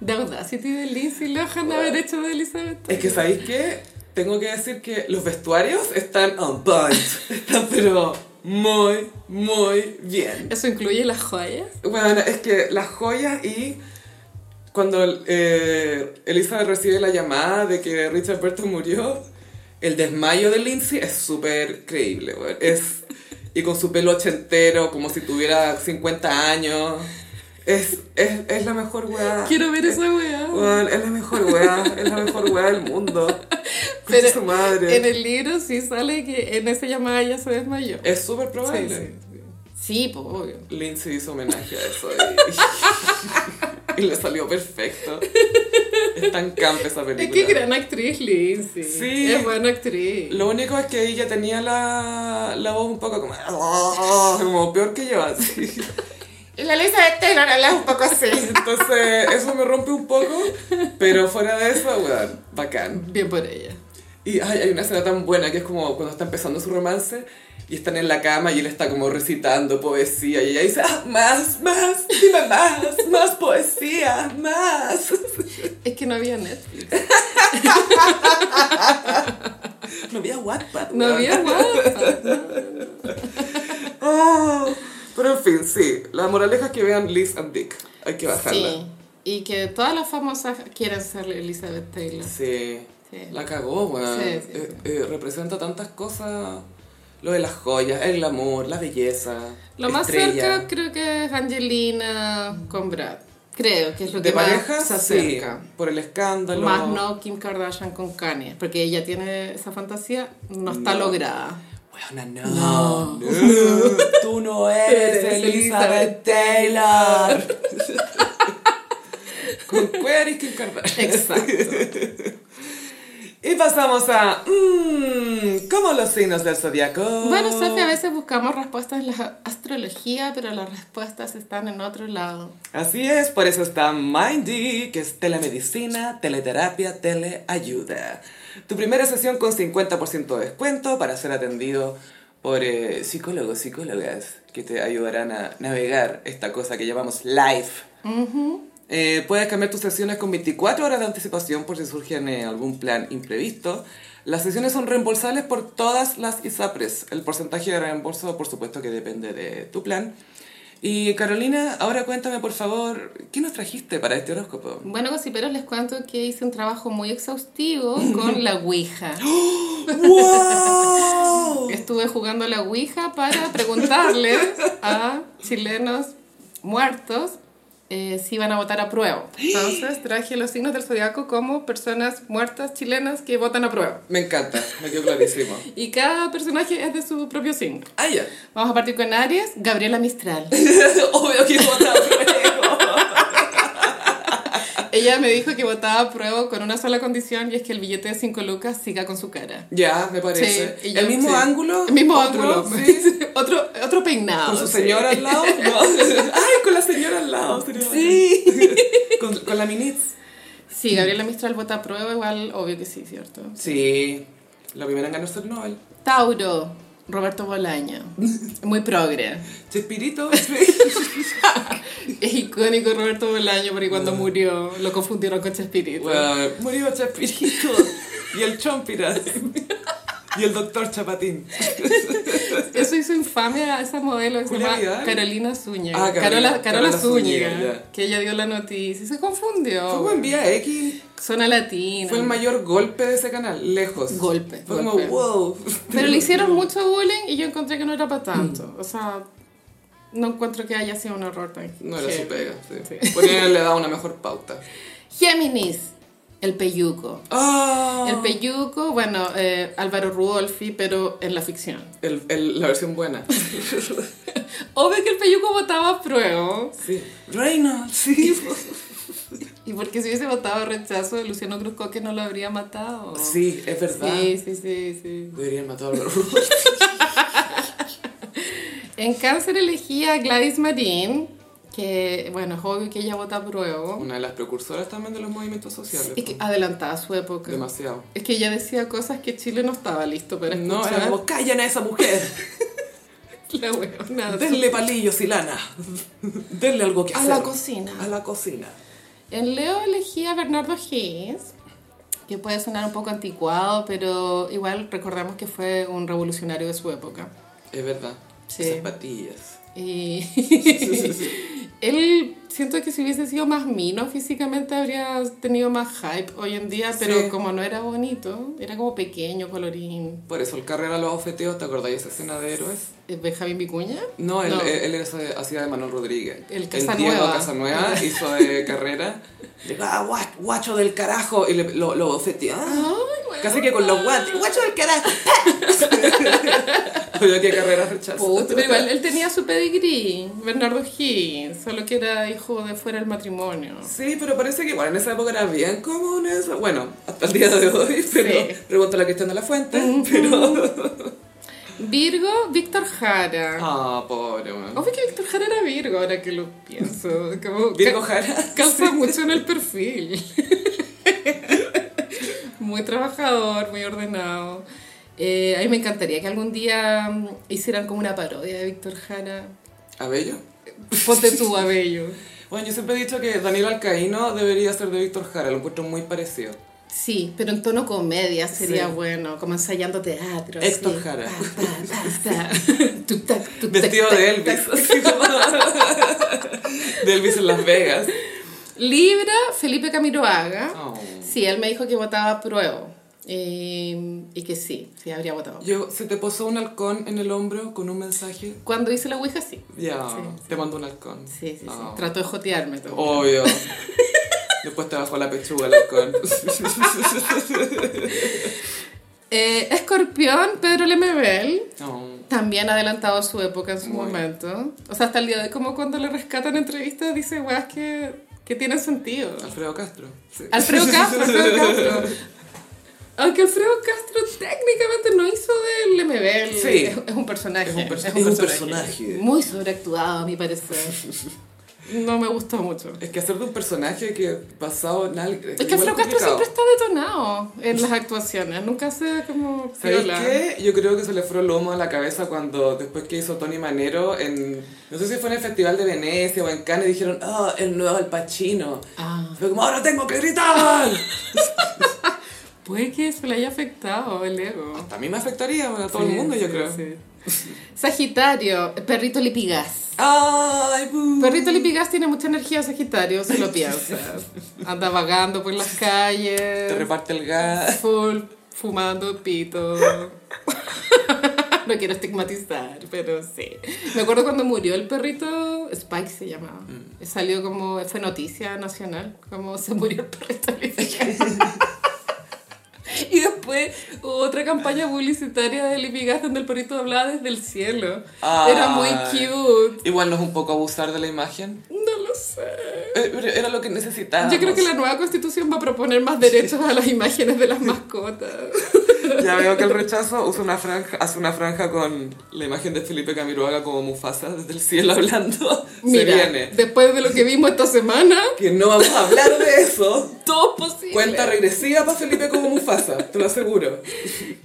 Speaker 2: De Audacity de Lindsay Lohan de haber hecho de Elizabeth.
Speaker 1: Es que, ¿sabéis qué? Tengo que decir que los vestuarios están on point. Están, pero muy, muy bien.
Speaker 2: ¿Eso incluye las joyas?
Speaker 1: Bueno, es que las joyas y cuando eh, Elizabeth recibe la llamada de que Richard Burton murió, el desmayo de Lindsay es súper creíble, weón. Es, y con su pelo ochentero, como si tuviera 50 años. Es, es, es la mejor weá.
Speaker 2: Quiero ver esa weá.
Speaker 1: Weón, es la mejor weá, es la mejor weá del mundo.
Speaker 2: Pero
Speaker 1: Pero su madre.
Speaker 2: En el libro sí sale que en esa llamada ella se desmayó.
Speaker 1: Es súper
Speaker 2: Sí,
Speaker 1: probable.
Speaker 2: sí. Sí, pues obvio.
Speaker 1: Lindsay hizo homenaje a eso y, y le salió perfecto. Es tan camp esa
Speaker 2: Es que
Speaker 1: película.
Speaker 2: gran actriz Lindsay.
Speaker 1: Sí.
Speaker 2: Es buena actriz.
Speaker 1: Lo único es que ella tenía la, la voz un poco como, "Ah", como peor que yo así.
Speaker 2: La Elizabeth Taylor habla un poco así.
Speaker 1: Entonces eso me rompe un poco, pero fuera de eso, weón, bacán.
Speaker 2: Bien por ella.
Speaker 1: Y ay, hay una escena tan buena que es como cuando está empezando su romance y están en la cama y él está como recitando poesía y ella dice, "Ah, más, más, dime más, más poesía, más.
Speaker 2: Es que no había Netflix.
Speaker 1: No había WhatsApp.
Speaker 2: No
Speaker 1: weón.
Speaker 2: había WhatsApp.
Speaker 1: Oh, pero en fin, sí. La moraleja es que vean Liz and Dick. Hay que bajarla.
Speaker 2: Sí. Y que todas las famosas quieren ser Elizabeth Taylor.
Speaker 1: Sí.
Speaker 2: Sí.
Speaker 1: La cagó, weón.
Speaker 2: Sí, sí,
Speaker 1: Eh,
Speaker 2: sí.
Speaker 1: eh, representa tantas cosas. Lo de las joyas, el glamour, la belleza.
Speaker 2: Lo más
Speaker 1: estrella.
Speaker 2: cerca creo que es Angelina con Brad. Creo que es lo que
Speaker 1: de
Speaker 2: más
Speaker 1: pareja,
Speaker 2: se
Speaker 1: sí.
Speaker 2: acerca.
Speaker 1: Por el escándalo.
Speaker 2: Más no Kim Kardashian con Kanye, porque ella tiene esa fantasía, no está
Speaker 1: No.
Speaker 2: lograda.
Speaker 1: Weona, no.
Speaker 2: No.
Speaker 1: No. Tú no eres
Speaker 2: Eres
Speaker 1: Elizabeth Taylor. Con queries que encargar.
Speaker 2: Exacto.
Speaker 1: Y pasamos a. Mmm, ¿Cómo los signos del zodiaco?
Speaker 2: Bueno, Sofi, a veces buscamos respuestas en la astrología, pero las respuestas están en otro lado.
Speaker 1: Así es, por eso está Mindy, que es telemedicina, teleterapia, teleayuda. Tu primera sesión con 50% de descuento para ser atendido por eh, psicólogos, psicólogas, que te ayudarán a navegar esta cosa que llamamos life. Eh, puedes cambiar tus sesiones con 24 horas de anticipación por si surge eh, algún plan imprevisto. Las sesiones son reembolsables por todas las ISAPRES. El porcentaje de reembolso, por supuesto, que depende de tu plan. Y Carolina, ahora cuéntame por favor, ¿qué nos trajiste para este horóscopo?
Speaker 2: Bueno, gossiperos, les cuento que hice un trabajo muy exhaustivo con la Ouija.
Speaker 1: ¡Wow!
Speaker 2: Estuve jugando a la Ouija para preguntarles a chilenos muertos eh, si iban a votar a prueba. Entonces traje los signos del zodiaco como personas muertas chilenas que votan a prueba.
Speaker 1: Me encanta, me quedó clarísimo.
Speaker 2: Y cada personaje es de su propio signo.
Speaker 1: Ah, ya.
Speaker 2: Vamos a partir con Aries, Gabriela Mistral.
Speaker 1: Obvio que vota a prueba.
Speaker 2: Ella me dijo que votaba a prueba con una sola condición y es que el billete de 5 lucas siga con su cara.
Speaker 1: Ya, me parece.
Speaker 2: Sí, y yo-
Speaker 1: el mismo
Speaker 2: sí.
Speaker 1: ángulo.
Speaker 2: El mismo
Speaker 1: otro
Speaker 2: ángulo,
Speaker 1: look,
Speaker 2: sí,
Speaker 1: sí.
Speaker 2: sí, otro, otro peinado.
Speaker 1: Con su
Speaker 2: sí.
Speaker 1: señora al lado. No. Ay, con la señora al lado. sería
Speaker 2: Sí.
Speaker 1: bacán. Con, con la minitz.
Speaker 2: Sí, Gabriela Mistral vota a prueba, igual, obvio que sí, ¿cierto?
Speaker 1: Sí. La primera en ganarse el Nobel.
Speaker 2: Tauro, Roberto Bolaño. Muy progre.
Speaker 1: Chespirito.
Speaker 2: Es icónico Roberto Bolaño porque cuando murió lo confundieron con Chespirito.
Speaker 1: Ah. Bueno, murió Chespirito. Y el Chompiras. Y el doctor Chapatín.
Speaker 2: Eso hizo infame a esa modelo que se
Speaker 1: Julia
Speaker 2: llama
Speaker 1: Vidal.
Speaker 2: Carolina Zúñiga.
Speaker 1: Ah, Carolina-
Speaker 2: Carola, Carola
Speaker 1: Carola
Speaker 2: Zúñiga,
Speaker 1: Zúñiga, ya.
Speaker 2: que ella dio la noticia y se confundió.
Speaker 1: Fue como en Vía X.
Speaker 2: Zona latina.
Speaker 1: Fue el mayor golpe de ese canal. Lejos.
Speaker 2: Golpe,
Speaker 1: Fue
Speaker 2: golpe.
Speaker 1: como, wow.
Speaker 2: Pero le hicieron mucho bullying y yo encontré que no era para
Speaker 1: Mm.
Speaker 2: tanto. O sea, no encuentro que haya sido un horror tan
Speaker 1: No era
Speaker 2: heavy.
Speaker 1: su pega. Sí.
Speaker 2: Sí.
Speaker 1: Porque le da una mejor pauta.
Speaker 2: Géminis, el peyuco.
Speaker 1: Ah.
Speaker 2: El peyuco, bueno, eh, Álvaro Rudolfi, pero en la ficción.
Speaker 1: El- el- la versión buena.
Speaker 2: Obvio que el peyuco votaba a prueba.
Speaker 1: Sí. Reina, sí.
Speaker 2: Y porque si hubiese votado a rechazo, Luciano Cruz Coque no lo habría matado.
Speaker 1: Sí, es verdad.
Speaker 2: sí, sí, sí, sí.
Speaker 1: Deberían matar a los
Speaker 2: En cáncer elegí a Gladys Marín, que, bueno, es obvio que ella vota a prueba.
Speaker 1: Una de las precursoras también de los movimientos sociales.
Speaker 2: Es que
Speaker 1: ¿no?
Speaker 2: adelantaba a su época.
Speaker 1: Demasiado.
Speaker 2: Es que ella decía cosas que Chile no estaba listo para escuchar.
Speaker 1: No, era como, callan a esa mujer,
Speaker 2: La weona.
Speaker 1: denle palillos y lana, denle algo que
Speaker 2: A
Speaker 1: hacer.
Speaker 2: la cocina.
Speaker 1: A la cocina.
Speaker 2: En Leo elegí a Bernardo Higgins, que puede sonar un poco anticuado, pero igual recordamos que fue un revolucionario de su época.
Speaker 1: Es verdad.
Speaker 2: Sí.
Speaker 1: Esas patillas.
Speaker 2: Y él, siento que si hubiese sido más mino físicamente habría tenido más hype hoy en día, pero
Speaker 1: Sí.
Speaker 2: como no era bonito, era como pequeño, colorín.
Speaker 1: Por eso el carrera a los ofeteos, ¿te acordáis esa escena de héroes?
Speaker 2: ¿Es Benjamín Vicuña?
Speaker 1: No, él, él- él era ese- hacía de Manuel Rodríguez.
Speaker 2: El
Speaker 1: Diego
Speaker 2: Casanueva.
Speaker 1: Casanueva hizo de carrera. Le va, "Gua- guacho del carajo. Y le, lo, lo ofeteó.
Speaker 2: Ay,
Speaker 1: Casi que con los guantes. ¡Guacho del carajo! Oye, qué carrera rechazo.
Speaker 2: Puta, pero igual él tenía su pedigrí, Bernardo Higgins, solo que era hijo de fuera del matrimonio.
Speaker 1: Sí, pero parece que igual en esa época era bien común eso. Bueno, hasta el día de hoy, pero
Speaker 2: Sí.
Speaker 1: pregunto la cuestión de la fuente, pero...
Speaker 2: Virgo, Víctor Jara.
Speaker 1: Ah, pobre, man.
Speaker 2: Obvio que Víctor Jara era Virgo, ahora que lo pienso. Como
Speaker 1: Virgo
Speaker 2: ca-
Speaker 1: Jara.
Speaker 2: calza mucho en el perfil. muy trabajador, muy ordenado. Eh, a mí me encantaría que algún día mm, hicieran como una parodia de Víctor Jara.
Speaker 1: ¿Abello?
Speaker 2: Ponte tú, Abello.
Speaker 1: Bueno, yo siempre he dicho que Daniel Alcaíno debería ser de Víctor Jara, lo encuentro muy parecido.
Speaker 2: Sí, pero en tono comedia sería
Speaker 1: Sí.
Speaker 2: bueno, como ensayando teatro.
Speaker 1: Héctor
Speaker 2: así.
Speaker 1: Jara.
Speaker 2: Pa, pa, pa, pa. Tuc, tac, tuc, tac,
Speaker 1: Vestido
Speaker 2: tac,
Speaker 1: de
Speaker 2: tac.
Speaker 1: Elvis, así como- De Elvis en Las Vegas.
Speaker 2: Libra, Felipe Camiroaga.
Speaker 1: Oh.
Speaker 2: Sí, él me dijo que votaba a prueba. Eh, y que sí, sí habría votado.
Speaker 1: Yo, se te posó un halcón en el hombro con un mensaje.
Speaker 2: Cuando hice la Ouija, sí.
Speaker 1: Ya,
Speaker 2: Sí,
Speaker 1: te mando un halcón.
Speaker 2: Sí, sí, sí.
Speaker 1: Oh.
Speaker 2: Trató de jotearme también.
Speaker 1: Obvio. Después te bajó la pechuga el halcón.
Speaker 2: Eh, Escorpión, Pedro Lemebel.
Speaker 1: No.
Speaker 2: También adelantado a su época en su
Speaker 1: Muy.
Speaker 2: momento. O sea, hasta el día de hoy, como cuando le rescatan entrevistas, dice weas que, que tienen sentido.
Speaker 1: Alfredo Castro. Sí.
Speaker 2: Alfredo Castro, Alfredo Castro. Aunque Alfredo Castro técnicamente no hizo del MBL.
Speaker 1: Sí.
Speaker 2: Es, es un personaje.
Speaker 1: Es un perso-
Speaker 2: es
Speaker 1: es un personaje.
Speaker 2: Muy sobreactuado, a mi parecer. No me gustó mucho.
Speaker 1: Es que hacer de un personaje que basado en alguien.
Speaker 2: Es que Alfredo Castro siempre está detonado en las actuaciones. Nunca se como...
Speaker 1: ¿Sabéis
Speaker 2: piola.
Speaker 1: qué? Yo creo que se le fue el lomo a la cabeza cuando después que hizo Tony Manero en. No sé si fue en el Festival de Venecia o en Cannes dijeron, ah, el nuevo Al Pacino.
Speaker 2: Ah,
Speaker 1: Fue como, ahora tengo que gritar.
Speaker 2: puede que se le haya afectado el ego.
Speaker 1: Hasta a mí me afectaría, bueno, a todo el
Speaker 2: Sí,
Speaker 1: mundo, yo
Speaker 2: sí,
Speaker 1: creo.
Speaker 2: sí. Sagitario, perrito Lipigas.
Speaker 1: Ay, bu.
Speaker 2: Perrito Lipigas tiene mucha energía Sagitario, si lo piensas. Anda vagando por las
Speaker 1: Te
Speaker 2: calles,
Speaker 1: reparte el gas.
Speaker 2: full, fumando pito. No quiero estigmatizar, pero sí. Me acuerdo cuando murió el perrito, Spike se llamaba.
Speaker 1: Mm.
Speaker 2: Salió como, fue noticia nacional, como se murió el perrito Lipigas. Y después hubo otra campaña publicitaria de Lipigas donde el perrito hablaba desde el cielo. Era muy
Speaker 1: Ay.
Speaker 2: cute.
Speaker 1: Igual no es un poco abusar de la imagen.
Speaker 2: No lo sé.
Speaker 1: Eh, pero Era lo que necesitábamos.
Speaker 2: Yo creo que la nueva constitución va a proponer más derechos a las imágenes de las mascotas.
Speaker 1: Ya veo que el rechazo usa una franja, hace una franja con la imagen de Felipe Camiroaga como Mufasa desde el cielo hablando.
Speaker 2: Mira,
Speaker 1: Se viene.
Speaker 2: después de lo que vimos esta semana,
Speaker 1: Que no vamos a hablar de eso.
Speaker 2: todo posible.
Speaker 1: Cuenta regresiva para Felipe como Mufasa, te lo aseguro.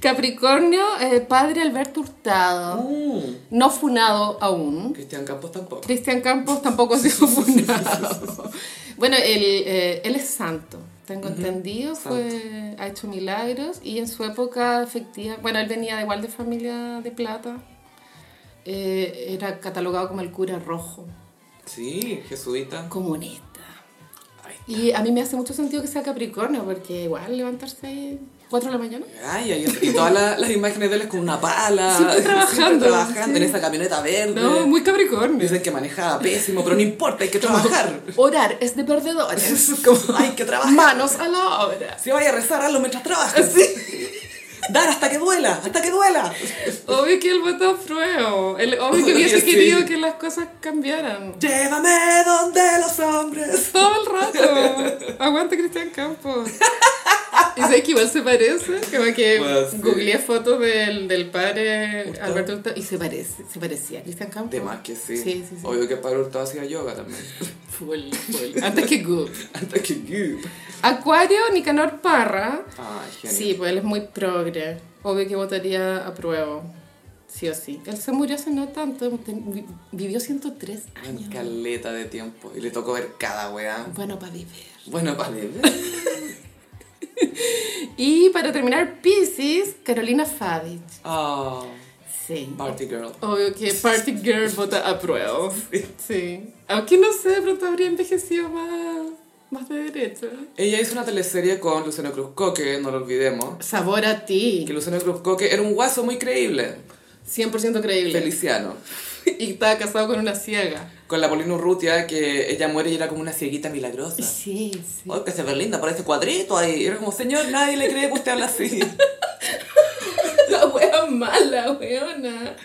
Speaker 2: Capricornio, eh, padre Alberto Hurtado,
Speaker 1: Mm.
Speaker 2: no funado aún.
Speaker 1: Cristian Campos tampoco.
Speaker 2: Cristian Campos tampoco ha sido funado. Bueno, él, eh, él es santo, tengo entendido, fue, ha hecho milagros y en su época efectiva, bueno, él venía de igual de familia de plata, eh, era catalogado como el cura rojo,
Speaker 1: Sí, jesuita.
Speaker 2: comunista.
Speaker 1: Ahí está.
Speaker 2: Y a mí me hace mucho sentido que sea Capricornio, porque igual levantarse 4 de la mañana.
Speaker 1: Ay, ay, y todas la- las imágenes de él es con una pala.
Speaker 2: Siempre trabajando,
Speaker 1: trabajando
Speaker 2: sí.
Speaker 1: en esa camioneta verde.
Speaker 2: No, muy Capricornio.
Speaker 1: Dicen que manejaba pésimo, pero no importa, hay que trabajar.
Speaker 2: Orar es de perdedores.
Speaker 1: Como, hay que trabajar.
Speaker 2: Manos a la obra.
Speaker 1: Si vaya a rezar, hazlo mientras trabajas. Sí. Dar hasta que duela, hasta que duela.
Speaker 2: Obvio que él votó a prueba. Él- obvio que hubiese
Speaker 1: Sí.
Speaker 2: querido que las cosas cambiaran.
Speaker 1: Llévame donde los hombres.
Speaker 2: Todo el rato. Aguante Cristian Campos. Y sé que igual se parece. Como que
Speaker 1: Bueno, sí.
Speaker 2: googleé fotos del, del padre
Speaker 1: Hurtado.
Speaker 2: Alberto Hurtado y se parece, se parecía a Cristian Campos.
Speaker 1: De más que sí.
Speaker 2: Sí, sí, sí.
Speaker 1: Obvio que Pablo Hurtado hacía yoga también.
Speaker 2: Full, full. Antes que Goop.
Speaker 1: Hasta que Goop.
Speaker 2: Acuario, Nicanor Parra.
Speaker 1: Ay, genio.
Speaker 2: Sí, pues él es muy progre. Obvio que votaría a prueba. Sí o sí. Él se murió hace no tanto. ten- vi- Vivió 103 años.
Speaker 1: En caleta de tiempo. Y le tocó ver cada weá.
Speaker 2: Bueno, para vivir.
Speaker 1: Bueno, vale.
Speaker 2: Y para terminar, Pisces, Carolina Fadich.
Speaker 1: Ah,
Speaker 2: Sí.
Speaker 1: Party Girl.
Speaker 2: Obvio que Party Girl vota a prueba. Sí. Aunque no sé, de pronto habría envejecido más, más de derecha.
Speaker 1: Ella hizo una teleserie con Luciano Cruzcoque, no lo olvidemos.
Speaker 2: Sabor a
Speaker 1: Que
Speaker 2: ti.
Speaker 1: Luciano Cruzcoque era un guaso muy creíble.
Speaker 2: 100% creíble.
Speaker 1: Feliciano.
Speaker 2: Y estaba casado con una ciega.
Speaker 1: Con la Paulina Urrutia, que ella muere y era como una cieguita milagrosa.
Speaker 2: Sí, sí.
Speaker 1: Ay, que se ve linda, parece cuadrito ahí. Y era como, señor, nadie le cree que usted habla así.
Speaker 2: La wea mala, weona.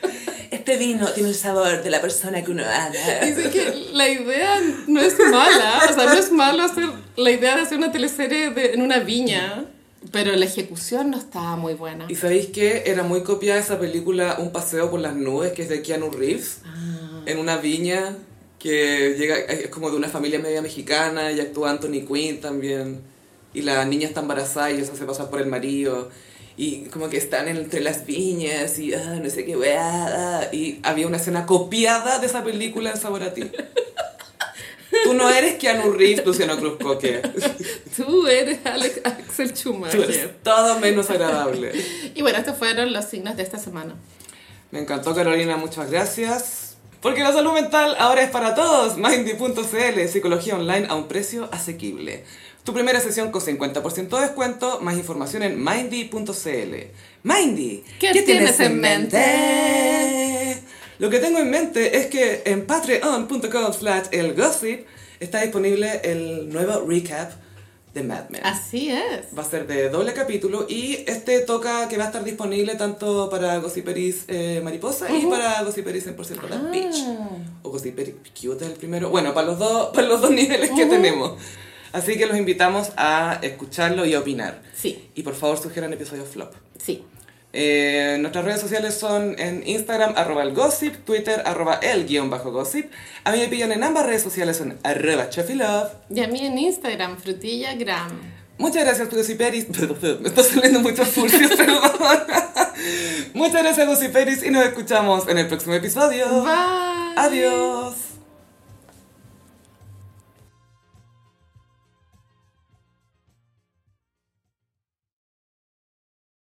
Speaker 1: Este vino tiene el sabor de la persona que uno ama.
Speaker 2: Dice que la idea no es mala, o sea, no es malo hacer la idea de hacer una teleserie de- en una viña, pero la ejecución no estaba muy buena.
Speaker 1: ¿Y sabéis que Era muy copiada esa película Un paseo por las nubes, que es de Keanu Reeves,
Speaker 2: Ah.
Speaker 1: en una viña que llega, es como de una familia media mexicana y actúa Anthony Quinn también. Y la niña está embarazada y eso se pasa por el marido. Y como que están entre las viñas y ah, no sé qué weada. Y había una escena copiada de esa película en Sabor a ti. Tú no eres Keanu Reeves, Luciano Cruzcoque.
Speaker 2: Tú eres Alex, Axel
Speaker 1: Tú eres
Speaker 2: Schumacher.
Speaker 1: todo menos agradable.
Speaker 2: Y bueno, estos fueron los signos de esta semana.
Speaker 1: Me encantó Carolina, muchas gracias. Porque la salud mental ahora es para todos. Mindy.cl, psicología online a un precio asequible. Tu primera sesión con 50% de descuento, más información en mindy.cl. Mindy,
Speaker 2: ¿Qué tienes en mente?
Speaker 1: Lo que tengo en mente es que en patreon.com slash el gossip está disponible el nuevo recap de Mad Men.
Speaker 2: Así es.
Speaker 1: Va a ser de doble capítulo y este toca que va a estar disponible tanto para Gossiperis eh, Mariposa y para Gossiperis 100% Las Peach. O Gossiperis Cute es el primero. Bueno, para los dos, para los dos niveles que tenemos. Así que los invitamos a escucharlo y a opinar.
Speaker 2: Sí,
Speaker 1: Y por favor sugieran episodios flop.
Speaker 2: sí.
Speaker 1: Eh, nuestras redes sociales son en Instagram, arroba el gossip, Twitter, arroba el guión bajo gossip. A mí me pillan en ambas redes sociales en arroba chefilove.
Speaker 2: Y a mí en Instagram, frutillagram.
Speaker 1: Muchas gracias, Gossiperis. Me está saliendo mucho furcio, perdón. Muchas gracias, Gossiperis, y nos escuchamos en el próximo episodio.
Speaker 2: Bye.
Speaker 1: Adiós.